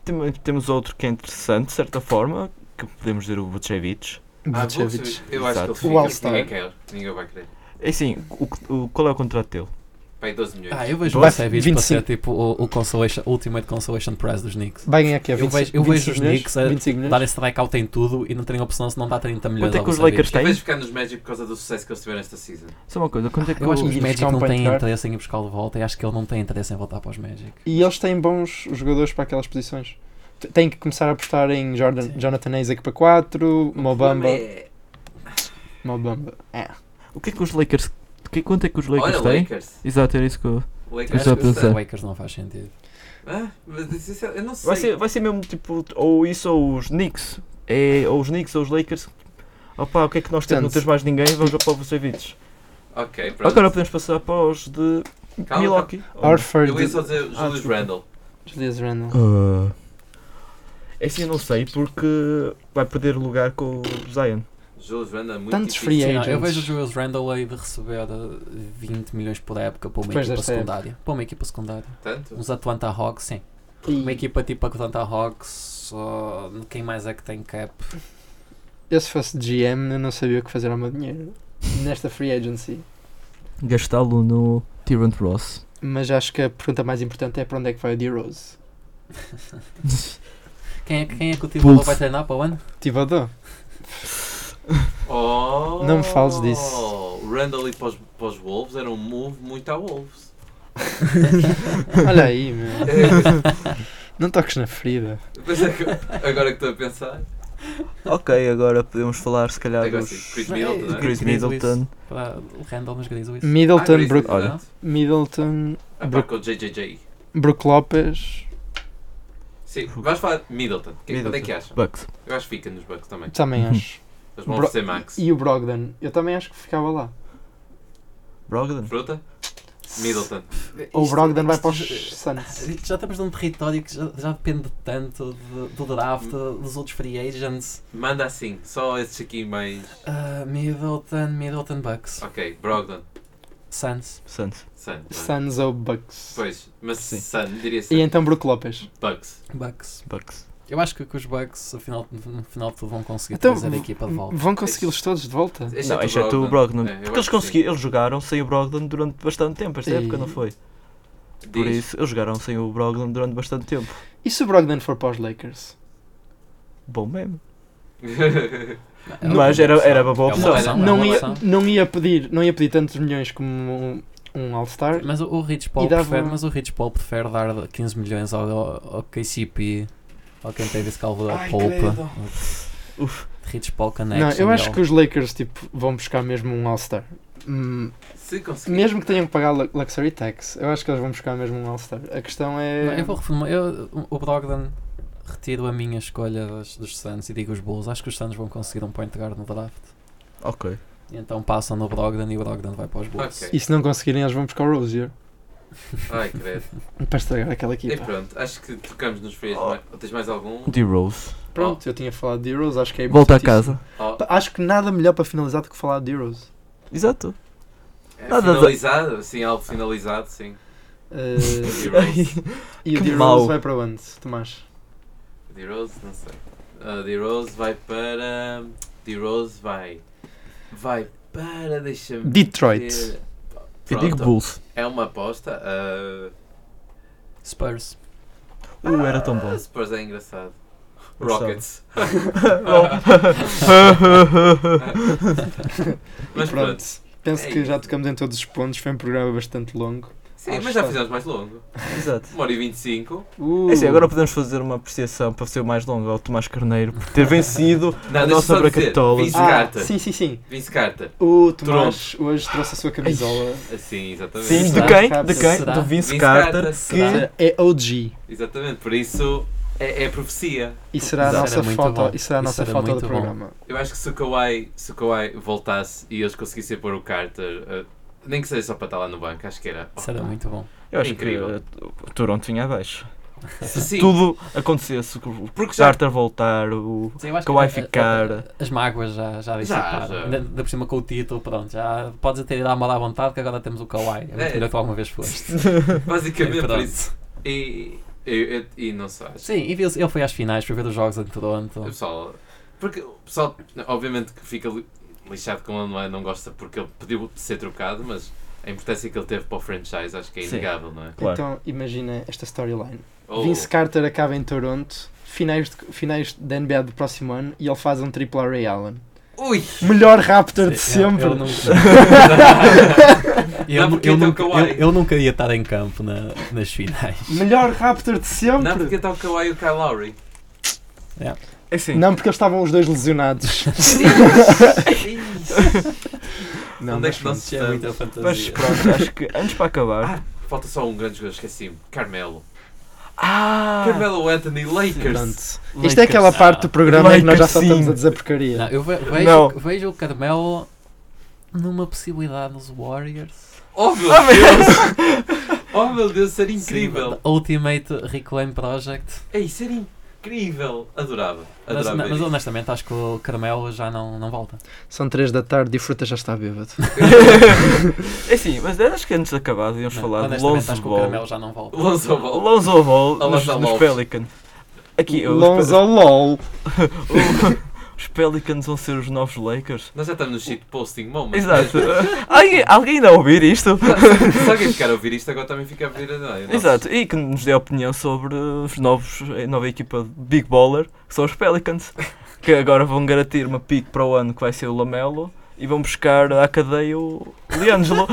tem- temos outro que é interessante, de certa forma, que podemos dizer o Vucevic.
ah,
Vucevic.
Vucevic, eu acho que ele
Exato.
fica,
O All-Star.
ninguém quer, ninguém vai querer.
É assim, o, o- qual é o contrato dele?
Pai, 12 milhões.
Ah, eu vejo o
Vai-
Vucevic para ser
25.
tipo o, o consolation, Ultimate Consolation Prize dos Knicks.
Vai ganhar aqui é a
Eu vejo-
25
eu vejo os
25 milhões?
Knicks a
25 milhões?
Darem strikeout em tudo e não terem opção se não dá 30 milhões
Quanto é
ao
que os
Vucevic.
Lakers
Eu
têm?
vejo ficar nos Magic por causa do sucesso que eles tiveram esta season.
Só uma coisa, quanto é que
Eu acho que
o-
os
E
Magic
buscar um
não têm
point guard.
interesse em ir buscar de volta e acho que ele não tem interesse em voltar para os Magic.
E eles têm bons jogadores para aquelas posições. T- Têm que começar a apostar em Jordan,
Sim.
Jonathan Isaac para 4, Mobamba.
É-
Mobamba. É.
O que é que os Lakers. Que, quanto é que os
Olha,
Lakers têm?
Lakers.
Exato, era isso que eu.
Lakers.
Acho
Exato,
que os
exato.
Lakers não faz sentido.
Ah, mas isso- eu não sei.
Vai ser, vai ser mesmo tipo. Ou isso ou os Knicks. É, ou os Knicks ou os Lakers. Opa, o que é que nós temos? Não
Portanto-
tens mais ninguém, vamos já para o Vucevic.
Ok, pronto.
Agora podemos passar para os de
Calma,
Milwaukee.
Orford.
Eu ia só dizer o
Ah,
Julius
desculpa.
Randle.
Julius Randle.
Ah. É assim, eu não sei, porque vai perder lugar com o Zion.
Julius Randle é muito
Tantos
difícil.
free
Sim, não,
agents.
eu vejo o Julius Randle aí de receber uh, 20 milhões por época para uma
Depois
equipa
desta época.
secundária. Para uma equipa secundária.
Tanto?
Os Atlanta Hawks, sim. Uma equipa tipo Atlanta Hawks, só quem mais é que tem cap?
Eu se fosse GM eu não sabia o que fazer ao meu dinheiro. Nesta free agency.
Gastá-lo no Tyrant Ross.
Mas acho que a pergunta mais importante é para onde é que vai o D-Rose.
Quem é, quem é que o Tibolo
Pulse.
vai treinar para o ano?
Tivador.
Oh,
Não me fales disso.
O Randle ir para os, para os Wolves era um move muito a Wolves.
Olha aí, meu.
[LAUGHS] É,
Não toques na ferida.
mas é que- agora que estou a pensar.
[LAUGHS] ok, agora podemos falar se calhar
Agora
É dos
sim, Chris Middleton, não é?
Chris Middleton.
Para o Randall nos Grizzlies.
Ah, Chris
Middleton,
Middleton,
Brook,
olha.
não?
Middleton,
Ah, pá,
Brook-
com o JJJ.
Brook Lopes.
Sim, vais falar Middleton. Que- Quando é que acham?
Bucks.
Eu acho que fica nos Bucks também.
Também
Uhum.
acho.
Eles vão
Bro-
oferecer Max.
E o Brogdon. Eu também acho que ficava lá.
Brogdon.
Fruta? Middleton.
Ou o Brogdon vai para os
Isto-
Suns.
Já estamos num território que já, já depende tanto de- do draft, dos outros free agents.
Manda assim, só esses aqui mais.
Ah, Middleton, Middleton Bucks,
Ok, Brogdon,
Suns.
Santos.
Sun. não é?
Suns ou Bucks.
Pois, mas
Sim.
Sun, diria
E
Sun.
então Brook Lopes.
Bucks.
Bucks.
Bucks.
Eu acho que, que os Bucks, afinal, no final de tudo, vão conseguir
Então,
trazer a equipa de volta.
Vão consegui-los todos de volta?
Não, exceto o Brogdon.
É, eu
porque
acho
eles
que sim.
conseguiram, eles jogaram sem o Brogdon durante bastante tempo, esta
E-
época não foi? Por
Diz.
isso, eles jogaram sem o Brogdon durante bastante tempo.
E se o Brogdon for para os Lakers?
Bom mesmo.
[LAUGHS]
hum,
É uma
Mas era-
opção.
era uma boa
É
opção.
opção, é
não,
uma
ia,
opção.
não, ia pedir, não ia pedir tantos milhões como um, um All-Star.
Mas o, o Rich Paul
E um- dava-
prefere, mas o Rich Paul prefere dar 15 milhões ao, ao, ao KCP, ao quem teve esse calvo da
Ai, credo.
polpa.
Uf.
Rich Paul Connection.
Não, eu acho
meu.
que os Lakers tipo, vão buscar mesmo um All-Star. Hum,
Se conseguir.
Mesmo que tenham que pagar lu- Luxury Tax, eu acho que eles vão buscar mesmo um All-Star. A questão
Não,
é.
Eh,
eu vou reformar. Eu, o- o Brogdon retiro a minha escolha dos, dos Suns e digo os Bulls. Acho que os Suns vão conseguir um point guard no draft.
Ok.
E então passam no Brogdon e o Brogdon vai para os Bulls.
Ok.
E se não conseguirem, eles vão buscar o Rozier
Ai, credo.
[LAUGHS] para estragar aquela
E
equipa.
É pronto, acho que tocamos nos freios.
Oh.
mais- Tens mais algum?
D-Rose.
Pronto, eu tinha falado de Heroes, acho que é
Volta a
importantíssimo.
casa.
Oh,
Acho que nada melhor para finalizar do que falar de Heroes.
Exato.
é
Nada de-
finalizado? Sim, algo finalizado, sim.
[LAUGHS]
Eh,
[LAUGHS]
D-Rose.
e o
Que
de Heroes
mau.
vai para onde, Tomás?
D-Rose, não sei. Ah, D-Rose vai para. D-Rose vai. Vai para. Deixa-me.
Detroit.
ver.
Eu digo
Pronto,
Bulls.
É uma aposta. ah,
Spurs.
Uh, era tão
[LAUGHS]
bom.
Spurs é engraçado.
Gostava.
Rockets. [LAUGHS]
Mas
Mas
pronto,
pronto.
penso
É
que já
isso.
tocamos em todos os pontos. Foi um programa bastante longo.
Sim,
Acho
mas já
que-
fizemos mais longo.
[LAUGHS] Exato.
1 hora e 25.
Uh,
É assim, agora podemos fazer uma apreciação para ser mais longa ao Tomás Carneiro por ter
[LAUGHS]
vencido
Não,
a
deixa
nossa
só dizer,
bracketola.
Vince
ah,
Carter.
sim, sim, sim.
Vince Carter.
O Tomás hoje trouxe a sua camisola. tá?
Assim, exatamente.
Sim, de
Será?
quem?
Será?
De quem?
Será?
Do Vince
Vince
Carter,
Carter,
que
será?
É OG.
Exatamente. Por isso é, é profecia.
E será a
Isso
nossa
era muito
foto,
bom.
e será a
Isso
nossa
era
foto do
muito bom.
programa.
Eu acho que se o Kawhi, se o Kawhi voltasse e eles conseguissem pôr o Carter, eh, nem que seja só para estar lá no banco, acho que era.
Isso era muito bom.
eu acho
Incrível.
que uh, o Toronto vinha abaixo.
Se sim,
Tudo acontecesse, que o
Porque já-
Carter voltar, o
Sim, eu acho
Kawhi
a- a-
ficar.
a- As mágoas já, já dissiparam.
já.
Ainda- ainda por cima com o título, pronto. Já podes até ir à moda à vontade que agora temos o Kawhi. É muito
É.
melhor que alguma vez foste.
[LAUGHS] basicamente por
Pronto.
isso. E, e, e- e não sei. acho
É Sim, e ele ele foi às finais para ver os jogos em Toronto.
O pessoal. Porque o pessoal, obviamente, que fica li- lixado com ele, não, é? não gosta porque ele pediu de ser trocado, mas a importância que ele teve para o franchise acho que é
Sim.
inegável, não é?
Claro.
Então imagina esta storyline.
Ou-
Vince Carter acaba em Toronto, finais, de, finais da NBA do próximo ano e ele faz um triple a Ray Allen.
Ui!
Melhor Raptor
é,
Sim, é,
de sempre. [LAUGHS]
Eu, eu nunca, eu,
Não,
nu-
porque tem o
eu nunca, eu,
Kawhi.
eu nunca ia estar em campo na- nas finais.
Melhor Raptor de
Não, é
sempre.
porque está o Kawhi e o Kyle Lowry.
É assim,
Não, porque eles estavam os dois lesionados. Não,
Onde é que
mas
nós
Isso é muita
estamos?
fantasia.
mas pronto, acho que antes para [LAUGHS]
Ah,
acabar.
Falta só um grande jogador, esqueci-me. Carmelo.
Ah!
Carmelo Anthony, Lakers.
Pronto. Isto é aquela parte do programa em que nós já só
Lakers,
estamos
sim.
a dizer porcaria.
Não, eu ve- vejo,
Não.
vejo o Carmelo numa possibilidade nos Warriors.
Oh meu Deus! oh meu Deus, seria incrível!
Sim, Ultimate Reclaim Project.
Ei, seria incrível! Adorava.
Mas,
Adorava. ver
mas
isso.
honestamente acho que o Carmelo já não, não volta.
São 3 da tarde e o Fruta já está bêbado.
É assim, mas acho que antes de acabar, devíamos
Não,
falar de
honestamente
Lonzo
acho é que o Carmelo
Ball.
já não volta.
Lonzo Ball.
Lonzo Ball nos,
Lonzo
nos
Ball.
Pelicans. Aqui, os,
Lonzo [LAUGHS] LOL.
o- os Pelicans vão ser os novos Lakers.
Nós já estamos no shitposting moment.
[LAUGHS]
Exato. alguém, alguém ainda a ouvir isto?
[LAUGHS] Se alguém ficar a ouvir isto, agora também fica a ouvir é? a nós.
Exato, e que nos dê a opinião sobre os novos, a nova equipa de Big Baller, que são os Pelicans, que agora vão garantir uma pique para o ano que vai ser o Lamelo e vão buscar à cadeia o
[LAUGHS]
Leandro,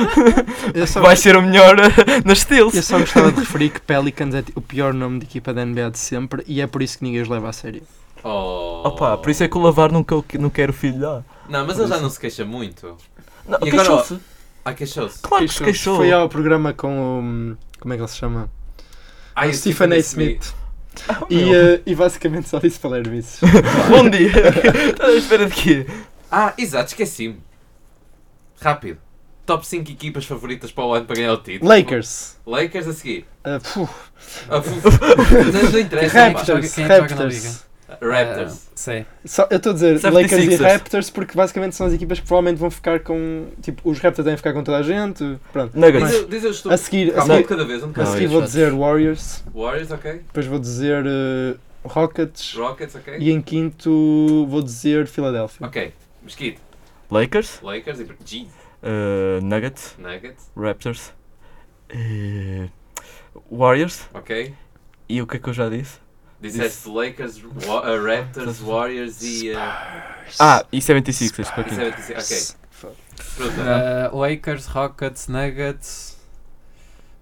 Eu
que
só,
vai ser o melhor eh, nas
eu
Steels.
só gostava de referir que Pelicans é o pior nome de equipa da NBA de sempre e é por isso que ninguém os leva a sério.
Oh.
Opa, por isso é que o Lavar nunca o- não quer o filho lá.
Não, mas ele já não se queixa muito.
Não,
E agora,
queixou-se.
Ah, queixou-se.
Claro que se queixou. [LAUGHS]
Foi ao programa com o. Como é que ele se chama?
Ah,
o
e
Stephen A. Smith.
Ah,
E,
meu.
eh, e basicamente só disse falar isso.
Bom
[LAUGHS]
dia. Estás à espera de quê?
Ah, exato, esqueci-me. Rápido. Top 5 equipas favoritas para o ano para ganhar o título.
Lakers.
Lakers a seguir.
Eh, puh,
Ah, fu- não, não interessa. pá.
joga-
Raptors.
quem é que joga na
Raptors.
Raptors.
Ah, sim.
Só- eu estou a dizer
76ers.
Lakers e Raptors porque basicamente são as equipas que provavelmente vão ficar com. Tipo, os Raptors devem ficar com toda a gente. Pronto.
Diz,
Nuggets.
eu- diz eu estou.
É. A seguir, a
Calma, um de
seguir,
cada vez, um de
a
cada
seguir
vez.
vou dizer Warriors.
Warriors, ok.
Depois vou dizer eh, Rockets.
Rockets, ok?
E em quinto, vou dizer Filadélfia.
Ok, Mosquito,
Lakers,
Lakers e G,
eh, Nuggets,
Nuggets,
Raptors, eh, Warriors
ok?
e o que é que eu já disse?
Disseste Lakers, Wa- uh, Raptors, Warriors e. Uh,
Ah, e 76ers, para quem?
76. ok, pronto.
Ah, Lakers, Rockets, Nuggets,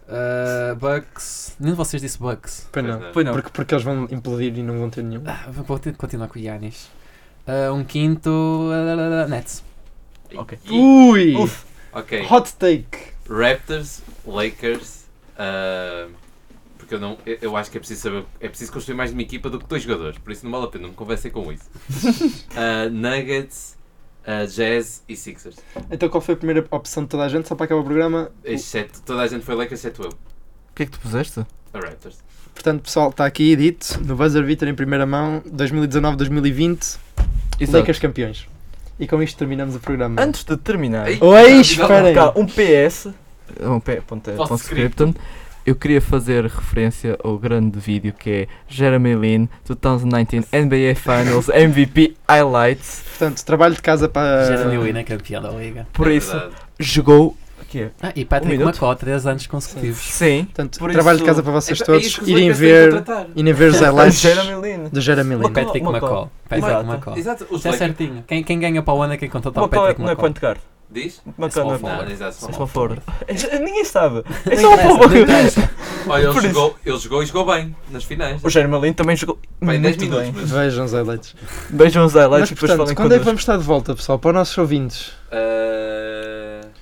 ah, Bucks. Nenhum de vocês disse Bucks.
Pois não.
Pois
Pois não,
Porque, porque eles vão implodir e não vão ter nenhum.
Ah, vou ter- continuar com o Giannis. Ah, um quinto, ah, Nets.
não.
Ok.
Uh!
E-
Ui!
Uf.
ok,
Hot take!
Raptors, Lakers, ah, porque eu não, eu, eu acho que é preciso saber, é preciso construir mais de uma equipa do que dois jogadores, por isso não vale a pena, não me conversem com isso. Ah, Nuggets, ah, Jazz e Sixers.
Então qual foi a primeira opção de toda a gente? Só para acabar o programa.
Exceto, toda a gente foi Lakers, exceto eu.
o que é que tu puseste?
A Raptors.
Portanto, pessoal, está aqui dito no Buzzer Beater em primeira mão, 2019-2020,
Exato.
Lakers campeões. E com isto terminamos o programa.
Antes de terminar,
Ei,
Oi,
Não,
espera aí.
Cara, um PS, um P, ponto,
Posso
ponto scriptum. Eu queria fazer referência ao grande vídeo que é Jeremy Lin 2019 NBA Finals MVP Highlights.
Portanto, trabalho de casa
Ah.
para.
Jeremy Lin é campeão da liga.
Por
É
isso,
verdade.
jogou. O que é?
Ah, e Patrick
minuto.
McCall, 3 anos consecutivos.
Sim.
Portanto,
Por
trabalho de
isso-
casa para vocês
É- é
todos
isso que os
irem
Lakers têm que
ver,
contratar.
irem
[LAUGHS]
ver os highlights
Jeremy Lin.
do Jeremy Lin.
Maca-
Patrick
McCall.
McCall. Patrick
Exato.
McCall.
Exato, os
Está
Lakers.
certinho. Quem, quem ganha para o ano é quem conta o
Uma
Patrick
não é
McCall.
point guard.
Diz?
Uma
small
não é
forward.
point
Não, exato.
Small
Small forward. é Ninguém sabe. É só
interessa,
uma
não
forward.
interessa.
Olha, ele
Por isso.
jogou, ele jogou e jogou bem nas finais.
O Jeremy Lin também jogou.
Bem, 10
muito
minutos,
bem.
mas.
Vejam os highlights.
Vejam os
Mas,
highlights e depois
portanto,
falem
quando é que
connosco.
vamos estar de volta, pessoal? Para os nossos ouvintes.
ah,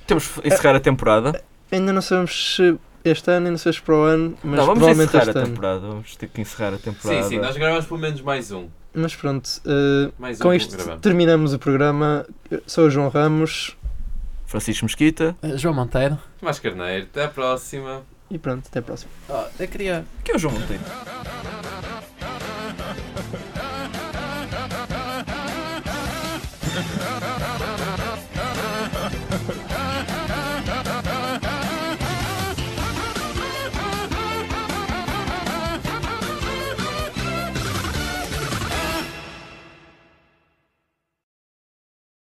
Temos de encerrar a temporada.
Ainda não sabemos se este ano, ainda não sabemos se para o ano, mas
não, vamos
provavelmente
encerrar
este
a
ano.
temporada. Vamos ter que encerrar a temporada.
sim, sim, nós gravamos pelo menos mais um.
Mas pronto, eh,
Mais um
com
que
isto
gravamos.
terminamos o programa. Eu Sou o João Ramos
Francisco Mesquita.
Ah, João Monteiro.
Tomás Carneiro, até à próxima.
e pronto, até a próxima.
Ah, eu queria
Que é o João Monteiro?